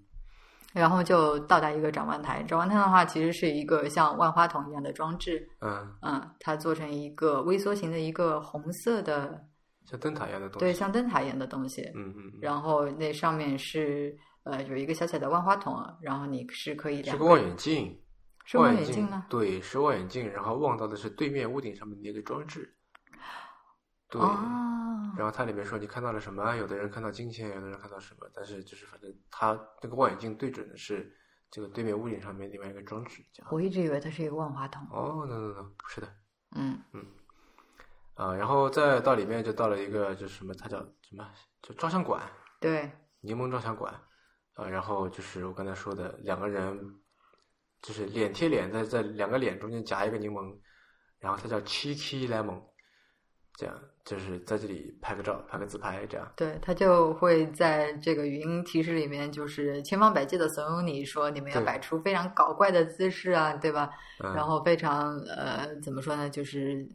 [SPEAKER 2] 然后就到达一个展望台。展望台的话，其实是一个像万花筒一样的装置，
[SPEAKER 1] 嗯，
[SPEAKER 2] 嗯，它做成一个微缩型的一个红色的，
[SPEAKER 1] 像灯塔一样的东
[SPEAKER 2] 对，
[SPEAKER 1] 西，
[SPEAKER 2] 像灯塔一样的东西。
[SPEAKER 1] 嗯嗯嗯，
[SPEAKER 2] 然后那上面是呃有一个小小的万花筒，然后你是可以
[SPEAKER 1] 是
[SPEAKER 2] 两
[SPEAKER 1] 个
[SPEAKER 2] 个
[SPEAKER 1] 望远镜，
[SPEAKER 2] 是
[SPEAKER 1] 望
[SPEAKER 2] 望
[SPEAKER 1] 远
[SPEAKER 2] 远镜吗？
[SPEAKER 1] 对，是望远镜，然后望到的是对面屋顶上面的一个装置，对。
[SPEAKER 2] 啊，
[SPEAKER 1] 然后它里面说你看到了什么？啊有的人看到金钱，有的人看到什么？但是就是反正它那个望远镜对准的是这个对面屋顶上面另外一个装置。这样
[SPEAKER 2] 我一直以为它是一个万花筒。
[SPEAKER 1] 哦，no no no，不是的
[SPEAKER 2] 嗯，
[SPEAKER 1] 啊。然后再到里面就到了一个就是什么，它叫什么？就照相馆，
[SPEAKER 2] 对，
[SPEAKER 1] 柠檬照相馆啊。然后就是我刚才说的两个人，就是脸贴脸，在在两个脸中间夹一个柠檬，然后它叫 cheeky lemon，这样就是在这里拍个照，拍个自拍这样。
[SPEAKER 2] 对，他就会在这个语音提示里面，就是千方百计的怂恿你说，你们要
[SPEAKER 1] 对
[SPEAKER 2] 摆出非常搞怪的姿势啊，对吧？
[SPEAKER 1] 嗯、
[SPEAKER 2] 然后非常呃，怎么说呢，就是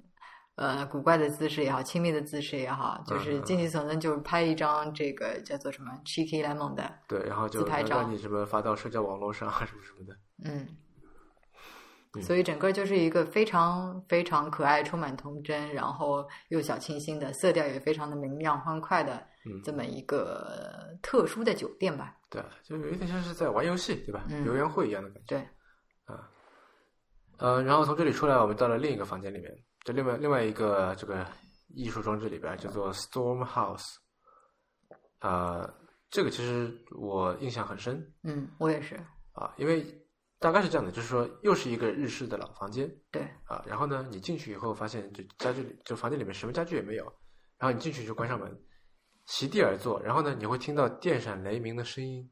[SPEAKER 2] 呃，古怪的姿势也好，亲密的姿势也好，就
[SPEAKER 1] 嗯
[SPEAKER 2] 是
[SPEAKER 1] 嗯
[SPEAKER 2] 尽其所能，就是拍一张这个叫做什么 cheeky lemon 的，
[SPEAKER 1] 对，然后就
[SPEAKER 2] 自拍
[SPEAKER 1] 让
[SPEAKER 2] 照
[SPEAKER 1] 让你什么发到社交网络上啊，什么什么的。
[SPEAKER 2] 嗯
[SPEAKER 1] 嗯。
[SPEAKER 2] 所以整个就是一个非常非常可爱、充满童真，然后又小清新的色调，也非常的明亮欢快的
[SPEAKER 1] 嗯，
[SPEAKER 2] 这么一个呃特殊的酒店吧。
[SPEAKER 1] 对啊，就有一点像是在玩游戏，对吧？
[SPEAKER 2] 嗯
[SPEAKER 1] 游园会一样的感觉。
[SPEAKER 2] 对，
[SPEAKER 1] 啊，呃，然后从这里出来，我们到了另一个房间里面，就另外另外一个这个艺术装置里边，叫做 Storm House。啊、这个其实我印象很深
[SPEAKER 2] 嗯，我也是。
[SPEAKER 1] 啊，因为大概是这样的，就是说又是一个日式的老房间，
[SPEAKER 2] 对，
[SPEAKER 1] 啊，然后呢，你进去以后发现就家具里就房间里面什么家具也没有，然后你进去就关上门，席地而坐，然后呢，你会听到电闪雷鸣的声音。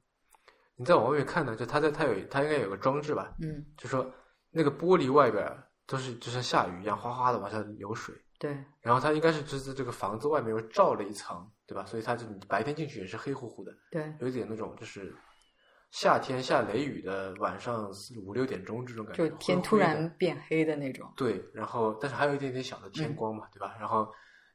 [SPEAKER 1] 你再往外面看呢，就它在它有它应该有个装置吧，
[SPEAKER 2] 嗯，
[SPEAKER 1] 就说那个玻璃外边儿都是就像下雨一样哗哗的往下流水，
[SPEAKER 2] 对，
[SPEAKER 1] 然后它应该是就是这个房子外面又罩了一层，对吧？所以它就你白天进去也是黑乎乎的，
[SPEAKER 2] 对，
[SPEAKER 1] 有一点那种就是夏天下雷雨的晚上四五六点钟这种感觉，
[SPEAKER 2] 就天
[SPEAKER 1] 灰
[SPEAKER 2] 突
[SPEAKER 1] 灰的
[SPEAKER 2] 然变黑的那种。
[SPEAKER 1] 对，然后但是还有一点点小的
[SPEAKER 2] 嗯
[SPEAKER 1] 天光嘛，对吧？然后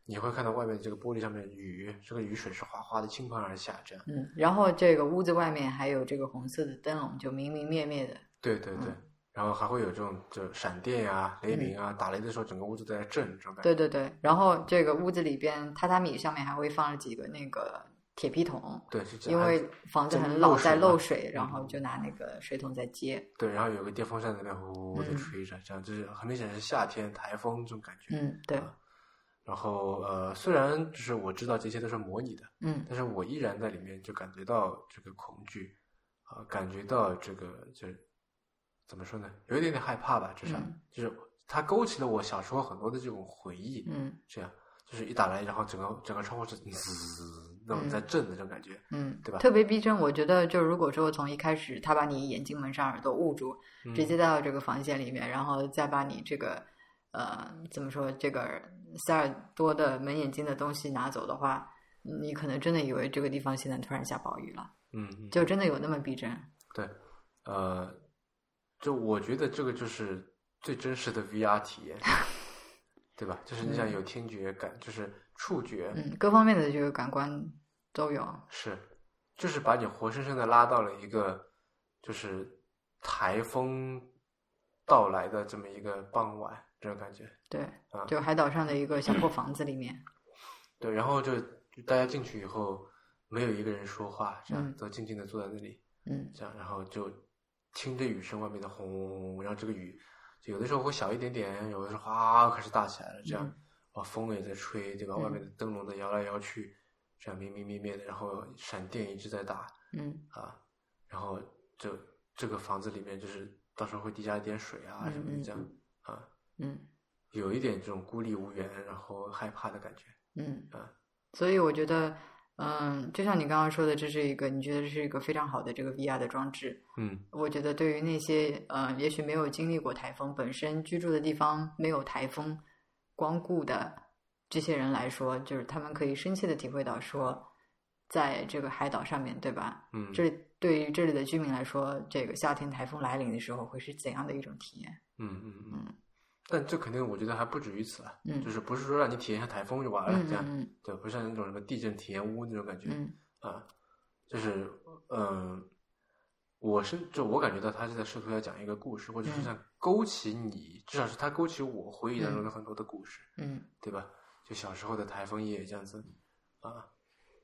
[SPEAKER 1] 你会看到外面这个玻璃上面的雨，这个雨水是哗哗的倾盆而下，这样。
[SPEAKER 2] 嗯，然后这个屋子外面还有这个红色的灯笼，就明明灭灭的。
[SPEAKER 1] 对对对，然后还会有这种就闪电呀、雷
[SPEAKER 2] 嗯
[SPEAKER 1] 鸣啊，打雷的时候整个屋子都在震，这种感觉。
[SPEAKER 2] 对对对，然后这个屋子里边榻榻米上面还会放着几个那个铁皮桶，
[SPEAKER 1] 对，是这
[SPEAKER 2] 因
[SPEAKER 1] 还
[SPEAKER 2] 为房子
[SPEAKER 1] 在
[SPEAKER 2] 很
[SPEAKER 1] 漏
[SPEAKER 2] 老，
[SPEAKER 1] 水
[SPEAKER 2] 在
[SPEAKER 1] 嘛嗯
[SPEAKER 2] 漏水，然后就拿那个水桶在接。
[SPEAKER 1] 对，然后有个电风扇在那边呼呼的
[SPEAKER 2] 嗯
[SPEAKER 1] 吹着，这样就是很明显是夏天台风这种感觉。
[SPEAKER 2] 嗯，对，
[SPEAKER 1] 然后呃，虽然就是我知道这些都是模拟的，
[SPEAKER 2] 嗯，
[SPEAKER 1] 但是我依然在里面就感觉到这个恐惧，啊、感觉到这个就是怎么说呢，有一点点害怕吧，至少、
[SPEAKER 2] 嗯
[SPEAKER 1] 就是它勾起了我小时候很多的这种回忆。
[SPEAKER 2] 嗯，
[SPEAKER 1] 这样就是一打雷，然后整个整个窗户是滋那种在震的这种感觉。
[SPEAKER 2] 嗯，
[SPEAKER 1] 对吧
[SPEAKER 2] 特别逼真，我觉得就如果说从一开始他把你眼睛蒙上耳朵捂住，
[SPEAKER 1] 嗯
[SPEAKER 2] 直接带到这个房间里面，然后再把你这个呃怎么说这个塞尔多的门眼睛的东西拿走的话，你可能真的以为这个地方现在突然下暴雨了，
[SPEAKER 1] 嗯，嗯
[SPEAKER 2] 就真的有那么逼真。
[SPEAKER 1] 对，呃，就我觉得这个就是最真实的 VR 体
[SPEAKER 2] [LAUGHS]
[SPEAKER 1] 验，对吧？就是你想
[SPEAKER 2] 嗯
[SPEAKER 1] 有听觉感，就是触觉，
[SPEAKER 2] 嗯，各方面的这个感官都有。
[SPEAKER 1] 是，就是把你活生生的拉到了一个就是台风到来的这么一个傍晚，这种感觉。
[SPEAKER 2] 对
[SPEAKER 1] 啊，
[SPEAKER 2] 就海岛上的一个小破房子里面，
[SPEAKER 1] 对，然后就就大家进去以后，没有一个人说话，这样
[SPEAKER 2] 嗯
[SPEAKER 1] 都静静的坐在那里，
[SPEAKER 2] 嗯
[SPEAKER 1] 这样，然后就听着雨声外面的轰轰轰，然后这个雨就有的时候会小一点点，有的时候哗开始大起来了，这样，
[SPEAKER 2] 嗯
[SPEAKER 1] 哇，风也在吹，对吧？外面的灯笼在摇来摇去，这样明明灭灭的，然后闪电一直在打，
[SPEAKER 2] 嗯
[SPEAKER 1] 啊，然后就这个房子里面就是到时候会滴下一点水啊什么的，
[SPEAKER 2] 嗯
[SPEAKER 1] 这样、啊，
[SPEAKER 2] 嗯
[SPEAKER 1] 有一点这种孤立无援，然后害怕的感觉。
[SPEAKER 2] 嗯
[SPEAKER 1] 啊，
[SPEAKER 2] 所以我觉得，嗯，就像你刚刚说的，这是一个你觉得这是一个非常好的这个 VR 的装置。
[SPEAKER 1] 嗯
[SPEAKER 2] 我觉得对于那些呃，也许没有经历过台风，本身居住的地方没有台风光顾的这些人来说，就是他们可以深切的体会到说，在这个海岛上面，对吧？
[SPEAKER 1] 嗯，
[SPEAKER 2] 这对于这里的居民来说，这个夏天台风来临的时候会是怎样的一种体验？
[SPEAKER 1] 嗯嗯
[SPEAKER 2] 嗯
[SPEAKER 1] 嗯，但这肯定我觉得还不止于此啊，
[SPEAKER 2] 嗯
[SPEAKER 1] 就是不是说让你体验一下台风就完了
[SPEAKER 2] 嗯
[SPEAKER 1] 这样，
[SPEAKER 2] 嗯
[SPEAKER 1] 对，不像那种什么地震体验屋那种感觉，
[SPEAKER 2] 嗯
[SPEAKER 1] 啊，就是嗯，我是就我感觉到他是在试图要讲一个故事，或者是
[SPEAKER 2] 嗯
[SPEAKER 1] 想勾起你，至少是他勾起我回忆当中的很多的故事，
[SPEAKER 2] 嗯
[SPEAKER 1] 对吧？就小时候的台风夜这样子，啊，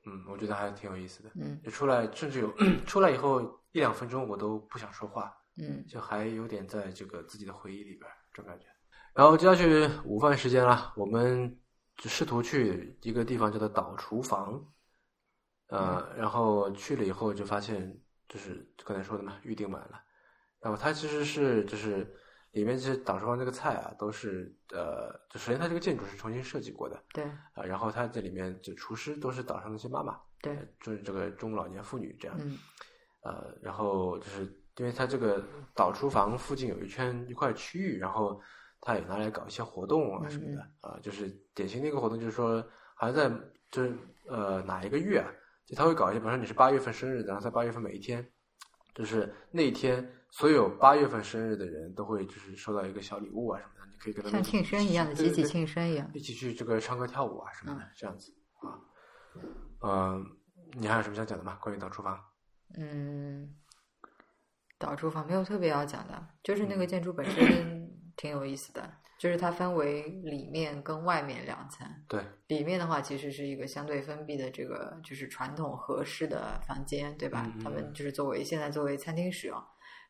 [SPEAKER 1] 嗯，我觉得还挺有意思的。
[SPEAKER 2] 嗯
[SPEAKER 1] 就出来，甚至有 [CLEARS THROAT] 出来以后一两分钟我都不想说话，
[SPEAKER 2] 嗯
[SPEAKER 1] 就还有点在这个自己的回忆里边儿这种感觉。然后接下去午饭时间了，我们就试图去一个地方叫做岛厨房，呃，然后去了以后就发现就是刚才说的嘛，预定满了。那么它其实是就是里面其实岛厨房这个菜啊，都是呃，就首先它这个建筑是重新设计过的
[SPEAKER 2] 对
[SPEAKER 1] 啊、然后它这里面就厨师都是岛上的一些妈妈，
[SPEAKER 2] 对
[SPEAKER 1] 呃就是这个中老年妇女这样。
[SPEAKER 2] 嗯
[SPEAKER 1] 呃，然后就是因为它这个岛厨房附近有一圈一块区域，然后他也拿来搞一些活动啊什么的
[SPEAKER 2] 嗯
[SPEAKER 1] 啊、就是典型的一个活动，就是说好像在就是呃哪一个月啊，就他会搞一些，比方说你是八月份生日的，然后在八月份每一天，就是那一天所有八月份生日的人都会就是收到一个小礼物啊什么的，你可以跟他们
[SPEAKER 2] 像庆生一样的
[SPEAKER 1] 对对
[SPEAKER 2] 集体
[SPEAKER 1] 对
[SPEAKER 2] 庆生一样。
[SPEAKER 1] 一起去这个唱歌跳舞啊什么的，这样子啊，嗯、你还有什么想讲的吗？关于岛厨房？
[SPEAKER 2] 嗯，岛厨房没有特别要讲的，就是
[SPEAKER 1] 嗯
[SPEAKER 2] 那个建筑本
[SPEAKER 1] [CLEARS THROAT]
[SPEAKER 2] 身挺有意思的，就是它分为里面跟外面两层。
[SPEAKER 1] 对，
[SPEAKER 2] 里面的话其实是一个相对封闭的这个就是传统合适的房间，对吧
[SPEAKER 1] 嗯？嗯
[SPEAKER 2] 他们就是作为现在作为餐厅使用，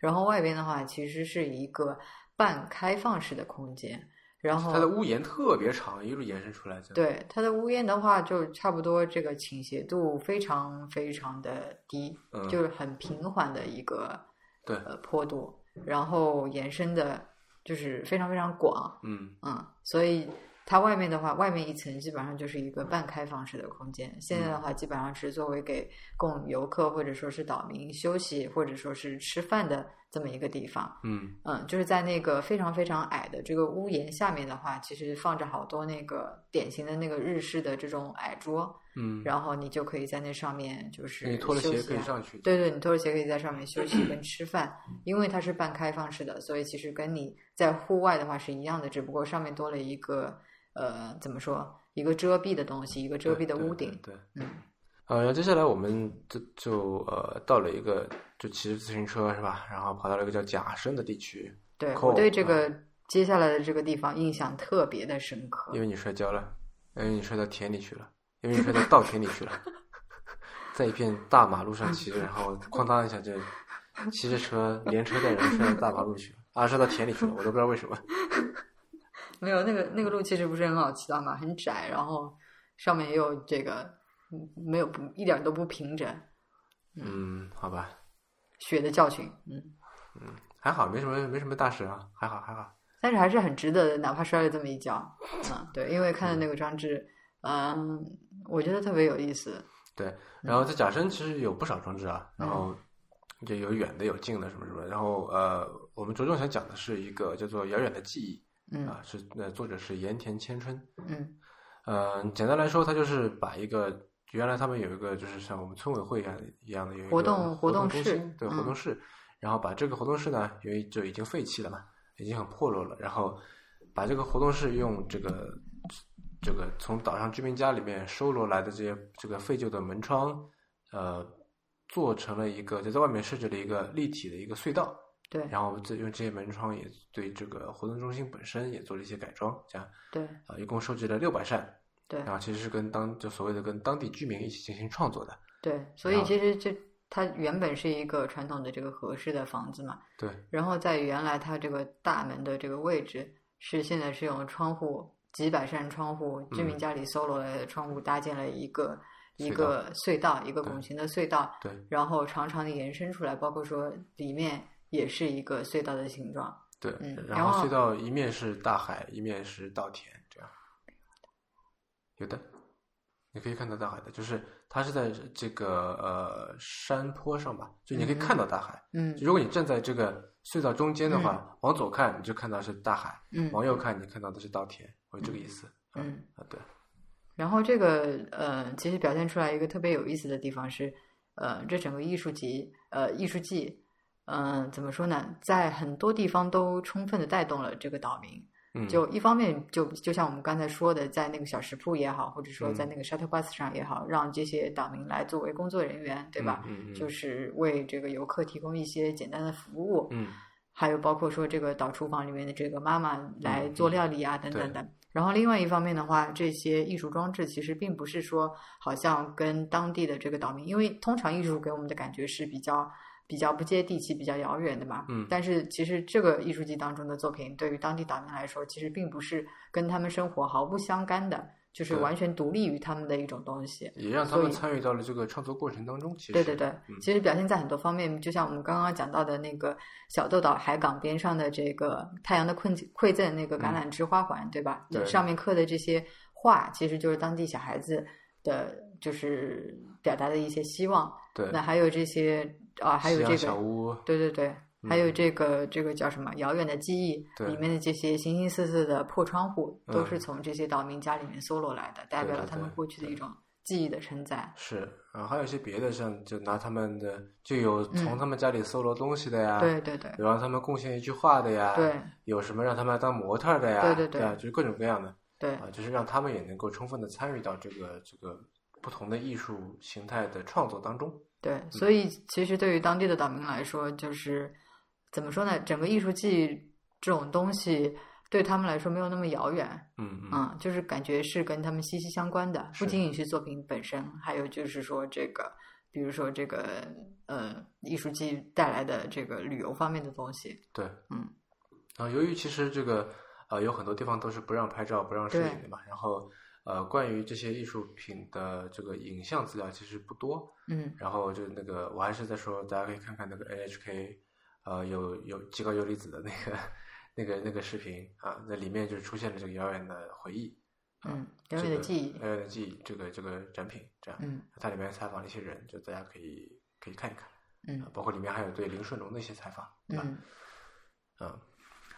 [SPEAKER 2] 然后外边的话其实是一个半开放式的空间，然后
[SPEAKER 1] 它的屋檐特别长，一路延伸出来。这样，
[SPEAKER 2] 对它的屋檐的话就差不多这个倾斜度非常非常的低，
[SPEAKER 1] 嗯
[SPEAKER 2] 就是很平缓的一个
[SPEAKER 1] 对
[SPEAKER 2] 呃坡度，然后延伸的就是非常非常广，
[SPEAKER 1] 嗯
[SPEAKER 2] 嗯，所以它外面的话，外面一层基本上就是一个半开放式的空间。现在的
[SPEAKER 1] 嗯
[SPEAKER 2] 话，基本上是作为给供游客或者说是岛民休息或者说是吃饭的这么一个地方。
[SPEAKER 1] 嗯
[SPEAKER 2] 嗯，就是在那个非常非常矮的这个屋檐下面的话，其实放着好多那个典型的那个日式的这种矮桌，
[SPEAKER 1] 嗯，
[SPEAKER 2] 然后你就可以在那上面就是
[SPEAKER 1] 你脱了鞋
[SPEAKER 2] 休息
[SPEAKER 1] 可以
[SPEAKER 2] 啊
[SPEAKER 1] 上去。
[SPEAKER 2] 对对，你拖着鞋可以在上面休
[SPEAKER 1] 嗯
[SPEAKER 2] 息跟吃饭，因为它是半开放式的，所以其实跟你在户外的话是一样的，只不过上面多了一个呃，怎么说，一个遮蔽的东西，一个遮蔽的屋顶。
[SPEAKER 1] 对，对
[SPEAKER 2] 嗯
[SPEAKER 1] 呃，然后接下来我们就就呃到了一个就骑着自行车是吧，然后跑到了一个叫假山的地区，
[SPEAKER 2] 对
[SPEAKER 1] 扣
[SPEAKER 2] 我对这个接下来的这个地方印象特别的深刻
[SPEAKER 1] 因。为你摔跤了，因为你摔到田里去了，因为你摔到稻田里去了， [LAUGHS] 在一片大马路上骑着，然后哐当一下就骑着车连车带人摔到大马路去了，啊，摔到田里去了，我都不知道为什么。
[SPEAKER 2] 没有那个那个路其实不是很好骑到嘛，很窄，然后上面也有这个嗯没有不一点都不平整，
[SPEAKER 1] 嗯，好吧，
[SPEAKER 2] 血的教训。嗯，
[SPEAKER 1] 还好，没什么没什么大事啊，还好还好。
[SPEAKER 2] 但是还是很值得的，哪怕摔了这么
[SPEAKER 1] [LAUGHS]
[SPEAKER 2] 一跤，嗯，对，因为看了那个装置，嗯，我觉得特别有意思，
[SPEAKER 1] 对，然后在假山其实有不少装置啊，然后就有远的有近的什么什么，然后呃，我们着重想讲的是一个叫做《遥远的记忆
[SPEAKER 2] 嗯》
[SPEAKER 1] 啊，是呃作者是盐田千春，
[SPEAKER 2] 嗯
[SPEAKER 1] 呃，简单来说，它就是把一个原来他们有一个就是像我们村委会一样一样的有一个
[SPEAKER 2] 活动
[SPEAKER 1] 活动
[SPEAKER 2] 活动
[SPEAKER 1] 中
[SPEAKER 2] 室
[SPEAKER 1] 心，对
[SPEAKER 2] 嗯
[SPEAKER 1] 活动室，然后把这个活动室呢，因为就已经废弃了嘛，已经很破落了，然后把这个活动室用这个这个从岛上居民家里面收罗来的这些这个废旧的门窗，呃，做成了一个就在外面设置了一个立体的一个隧道，
[SPEAKER 2] 对
[SPEAKER 1] 然后再用这些门窗也对这个活动中心本身也做了一些改装，这样
[SPEAKER 2] 对
[SPEAKER 1] 啊、一共收集了六百扇。
[SPEAKER 2] 对
[SPEAKER 1] 然后其实是跟当就所谓的跟当地居民一起进行创作的，
[SPEAKER 2] 对，所以其实这它原本是一个传统的这个合适的房子嘛，
[SPEAKER 1] 对，
[SPEAKER 2] 然后在原来它这个大门的这个位置是现在是用窗户几百扇窗户，居民
[SPEAKER 1] 嗯
[SPEAKER 2] 家里搜罗来的窗户搭建了一个一
[SPEAKER 1] 隧道
[SPEAKER 2] 个隧道，一个
[SPEAKER 1] 对
[SPEAKER 2] 拱形的隧道，
[SPEAKER 1] 对，
[SPEAKER 2] 然后长长的延伸出来，包括说里面也是一个隧道的形状。
[SPEAKER 1] 对。
[SPEAKER 2] 嗯
[SPEAKER 1] 然
[SPEAKER 2] 然
[SPEAKER 1] 后
[SPEAKER 2] 后
[SPEAKER 1] 隧道一面是大海，一面是稻田，这样。有的，你可以看到大海的，就是它是在这个呃山坡上吧，就你可以
[SPEAKER 2] 嗯
[SPEAKER 1] 看到大海。
[SPEAKER 2] 嗯
[SPEAKER 1] 就如果你站在这个隧道中间的话，往左看你就看到是大海，
[SPEAKER 2] 嗯
[SPEAKER 1] 往右看你看到的是稻田，我这个意思。
[SPEAKER 2] 嗯
[SPEAKER 1] 啊，对，
[SPEAKER 2] 然后这个呃，其实表现出来一个特别有意思的地方是，呃，这整个艺术集呃艺术季，嗯、怎么说呢，在很多地方都充分的带动了这个岛民。
[SPEAKER 1] 嗯，
[SPEAKER 2] 就一方面就就像我们刚才说的，在那个小食铺也好，或者说
[SPEAKER 1] 嗯
[SPEAKER 2] 在那个 shuttle bus 上也好，让这些岛民来作为工作人员，对吧？
[SPEAKER 1] 嗯？嗯嗯，
[SPEAKER 2] 就是是为这个游客提供一些简单的服务。
[SPEAKER 1] 嗯
[SPEAKER 2] 还有包括说这个导厨房里面的这个妈妈来做料理啊，等等
[SPEAKER 1] 嗯对
[SPEAKER 2] 等。然后另外一方面的话，这些艺术装置其实并不是说好像跟当地的这个岛民，因为通常艺术给我们的感觉是比较比较不接地气、比较遥远的嘛。
[SPEAKER 1] 嗯
[SPEAKER 2] 但是其实这个艺术季当中的作品，对于当地岛民来说，其实并不是跟他们生活毫不相干的，就是
[SPEAKER 1] 对
[SPEAKER 2] 完全独立于他们的一种东西。
[SPEAKER 1] 也让他
[SPEAKER 2] 所
[SPEAKER 1] 们
[SPEAKER 2] 以
[SPEAKER 1] 参与到了这个创作过程当中。其实，
[SPEAKER 2] 对对对，
[SPEAKER 1] 嗯
[SPEAKER 2] 其实表现在很多方面，就像我们刚刚讲到的那个小豆岛海港边上的这个太阳的馈馈赠那个橄榄枝花环，对吧？
[SPEAKER 1] 嗯对
[SPEAKER 2] 上面刻的这些画，其实就是当地小孩子的，就是表达的一些希望。
[SPEAKER 1] 对，
[SPEAKER 2] 那还有这些啊，还有
[SPEAKER 1] 夕
[SPEAKER 2] 这
[SPEAKER 1] 阳小
[SPEAKER 2] 个，
[SPEAKER 1] 屋，
[SPEAKER 2] 对对对。
[SPEAKER 1] 嗯
[SPEAKER 2] 还有这个这个叫什么《遥远的记忆》
[SPEAKER 1] 对
[SPEAKER 2] 里面的这些形形色色的破窗户，
[SPEAKER 1] 嗯
[SPEAKER 2] 都是从这些岛民家里面搜罗来的，代表了他们
[SPEAKER 1] 对对
[SPEAKER 2] 过去的一种记忆的承载。
[SPEAKER 1] 是，然后还有一些别的，像就拿他们的，就有
[SPEAKER 2] 嗯
[SPEAKER 1] 从他们家里搜罗东西的呀，
[SPEAKER 2] 对对对
[SPEAKER 1] 有让他们贡献一句话的呀，
[SPEAKER 2] 对
[SPEAKER 1] 有什么让他们来当模特儿的呀，
[SPEAKER 2] 对对
[SPEAKER 1] 对
[SPEAKER 2] 对
[SPEAKER 1] 啊，就是各种各样的
[SPEAKER 2] 对
[SPEAKER 1] 啊，就是让他们也能够充分的参与到这个这个不同的艺术形态的创作当中。
[SPEAKER 2] 对，所以其实对于当地的岛民来说，就是怎么说呢？整个艺术季这种东西对他们来说没有那么遥远，
[SPEAKER 1] 嗯嗯，
[SPEAKER 2] 嗯，就是感觉是跟他们息息相关的，不
[SPEAKER 1] 是
[SPEAKER 2] 仅仅是作品本身，还有就是说这个，比如说这个呃，艺术季带来的这个旅游方面的东西，
[SPEAKER 1] 对，
[SPEAKER 2] 嗯。
[SPEAKER 1] 然后由于其实这个呃有很多地方都是不让拍照、不让摄
[SPEAKER 2] 对
[SPEAKER 1] 影的嘛，然后呃关于这些艺术品的这个影像资料其实不多，
[SPEAKER 2] 嗯
[SPEAKER 1] 然后就那个，我还是在说，大家可以看看那个 NHK，呃，有有极高游离子的那个 [LAUGHS] 那个那个视频啊，那里面就出现了这个遥远的回忆，
[SPEAKER 2] 嗯，遥远的记忆
[SPEAKER 1] 啊这，个、遥远的记忆这个这个展品，这样，
[SPEAKER 2] 嗯
[SPEAKER 1] 它里面采访了一些人，就大家可以可以看一看，
[SPEAKER 2] 嗯
[SPEAKER 1] 啊包括里面还有对林顺龙的一些采访，啊，
[SPEAKER 2] 嗯
[SPEAKER 1] 嗯，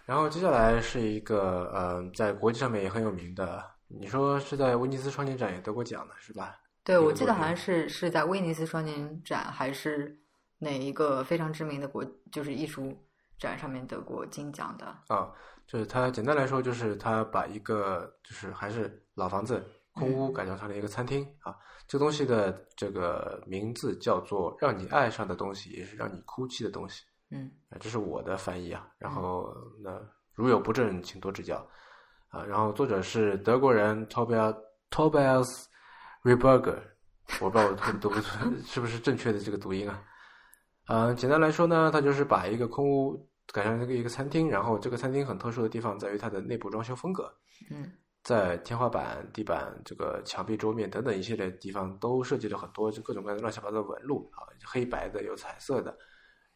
[SPEAKER 1] 然后接下来是一个呃，在国际上面也很有名的，你说是在威尼斯双年展也得过奖的是吧？
[SPEAKER 2] 对，
[SPEAKER 1] 一
[SPEAKER 2] 我
[SPEAKER 1] 个
[SPEAKER 2] 记
[SPEAKER 1] 作
[SPEAKER 2] 得好像
[SPEAKER 1] 品
[SPEAKER 2] 是是在威尼斯双年展还是哪一个非常知名的国，就是艺术展上面得过金奖的。
[SPEAKER 1] 啊，就是它简单来说，就是它把一个就是还是老房子空屋改造成了一个餐厅啊。这个东西的这个名字叫做“让你爱上的东西，也是让你哭泣的东西
[SPEAKER 2] 嗯”，
[SPEAKER 1] 啊，这是我的翻译啊。然后那如有不正，请多指教啊。然后作者是德国人 Tobias Tobias Reberger，我不知道我读不读是不是正确的这个读音啊。嗯，简单来说呢，它就是把一个空屋改成一个一个餐厅，然后这个餐厅很特殊的地方在于它的内部装修风格，
[SPEAKER 2] 嗯
[SPEAKER 1] 在天花板、地板、这个墙壁、桌面等等一系列地方都设计了很多就各种各样的乱七八糟的纹路啊，黑白的，有彩色的，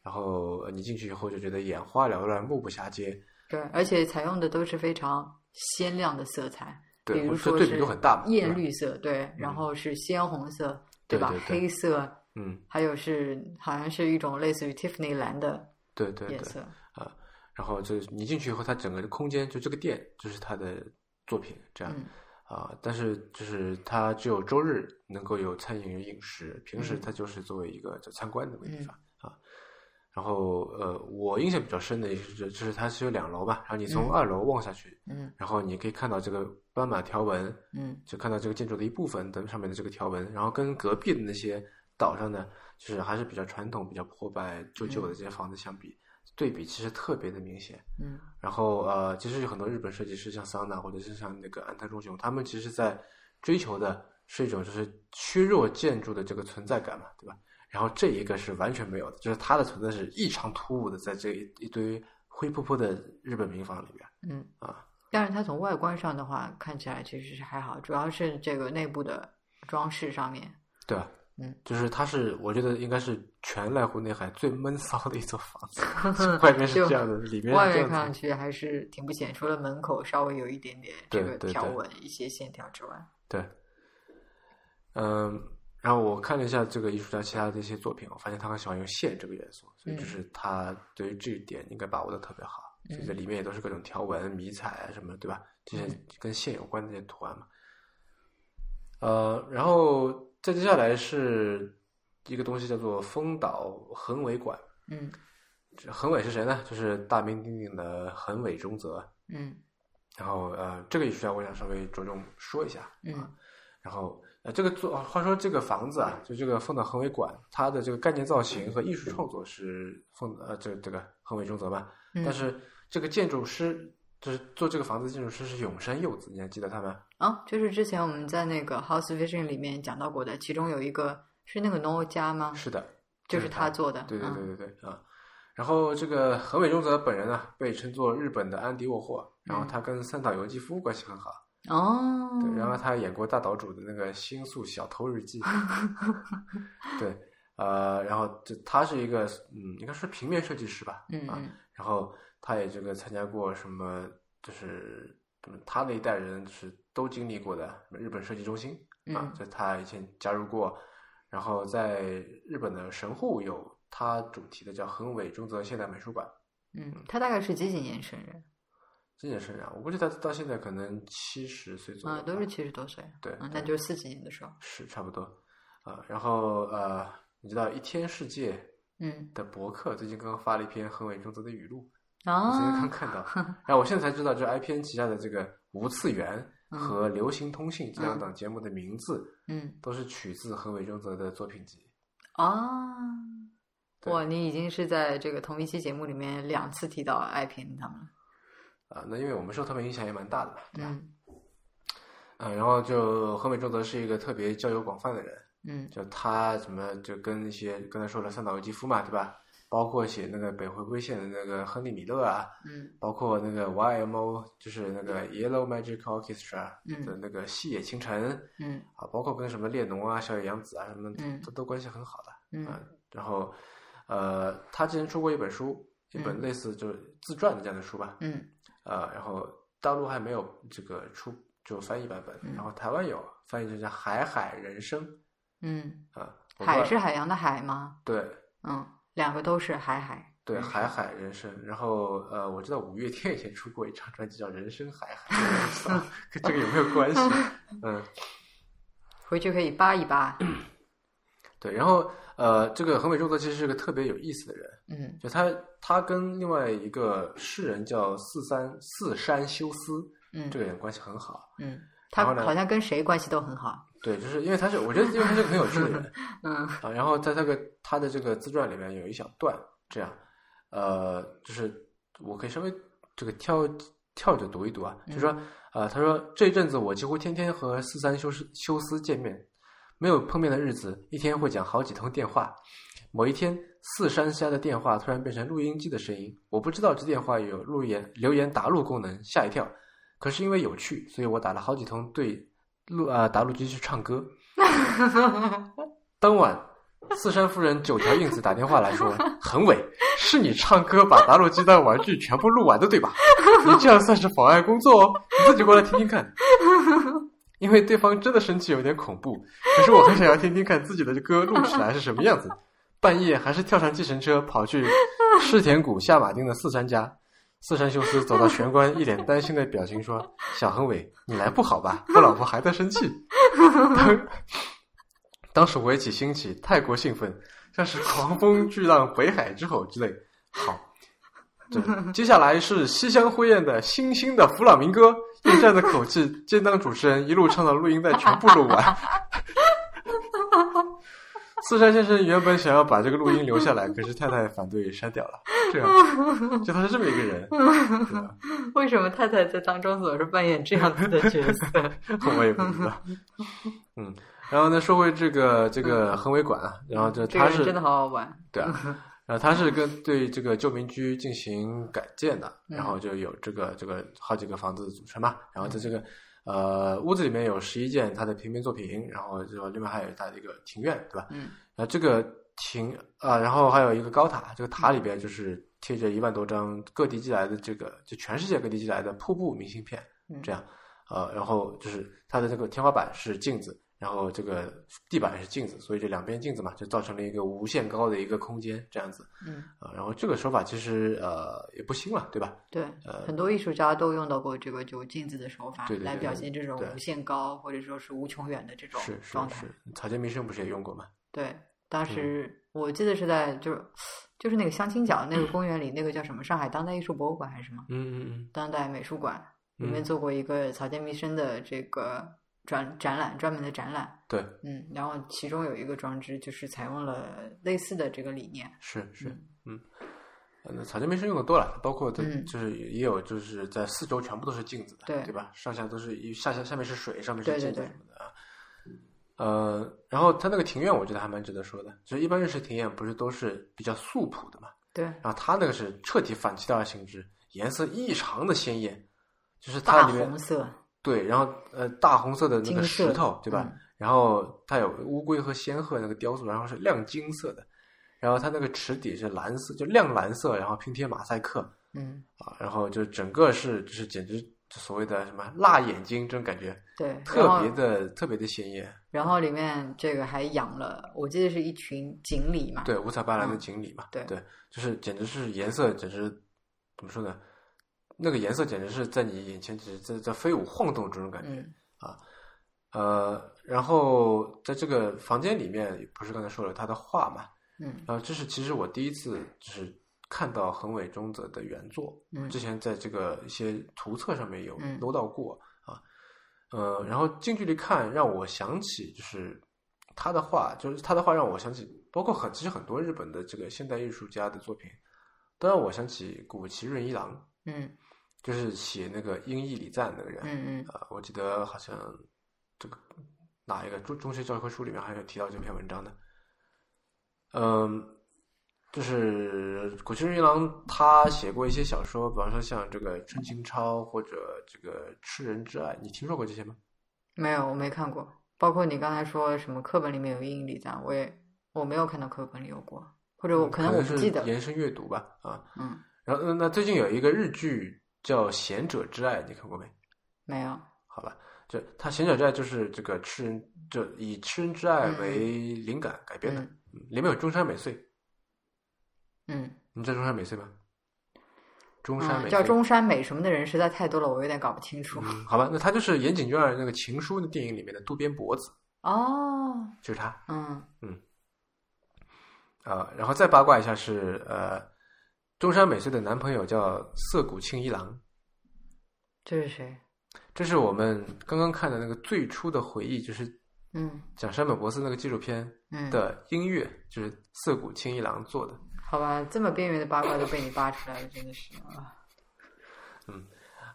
[SPEAKER 1] 然后呃你进去以后就觉得眼花缭乱、目不暇接，
[SPEAKER 2] 对，而且采用的都是非常鲜亮的色彩，
[SPEAKER 1] 对，
[SPEAKER 2] 比
[SPEAKER 1] 或者
[SPEAKER 2] 如
[SPEAKER 1] 这
[SPEAKER 2] 说
[SPEAKER 1] 对比
[SPEAKER 2] 是
[SPEAKER 1] 度很大嘛，对
[SPEAKER 2] 艳
[SPEAKER 1] 吧，嗯
[SPEAKER 2] 绿色，对，然后是鲜红色，
[SPEAKER 1] 对
[SPEAKER 2] 吧？
[SPEAKER 1] 对对
[SPEAKER 2] 黑色，
[SPEAKER 1] 嗯，
[SPEAKER 2] 还有是好像是一种类似于 Tiffany 蓝的
[SPEAKER 1] 对对
[SPEAKER 2] 颜
[SPEAKER 1] 对，
[SPEAKER 2] 色。
[SPEAKER 1] 啊，然后就是你进去以后，它整个的空间就这个店就是它的作品这样。
[SPEAKER 2] 嗯
[SPEAKER 1] 啊，但是就是它只有周日能够有餐饮有饮食，平时
[SPEAKER 2] 嗯
[SPEAKER 1] 它就是作为一个就参观的地
[SPEAKER 2] 嗯
[SPEAKER 1] 方、啊。然后呃，我印象比较深的就是就是它是有两楼吧，然后你从
[SPEAKER 2] 嗯
[SPEAKER 1] 二楼望下去，
[SPEAKER 2] 嗯
[SPEAKER 1] 然后你可以看到这个斑马条纹，
[SPEAKER 2] 嗯
[SPEAKER 1] 就看到这个建筑的一部分的上面的这个条纹，然后跟隔壁的那些岛上呢，就是还是比较传统、比较破败、旧旧的这些房子相比，对比其实特别的明显。
[SPEAKER 2] 嗯
[SPEAKER 1] 然后呃，其实有很多日本设计师，像桑娜或者是像那个安藤忠雄，他们其实在追求的是一种就是削弱建筑的这个存在感嘛，对吧？然后这一个是完全没有的，就是它的存在是异常突兀的，在这一一堆灰扑扑的日本民房里边
[SPEAKER 2] 嗯。
[SPEAKER 1] 啊，
[SPEAKER 2] 但是它从外观上的话，看起来其实是还好，主要是这个内部的装饰上面。
[SPEAKER 1] 对吧？
[SPEAKER 2] 嗯，
[SPEAKER 1] 就是它是我觉得应该是全濑户内海最闷骚的一座房子，
[SPEAKER 2] [LAUGHS]
[SPEAKER 1] 外面是这样的，里面
[SPEAKER 2] 外
[SPEAKER 1] 是这
[SPEAKER 2] 面看
[SPEAKER 1] 样
[SPEAKER 2] 上
[SPEAKER 1] 子，
[SPEAKER 2] 去还是挺不显，除了门口稍微有一点点这
[SPEAKER 1] 对
[SPEAKER 2] 个
[SPEAKER 1] 对
[SPEAKER 2] 条
[SPEAKER 1] 对
[SPEAKER 2] 纹、一些线条之外，
[SPEAKER 1] 对，嗯。然后我看了一下这个艺术家其他的一些作品，我发现他很喜欢用线这个元素，所以就
[SPEAKER 2] 嗯
[SPEAKER 1] 是他对于这一点应该把握的特别好。所以这里面也都是各种条纹、迷彩啊什么，对吧？这些
[SPEAKER 2] 嗯
[SPEAKER 1] 跟线有关的这些图案嘛。呃，然后再接下来是一个东西叫做丰岛横尾馆。
[SPEAKER 2] 嗯
[SPEAKER 1] 这横尾是谁呢？就是大名鼎鼎的横尾中泽。
[SPEAKER 2] 嗯
[SPEAKER 1] 然后呃，这个艺术家我想稍微着重说一下。
[SPEAKER 2] 嗯
[SPEAKER 1] 然后呃，这个做话说这个房子啊，就这个凤岛横尾馆，它的这个概念造型和艺术创作是凤呃这这个横尾中泽嘛，
[SPEAKER 2] 嗯，
[SPEAKER 1] 但是这个建筑师就是做这个房子的建筑师是永山柚子，你还记得他吗？
[SPEAKER 2] 啊，就是之前我们在那个 House Vision 里面讲到过的，其中有一个是那个 No 家吗？
[SPEAKER 1] 是的，
[SPEAKER 2] 就
[SPEAKER 1] 就是是
[SPEAKER 2] 他
[SPEAKER 1] 他
[SPEAKER 2] 做的。
[SPEAKER 1] 对对
[SPEAKER 2] 嗯
[SPEAKER 1] 对对对啊、然后这个横尾中泽本人呢，被称作日本的安迪沃霍，然后
[SPEAKER 2] 嗯
[SPEAKER 1] 他跟三岛由纪夫关系很好，
[SPEAKER 2] 哦，
[SPEAKER 1] 对，然后他演过大岛主的那个《星宿小偷日
[SPEAKER 2] [LAUGHS]
[SPEAKER 1] 记》，对，呃，然后这他是一个嗯，应该是平面设计师吧，
[SPEAKER 2] 嗯
[SPEAKER 1] 啊，
[SPEAKER 2] 嗯
[SPEAKER 1] 然后他也这个参加过什么，就是嗯他那一代人是都经历过的日本设计中心啊
[SPEAKER 2] 嗯，
[SPEAKER 1] 这他以前加入过，然后在日本的神户有他主题的叫横尾中泽现代美术馆，
[SPEAKER 2] 嗯，他大概是几几年生人？
[SPEAKER 1] 今年生日啊，我估计他到现在可能七十岁左右
[SPEAKER 2] 啊，
[SPEAKER 1] 吧，
[SPEAKER 2] 都是七十多岁。
[SPEAKER 1] 对
[SPEAKER 2] 嗯，那
[SPEAKER 1] 对
[SPEAKER 2] 就是四几年的时候。
[SPEAKER 1] 是差不多，啊、然后呃，你知道一天世界
[SPEAKER 2] 嗯
[SPEAKER 1] 的博客最近刚刚发了一篇横尾中泽的语录，我今天刚
[SPEAKER 2] 啊，
[SPEAKER 1] 看到，然后我现在才知道，这 IPN 旗下的这个无次元
[SPEAKER 2] 嗯
[SPEAKER 1] 和流行通信这两
[SPEAKER 2] 嗯
[SPEAKER 1] 档节目的名字
[SPEAKER 2] 嗯
[SPEAKER 1] 都是取自横尾中泽的作品集。
[SPEAKER 2] 啊，
[SPEAKER 1] 对
[SPEAKER 2] 哇，你已经是在这个同一期节目里面两次提到 IPN 他们了。
[SPEAKER 1] 啊、那因为我们受他们影响也蛮大的嘛，对吧？
[SPEAKER 2] 嗯
[SPEAKER 1] 嗯、然后就横尾中泽是一个特别交友广泛的人，
[SPEAKER 2] 嗯
[SPEAKER 1] 就他什么就跟一些刚才说了三岛由纪夫嘛，对吧？包括写那个北回归线的那个亨利米勒啊，
[SPEAKER 2] 嗯
[SPEAKER 1] 包括那个 YMO，就是那个 Yellow Magic Orchestra
[SPEAKER 2] 嗯
[SPEAKER 1] 的那个细野晴臣
[SPEAKER 2] 嗯
[SPEAKER 1] 啊，包括跟什么列侬啊、小野洋子啊什么的，
[SPEAKER 2] 嗯
[SPEAKER 1] 都都关系很好的。
[SPEAKER 2] 嗯
[SPEAKER 1] 嗯然后，呃，他之前出过一本书，一本
[SPEAKER 2] 嗯
[SPEAKER 1] 类似就是自传的这样的书吧，
[SPEAKER 2] 嗯
[SPEAKER 1] 呃，然后大陆还没有这个出就翻译版本，
[SPEAKER 2] 嗯
[SPEAKER 1] 然后台湾有翻译就叫《海海人生》
[SPEAKER 2] 嗯，
[SPEAKER 1] 啊，我不知
[SPEAKER 2] 海
[SPEAKER 1] 道
[SPEAKER 2] 是海洋的海吗？
[SPEAKER 1] 对
[SPEAKER 2] 嗯，两个都是海海。
[SPEAKER 1] 对，海海人生。然后呃，我知道五月天以前出过一张专辑叫《人生海海》，我不知道跟这个有没有关系？嗯，
[SPEAKER 2] 回去可以扒一扒。
[SPEAKER 1] 对。然后呃，这个横尾中泽其实是个特别有意思的人，
[SPEAKER 2] 嗯
[SPEAKER 1] 就他他跟另外一个诗人叫四三四山修斯
[SPEAKER 2] 嗯
[SPEAKER 1] 这个人关系很好。
[SPEAKER 2] 嗯，他
[SPEAKER 1] 然后呢
[SPEAKER 2] 好像跟谁关系都很好。 [LAUGHS]
[SPEAKER 1] 对，就是因为他是，我觉得因为他是个很有趣的人
[SPEAKER 2] 嗯
[SPEAKER 1] 啊。然后在这个他的这个自传里面有一小段这样，呃，就是我可以稍微这个跳跳着读一读啊，就说呃，他说这阵子我几乎天天和四三修斯修斯见面，没有碰面的日子，一天会讲好几通电话。某一天，四山下的电话突然变成录音机的声音，我不知道这电话有录言留言答录功能，吓一跳。可是因为有趣，所以我打了好几通对录啊、打录机去唱歌。当晚，四山夫人九条硬子打电话来说：“恒伟，是你唱歌把打录机的玩具全部录完的，对吧？你这样算是妨碍工作哦，你自己过来听听看。”因为对方真的生气有点恐怖，可是我很想要听听看自己的歌录起来是什么样子。半夜还是跳上计程车跑去世田谷下马町的四山家。四山修斯走到玄关，一脸担心的表情说：“小恒伟，你来不好吧？我老婆还在生气。当”当时我也起兴起，太过兴奋，像是狂风巨浪、北海之吼之类。好，这接下来是西乡辉彦的《星星的弗朗明哥》，用这样的口气担当主持人，一路唱到录音带全部录完。四山先生原本想要把这个录音留下来，可是太太反对，删掉了。这样，就他是这么一个人，对
[SPEAKER 2] [LAUGHS]
[SPEAKER 1] 吧？ [LAUGHS]
[SPEAKER 2] 为什么太太在当中总是扮演这样子的角色？
[SPEAKER 1] 我也不知
[SPEAKER 2] [LAUGHS]
[SPEAKER 1] 道。嗯，然后呢，说回这个这个横尾 [LAUGHS] 馆啊，然后就
[SPEAKER 2] 嗯这个
[SPEAKER 1] 他
[SPEAKER 2] 人
[SPEAKER 1] 是
[SPEAKER 2] 真的好好玩。
[SPEAKER 1] 对啊，然后他是跟对这个旧民居进行改建的，
[SPEAKER 2] 嗯
[SPEAKER 1] 然后就有这个这个好几个房子组成嘛，然后在这个
[SPEAKER 2] 嗯
[SPEAKER 1] 呃屋子里面有十一件他的平面作品，然后就另外还有他的一个庭院，对吧？
[SPEAKER 2] 嗯
[SPEAKER 1] 然后这个庭啊、然后还有一个高塔，这个塔里边就是贴着一万多张各地寄来的这个，就全世界各地寄来的瀑布明信片，
[SPEAKER 2] 嗯
[SPEAKER 1] 这样，呃，然后就是它的这个天花板是镜子，然后这个地板是镜子，所以这两边镜子嘛，就造成了一个无限高的一个空间这样子
[SPEAKER 2] 嗯，
[SPEAKER 1] 啊、然后这个手法其实呃也不新了，对吧？
[SPEAKER 2] 对，
[SPEAKER 1] 呃
[SPEAKER 2] 很多艺术家都用到过这个就镜子的手法
[SPEAKER 1] 对对对
[SPEAKER 2] 来表现这种
[SPEAKER 1] 对
[SPEAKER 2] 无限高或者说是无穷远的这种
[SPEAKER 1] 是是
[SPEAKER 2] 状态。
[SPEAKER 1] 是，草间弥生不是也用过吗？
[SPEAKER 2] 对，当时我记得是在就是就是那个相亲角那个公园里，那个叫什么上海当代艺术博物馆还是什么
[SPEAKER 1] 嗯嗯嗯，
[SPEAKER 2] 当代美术馆里面
[SPEAKER 1] 嗯
[SPEAKER 2] 做过一个草间弥生的这个展展览，专门的展览。
[SPEAKER 1] 对，
[SPEAKER 2] 嗯，然后其中有一个装置就是采用了类似的这个理念。
[SPEAKER 1] 是是
[SPEAKER 2] 嗯，
[SPEAKER 1] 嗯，呃那草间弥生用的多了，包括它
[SPEAKER 2] 嗯
[SPEAKER 1] 就是也有就是在四周全部都是镜子的，
[SPEAKER 2] 对
[SPEAKER 1] 对吧？上下都是一下下下面是水，上面是
[SPEAKER 2] 对对
[SPEAKER 1] 镜子
[SPEAKER 2] 对
[SPEAKER 1] 什么的啊。呃，然后它那个庭院，我觉得还蛮值得说的。就是一般日式庭院不是都是比较素朴的嘛，
[SPEAKER 2] 对，
[SPEAKER 1] 然后它那个是彻底反其道而行之，颜色异常的鲜艳，就是它
[SPEAKER 2] 大
[SPEAKER 1] 里面
[SPEAKER 2] 红色，
[SPEAKER 1] 对，然后呃，大红色的那
[SPEAKER 2] 金
[SPEAKER 1] 个石
[SPEAKER 2] 色
[SPEAKER 1] 头，对吧？
[SPEAKER 2] 嗯
[SPEAKER 1] 然后它有乌龟和仙鹤那个雕塑，然后是亮金色的，然后它那个池底是蓝色，就亮蓝色，然后拼贴马赛克
[SPEAKER 2] 嗯，
[SPEAKER 1] 啊，然后就整个是就是简直就所谓的什么辣眼睛这种感觉，
[SPEAKER 2] 对，然
[SPEAKER 1] 特
[SPEAKER 2] 后
[SPEAKER 1] 别的特别的鲜艳，
[SPEAKER 2] 然后里面这个还养了，我记得是一群锦鲤嘛。
[SPEAKER 1] 对，五彩斑斓的
[SPEAKER 2] 嗯
[SPEAKER 1] 锦鲤嘛，
[SPEAKER 2] 对
[SPEAKER 1] 对，就是简直是颜色，简直怎么说呢？那个颜色简直是在你眼前，只是在在飞舞晃动这种感觉。
[SPEAKER 2] 嗯，
[SPEAKER 1] 呃，然后在这个房间里面，不是刚才说了他的画嘛，
[SPEAKER 2] 嗯
[SPEAKER 1] 然后呃这是其实我第一次就是看到横尾中则的原作，
[SPEAKER 2] 嗯
[SPEAKER 1] 之前在这个一些图册上面有
[SPEAKER 2] 嗯
[SPEAKER 1] 搂到过、啊，呃，然后近距离看让我想起就是他的画，就是他的画让我想起，包括很其实很多日本的这个现代艺术家的作品，都让我想起古崎润一郎，
[SPEAKER 2] 嗯
[SPEAKER 1] 就是写那个《英译礼赞》那个人，
[SPEAKER 2] 嗯嗯，
[SPEAKER 1] 呃，我记得好像这个哪一个中中学教科书里面还有提到这篇文章的。嗯，就是古崎润一郎他写过一些小说，比方说像这个《春情抄》或者这个《吃人之爱》，你听说过这些吗？
[SPEAKER 2] 没有，我没看过。包括你刚才说什么课本里面有阴影礼赞，我也我没有看到课本里有过，或者我嗯可能我
[SPEAKER 1] 嗯
[SPEAKER 2] 不
[SPEAKER 1] 是
[SPEAKER 2] 记得。
[SPEAKER 1] 延伸阅读吧，啊。
[SPEAKER 2] 嗯，
[SPEAKER 1] 然后那那最近有一个日剧叫《贤者之爱》，你看过没？
[SPEAKER 2] 没有。
[SPEAKER 1] 好吧，就他《贤者之爱》就是这个吃人，就以吃人之爱
[SPEAKER 2] 嗯
[SPEAKER 1] 为灵感改编的，
[SPEAKER 2] 嗯
[SPEAKER 1] 嗯里面有中山美穗，
[SPEAKER 2] 嗯，
[SPEAKER 1] 你知道中山美穗吗？中山美穗、
[SPEAKER 2] 嗯叫中山美什么的人实在太多了，我有点搞不清楚。
[SPEAKER 1] 嗯好吧，那他就是岩井俊二那个《情书》的电影里面的渡边博子，
[SPEAKER 2] [LAUGHS] 哦，
[SPEAKER 1] 就是他。
[SPEAKER 2] 嗯
[SPEAKER 1] 呃，然后再八卦一下是呃，中山美穗的男朋友叫涩谷庆一郎，
[SPEAKER 2] 这是谁？
[SPEAKER 1] 这是我们刚刚看的那个最初的回忆，就是
[SPEAKER 2] 嗯
[SPEAKER 1] 讲山本博司那个纪录片
[SPEAKER 2] 嗯，
[SPEAKER 1] 的音乐，就是涩谷庆一郎做的。
[SPEAKER 2] 好吧，这么边缘的八卦都被你扒出来了，真的是啊。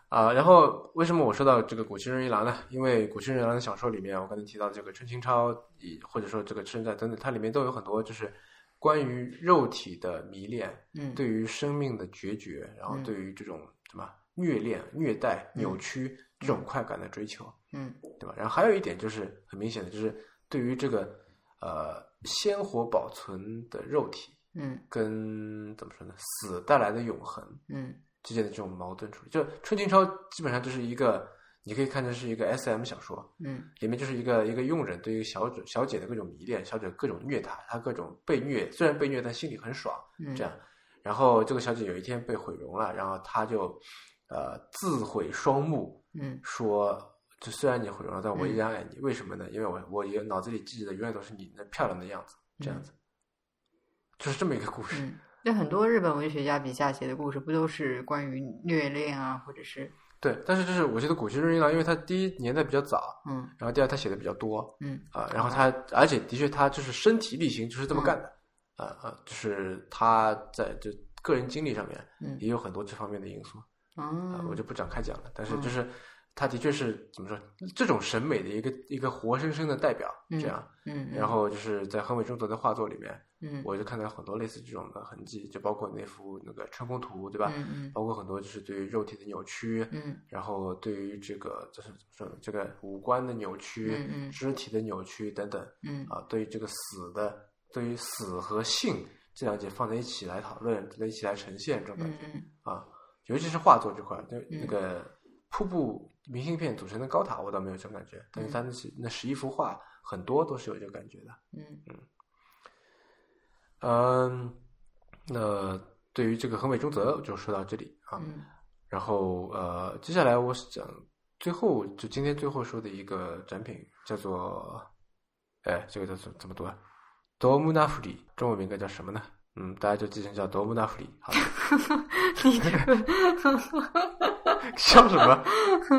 [SPEAKER 1] 啊、然后为什么我说到这个古崎润一郎呢？因为古崎润一郎的小说里面，我刚才提到这个《春青超》，以或者说这个《吃人在》等等，它里面都有很多就是关于肉体的迷恋，
[SPEAKER 2] 嗯，
[SPEAKER 1] 对于生命的决绝，然后
[SPEAKER 2] 嗯
[SPEAKER 1] 对于这种什么虐恋、虐待、
[SPEAKER 2] 嗯
[SPEAKER 1] 扭曲这种快感的追求，
[SPEAKER 2] 嗯
[SPEAKER 1] 对吧？然后还有一点就是很明显的，就是对于这个呃鲜活保存的肉体
[SPEAKER 2] 嗯
[SPEAKER 1] 跟怎么说呢，死带来的永恒，
[SPEAKER 2] 嗯
[SPEAKER 1] 之间的这种矛盾处理。就是《春情抄》基本上就是一个，你可以看成是一个 S.M 小说，
[SPEAKER 2] 嗯
[SPEAKER 1] 里面就是一个一个佣人对一个小姐小姐的各种迷恋，小姐各种虐他，他各种被虐，虽然被虐但心里很爽，
[SPEAKER 2] 嗯，
[SPEAKER 1] 这样。然后这个小姐有一天被毁容了，然后她就呃自毁双目，
[SPEAKER 2] 嗯
[SPEAKER 1] 说。就虽然你毁容了，但我
[SPEAKER 2] 嗯
[SPEAKER 1] 依然爱你。为什么呢？因为我我也脑子里记着的永远都是你那漂亮的样子，这样
[SPEAKER 2] 嗯
[SPEAKER 1] 子，就是这么一个故事。
[SPEAKER 2] 嗯，那很多日本文学家笔下写的故事，不都是关于虐恋啊，或者是
[SPEAKER 1] 对，但是就是我觉得古崎润一郎，因为他第一年代比较早，
[SPEAKER 2] 嗯
[SPEAKER 1] 然后第二他写的比较多
[SPEAKER 2] 嗯
[SPEAKER 1] 啊、然后他而且的确他就是身体力行就是这么干的啊啊、就是他在就个人经历上面
[SPEAKER 2] 嗯
[SPEAKER 1] 也有很多这方面的因素啊、
[SPEAKER 2] 嗯，
[SPEAKER 1] 我就不展开讲了。但是
[SPEAKER 2] 嗯
[SPEAKER 1] 就是他的确是怎么说，这种审美的一个一个活生生的代表这
[SPEAKER 2] 嗯
[SPEAKER 1] 样。
[SPEAKER 2] 嗯，嗯
[SPEAKER 1] 然后就是在横尾中则的画作里面，
[SPEAKER 2] 嗯
[SPEAKER 1] 我就看到很多类似这种的痕迹，就包括那幅那个春宫图，对吧？
[SPEAKER 2] 嗯嗯
[SPEAKER 1] 包括很多就是对于肉体的扭曲，
[SPEAKER 2] 嗯
[SPEAKER 1] 然后对于这个就是怎么说呢，这个五官的扭曲、
[SPEAKER 2] 嗯嗯
[SPEAKER 1] 肢体的扭曲等等
[SPEAKER 2] 嗯
[SPEAKER 1] 啊，对于这个死的，对于死和性这两节放在一起来讨论，在一起来呈现这种感
[SPEAKER 2] 嗯
[SPEAKER 1] 觉、
[SPEAKER 2] 嗯
[SPEAKER 1] 啊，尤其是画作这块，就
[SPEAKER 2] 嗯
[SPEAKER 1] 那个瀑布明信片组成的高塔，我倒没有这种感觉，但是他那是那十一幅画很多都是有这个感觉的。
[SPEAKER 2] 嗯
[SPEAKER 1] 嗯，那对于这个横尾中则就说到这里啊。
[SPEAKER 2] 嗯
[SPEAKER 1] 然后呃，接下来我想最后就今天最后说的一个展品叫做，哎，这个叫怎怎么读啊？多姆纳弗里，中文名应该叫什么呢？嗯，大家就记成叫多姆纳弗里。好了，
[SPEAKER 2] 嗯
[SPEAKER 1] 笑什么？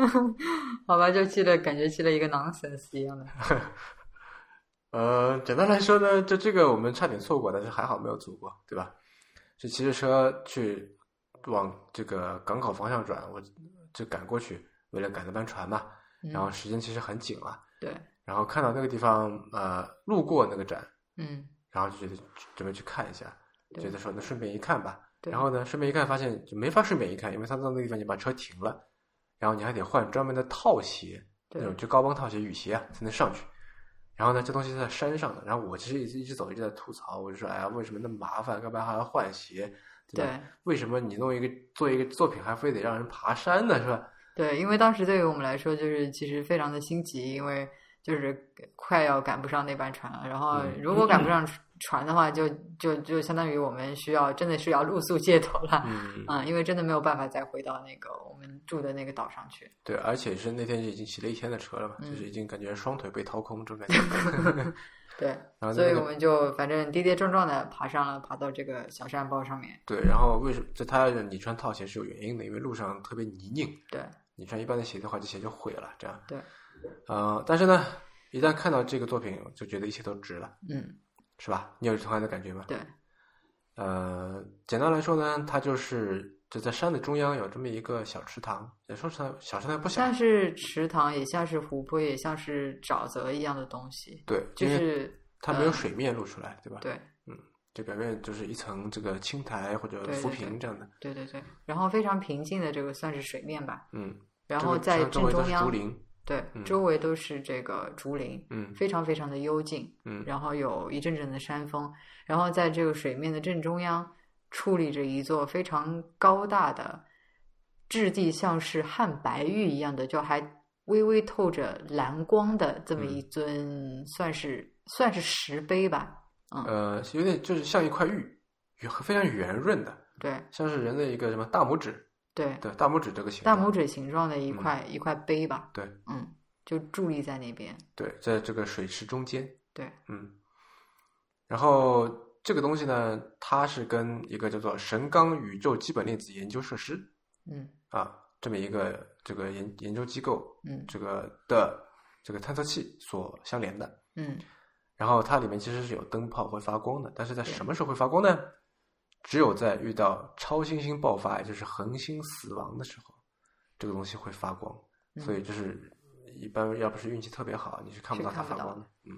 [SPEAKER 2] [LAUGHS] 好吧，就记了，感觉记了一个 nonsense
[SPEAKER 1] [LAUGHS]
[SPEAKER 2] 一样的。
[SPEAKER 1] 呃，简单来说呢，就这个我们差点错过，但是还好没有错过，对吧？就骑着车去往这个港口方向转，我就赶过去，为了赶那班船嘛。
[SPEAKER 2] 嗯
[SPEAKER 1] 然后时间其实很紧了，
[SPEAKER 2] 对，
[SPEAKER 1] 然后看到那个地方，呃，路过那个展，
[SPEAKER 2] 嗯，
[SPEAKER 1] 然后就觉得准备去看一下，
[SPEAKER 2] 对
[SPEAKER 1] 觉得说那顺便一看吧。
[SPEAKER 2] 对
[SPEAKER 1] 然后呢，顺便一看发现就没法顺便一看，因为他到那个地方你把车停了，然后你还得换专门的套鞋，那
[SPEAKER 2] 对
[SPEAKER 1] 种就高帮套鞋、雨鞋啊才能上去。然后呢，这东西是在山上的，然后我其实一直一直走一直在吐槽，我就说，哎呀，为什么那么麻烦？干嘛还要换鞋？对吧？
[SPEAKER 2] 对
[SPEAKER 1] 为什么你弄一个做一个作品还非得让人爬山呢？是
[SPEAKER 2] [LAUGHS]
[SPEAKER 1] 吧？
[SPEAKER 2] 对，因为当时对于我们来说，就是其实非常的心急，因为就是快要赶不上那班船了。然后
[SPEAKER 1] 嗯
[SPEAKER 2] 如果赶不上船的话，就就就相当于我们需要真的是要露宿街头了。
[SPEAKER 1] 嗯，
[SPEAKER 2] 嗯，因为真的没有办法再回到那个我们住的那个岛上去。
[SPEAKER 1] 对，而且是那天已经骑了一天的车了嘛，
[SPEAKER 2] 嗯
[SPEAKER 1] 就是已经感觉双腿被掏空这种感觉。
[SPEAKER 2] 对，
[SPEAKER 1] 然后
[SPEAKER 2] 所
[SPEAKER 1] 在那
[SPEAKER 2] 以
[SPEAKER 1] 个
[SPEAKER 2] 我们就反正跌跌撞撞的爬上了，爬到这个小山包上面。
[SPEAKER 1] 对，然后为什么就他让你穿套鞋是有原因的，因为路上特别泥泞，
[SPEAKER 2] 对，
[SPEAKER 1] 你穿一般的鞋的话，这鞋就毁了。这样，
[SPEAKER 2] 对，
[SPEAKER 1] 呃，但是呢，一旦看到这个作品，就觉得一切都值了，
[SPEAKER 2] 嗯，
[SPEAKER 1] 是吧？你有同样的感觉吗？
[SPEAKER 2] 对，
[SPEAKER 1] 呃，简单来说呢，它就是就在山的中央有这么一个小池塘，也说池塘小池塘不小，
[SPEAKER 2] 像是池塘，也像是湖泊，也像是沼泽一样的东西，
[SPEAKER 1] 对，
[SPEAKER 2] 就
[SPEAKER 1] 因为
[SPEAKER 2] 是嗯
[SPEAKER 1] 它没有水面露出来，对吧？，
[SPEAKER 2] 对。
[SPEAKER 1] 就表面就是一层这个青苔或者
[SPEAKER 2] 对对
[SPEAKER 1] 浮
[SPEAKER 2] 对
[SPEAKER 1] 萍这样的，
[SPEAKER 2] 对对对，然后非常平静的这个算是水面吧，
[SPEAKER 1] 嗯，
[SPEAKER 2] 然
[SPEAKER 1] 这
[SPEAKER 2] 后
[SPEAKER 1] 个
[SPEAKER 2] 在
[SPEAKER 1] 像周
[SPEAKER 2] 正
[SPEAKER 1] 围都
[SPEAKER 2] 中
[SPEAKER 1] 是竹
[SPEAKER 2] 央，
[SPEAKER 1] 林，
[SPEAKER 2] 对
[SPEAKER 1] 嗯，
[SPEAKER 2] 周围都是这个竹林，
[SPEAKER 1] 嗯
[SPEAKER 2] 非常非常的幽静，
[SPEAKER 1] 嗯
[SPEAKER 2] 然后有一阵阵的山风，然后在这个水面的正中央矗立着一座非常高大的，质地像是汉白玉一样的，就还微微透着蓝光的这么
[SPEAKER 1] 嗯
[SPEAKER 2] 一尊，算是算是石碑吧，
[SPEAKER 1] 呃，有点就是像一块玉，圆非常圆润的。
[SPEAKER 2] 对
[SPEAKER 1] 像是人的一个什么大拇指，
[SPEAKER 2] 对，
[SPEAKER 1] 对，大拇指这个形
[SPEAKER 2] 大
[SPEAKER 1] 状，
[SPEAKER 2] 拇指形状的
[SPEAKER 1] 嗯
[SPEAKER 2] 一块一块碑吧，
[SPEAKER 1] 对
[SPEAKER 2] 嗯，就伫立在那边。
[SPEAKER 1] 对，在这个水池中间，
[SPEAKER 2] 对，
[SPEAKER 1] 嗯，然后这个东西呢，它是跟一个叫做神冈宇宙基本粒子研究设施
[SPEAKER 2] 嗯
[SPEAKER 1] 啊这么一个这个研研究机构
[SPEAKER 2] 嗯
[SPEAKER 1] 这个的这个探测器所相连的，
[SPEAKER 2] 嗯，
[SPEAKER 1] 然后它里面其实是有灯泡会发光的，但是在
[SPEAKER 2] 对
[SPEAKER 1] 什么时候会发光呢？只有在遇到超新星爆发，也就是恒星死亡的时候，这个东西会发光。
[SPEAKER 2] 嗯
[SPEAKER 1] 所以就是一般要不是运气特别好，你是看不到
[SPEAKER 2] 是
[SPEAKER 1] 它
[SPEAKER 2] 看不
[SPEAKER 1] 发
[SPEAKER 2] 到
[SPEAKER 1] 光的。嗯，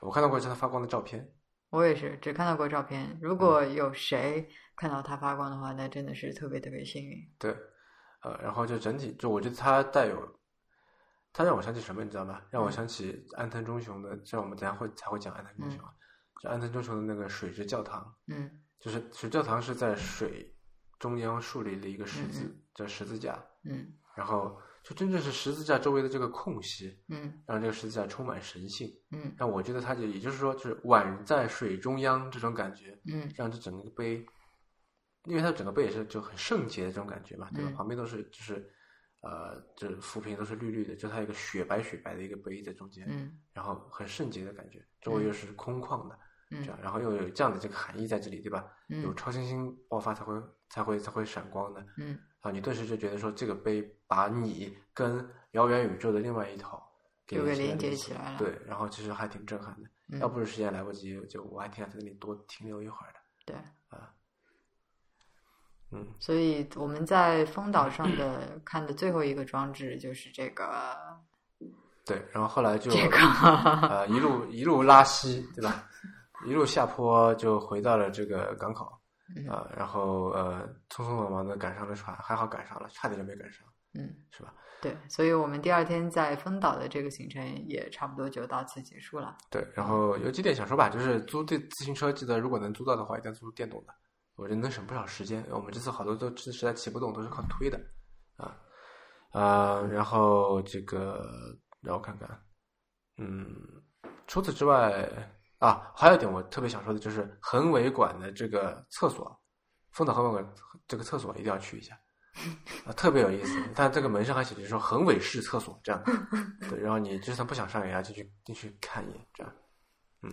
[SPEAKER 1] 我看到过一次它发光的照片。
[SPEAKER 2] 我也是只看到过照片。
[SPEAKER 1] 嗯
[SPEAKER 2] 如果有谁看到它发光的话，那真的是特别特别幸运。
[SPEAKER 1] 对，呃，然后就整体就我觉得它带有，它让我想起什么，你知道吗？让我
[SPEAKER 2] 嗯
[SPEAKER 1] 想起安藤忠雄的，这我们等一下会才会讲安藤忠雄啊，就安藤忠雄的那个水之教堂。
[SPEAKER 2] 嗯
[SPEAKER 1] 就是水教堂是在水中央树立了一个十字，
[SPEAKER 2] 嗯
[SPEAKER 1] 叫十字架，
[SPEAKER 2] 嗯
[SPEAKER 1] 然后就真正是十字架周围的这个空隙，
[SPEAKER 2] 嗯
[SPEAKER 1] 让这个十字架充满神性。
[SPEAKER 2] 嗯
[SPEAKER 1] 让我觉得它就也就是说，就是宛在水中央这种感觉，
[SPEAKER 2] 嗯
[SPEAKER 1] 让这整个杯，因为它整个杯也是就很圣洁的这种感觉嘛，对吧？
[SPEAKER 2] 嗯
[SPEAKER 1] 旁边都是就是呃，就是浮萍都是绿绿的，就它一个雪白雪白的一个杯在中间，
[SPEAKER 2] 嗯
[SPEAKER 1] 然后很圣洁的感觉，周围
[SPEAKER 2] 嗯
[SPEAKER 1] 又是空旷的，这样
[SPEAKER 2] 嗯，，
[SPEAKER 1] 然后又有这样的这个含义在这里，对吧？有
[SPEAKER 2] 嗯
[SPEAKER 1] 超新星爆发才会才会才会闪光的
[SPEAKER 2] 嗯
[SPEAKER 1] 啊！你顿时就觉得说这个杯把你跟遥远宇宙的另外一头给
[SPEAKER 2] 就给
[SPEAKER 1] 连
[SPEAKER 2] 连接
[SPEAKER 1] 起
[SPEAKER 2] 起
[SPEAKER 1] 来
[SPEAKER 2] 来
[SPEAKER 1] 了
[SPEAKER 2] 了
[SPEAKER 1] 对，然后其实还挺震撼的。
[SPEAKER 2] 嗯，
[SPEAKER 1] 要不是时间来不及，就我还挺想在那里多停留一会儿的。
[SPEAKER 2] 对，
[SPEAKER 1] 嗯，
[SPEAKER 2] 所以我们在风岛上的看的最后一个装置就是这个
[SPEAKER 1] 对。然后后来就
[SPEAKER 2] 这个，
[SPEAKER 1] 呃一
[SPEAKER 2] [LAUGHS]
[SPEAKER 1] 路一路拉稀，对吧？一路下坡就回到了这个港口
[SPEAKER 2] 嗯
[SPEAKER 1] 啊、然后呃匆匆忙忙的赶上了船，还好赶上了，差点就没赶上，
[SPEAKER 2] 嗯，
[SPEAKER 1] 是吧？
[SPEAKER 2] 对，所以我们第二天在风岛的这个行程也差不多就到此结束了。
[SPEAKER 1] 对，然后有几点想说吧，就是租这自行车，记得如果能租到的话，一定要租电动的，我觉得能省不少时间。我们这次好多都实实在骑不动，都是靠推的，啊，呃，然后这个让我看看，嗯，除此之外啊，还有一点我特别想说的就是横尾馆的这个厕所，丰岛横尾馆这个厕所一定要去一下，啊，特别有意思。但这个门上还写着说横尾式厕所这样，对，然后你就算不想上也要进去进去看一眼这样，嗯，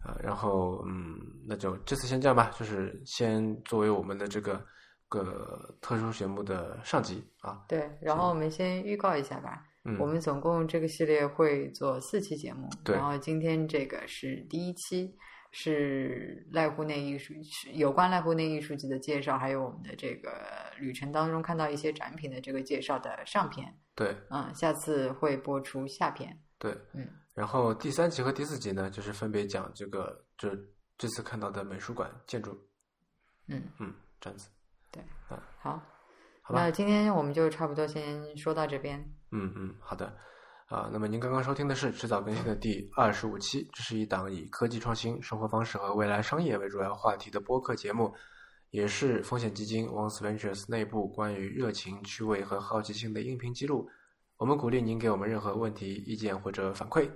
[SPEAKER 1] 啊，然后嗯，那就这次先这样吧，就是先作为我们的这个个特殊节目的上集啊，
[SPEAKER 2] 对，然后我们先预告一下吧。
[SPEAKER 1] 嗯，
[SPEAKER 2] 我们总共这个系列会做四期节目，
[SPEAKER 1] 对
[SPEAKER 2] 然后今天这个是第一期，是濑户内艺术是有关濑户内艺术季的介绍，还有我们的这个旅程当中看到一些展品的这个介绍的上篇，
[SPEAKER 1] 对
[SPEAKER 2] 嗯，下次会播出下篇，
[SPEAKER 1] 对，
[SPEAKER 2] 嗯，
[SPEAKER 1] 然后第三集和第四集呢，就是分别讲这个，就这次看到的美术馆建筑，
[SPEAKER 2] 嗯
[SPEAKER 1] 嗯，这样子，
[SPEAKER 2] 好，
[SPEAKER 1] 好吧
[SPEAKER 2] 那，今天我们就差不多先说到这边，
[SPEAKER 1] 嗯嗯，好的，啊，那么您刚刚收听的是迟早更新的第二十五期，这是一档以科技创新、生活方式和未来商业为主要话题的播客节目，也是风险基金 Once Ventures 内部关于热情、趣味和好奇心的音频记录。我们鼓励您给我们任何问题、意见或者反馈。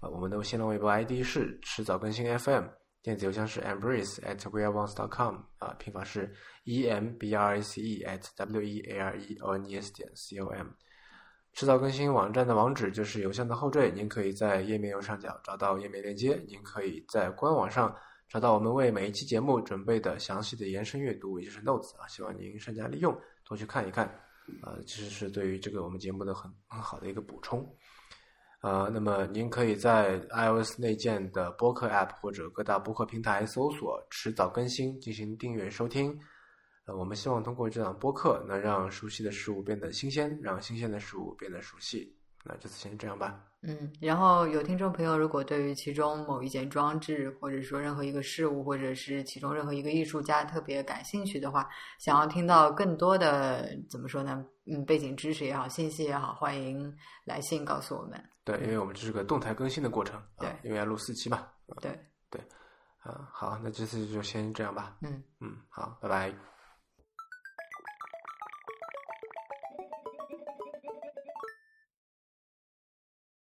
[SPEAKER 1] 啊，我们的新浪微博 ID 是迟早更新啊 FM，电子邮箱是 embrace at weareones.com，啊，拼法是 e m b r a c e at w e a r e o n e s 点 c o m。迟早更新网站的网址就是邮箱的后缀，您可以在页面右上角找到页面链接，您可以在官网上找到我们为每一期节目准备的详细的延伸阅读，也就是 notes 啊，希望您善加利用，多去看一看，啊、其实是对于这个我们节目的很很好的一个补充。呃，那么您可以在 iOS 内建的播客 App 或者各大播客平台搜索“迟早更新”进行订阅收听。呃，我们希望通过这档播客，能让熟悉的事物变得新鲜，让新鲜的事物变得熟悉。那这次先这样吧。
[SPEAKER 2] 嗯，然后有听众朋友，如果对于其中某一件装置，或者说任何一个事物，或者是其中任何一个艺术家特别感兴趣的话，想要听到更多的怎么说呢？嗯，背景知识也好，信息也好，欢迎来信告诉我们。
[SPEAKER 1] 对，因为我们这是个动态更新的过程，啊
[SPEAKER 2] 对
[SPEAKER 1] 因为要录四期嘛。呃
[SPEAKER 2] 对，
[SPEAKER 1] 啊、好，那这次就先这样吧。
[SPEAKER 2] 嗯。
[SPEAKER 1] 嗯，好，拜拜。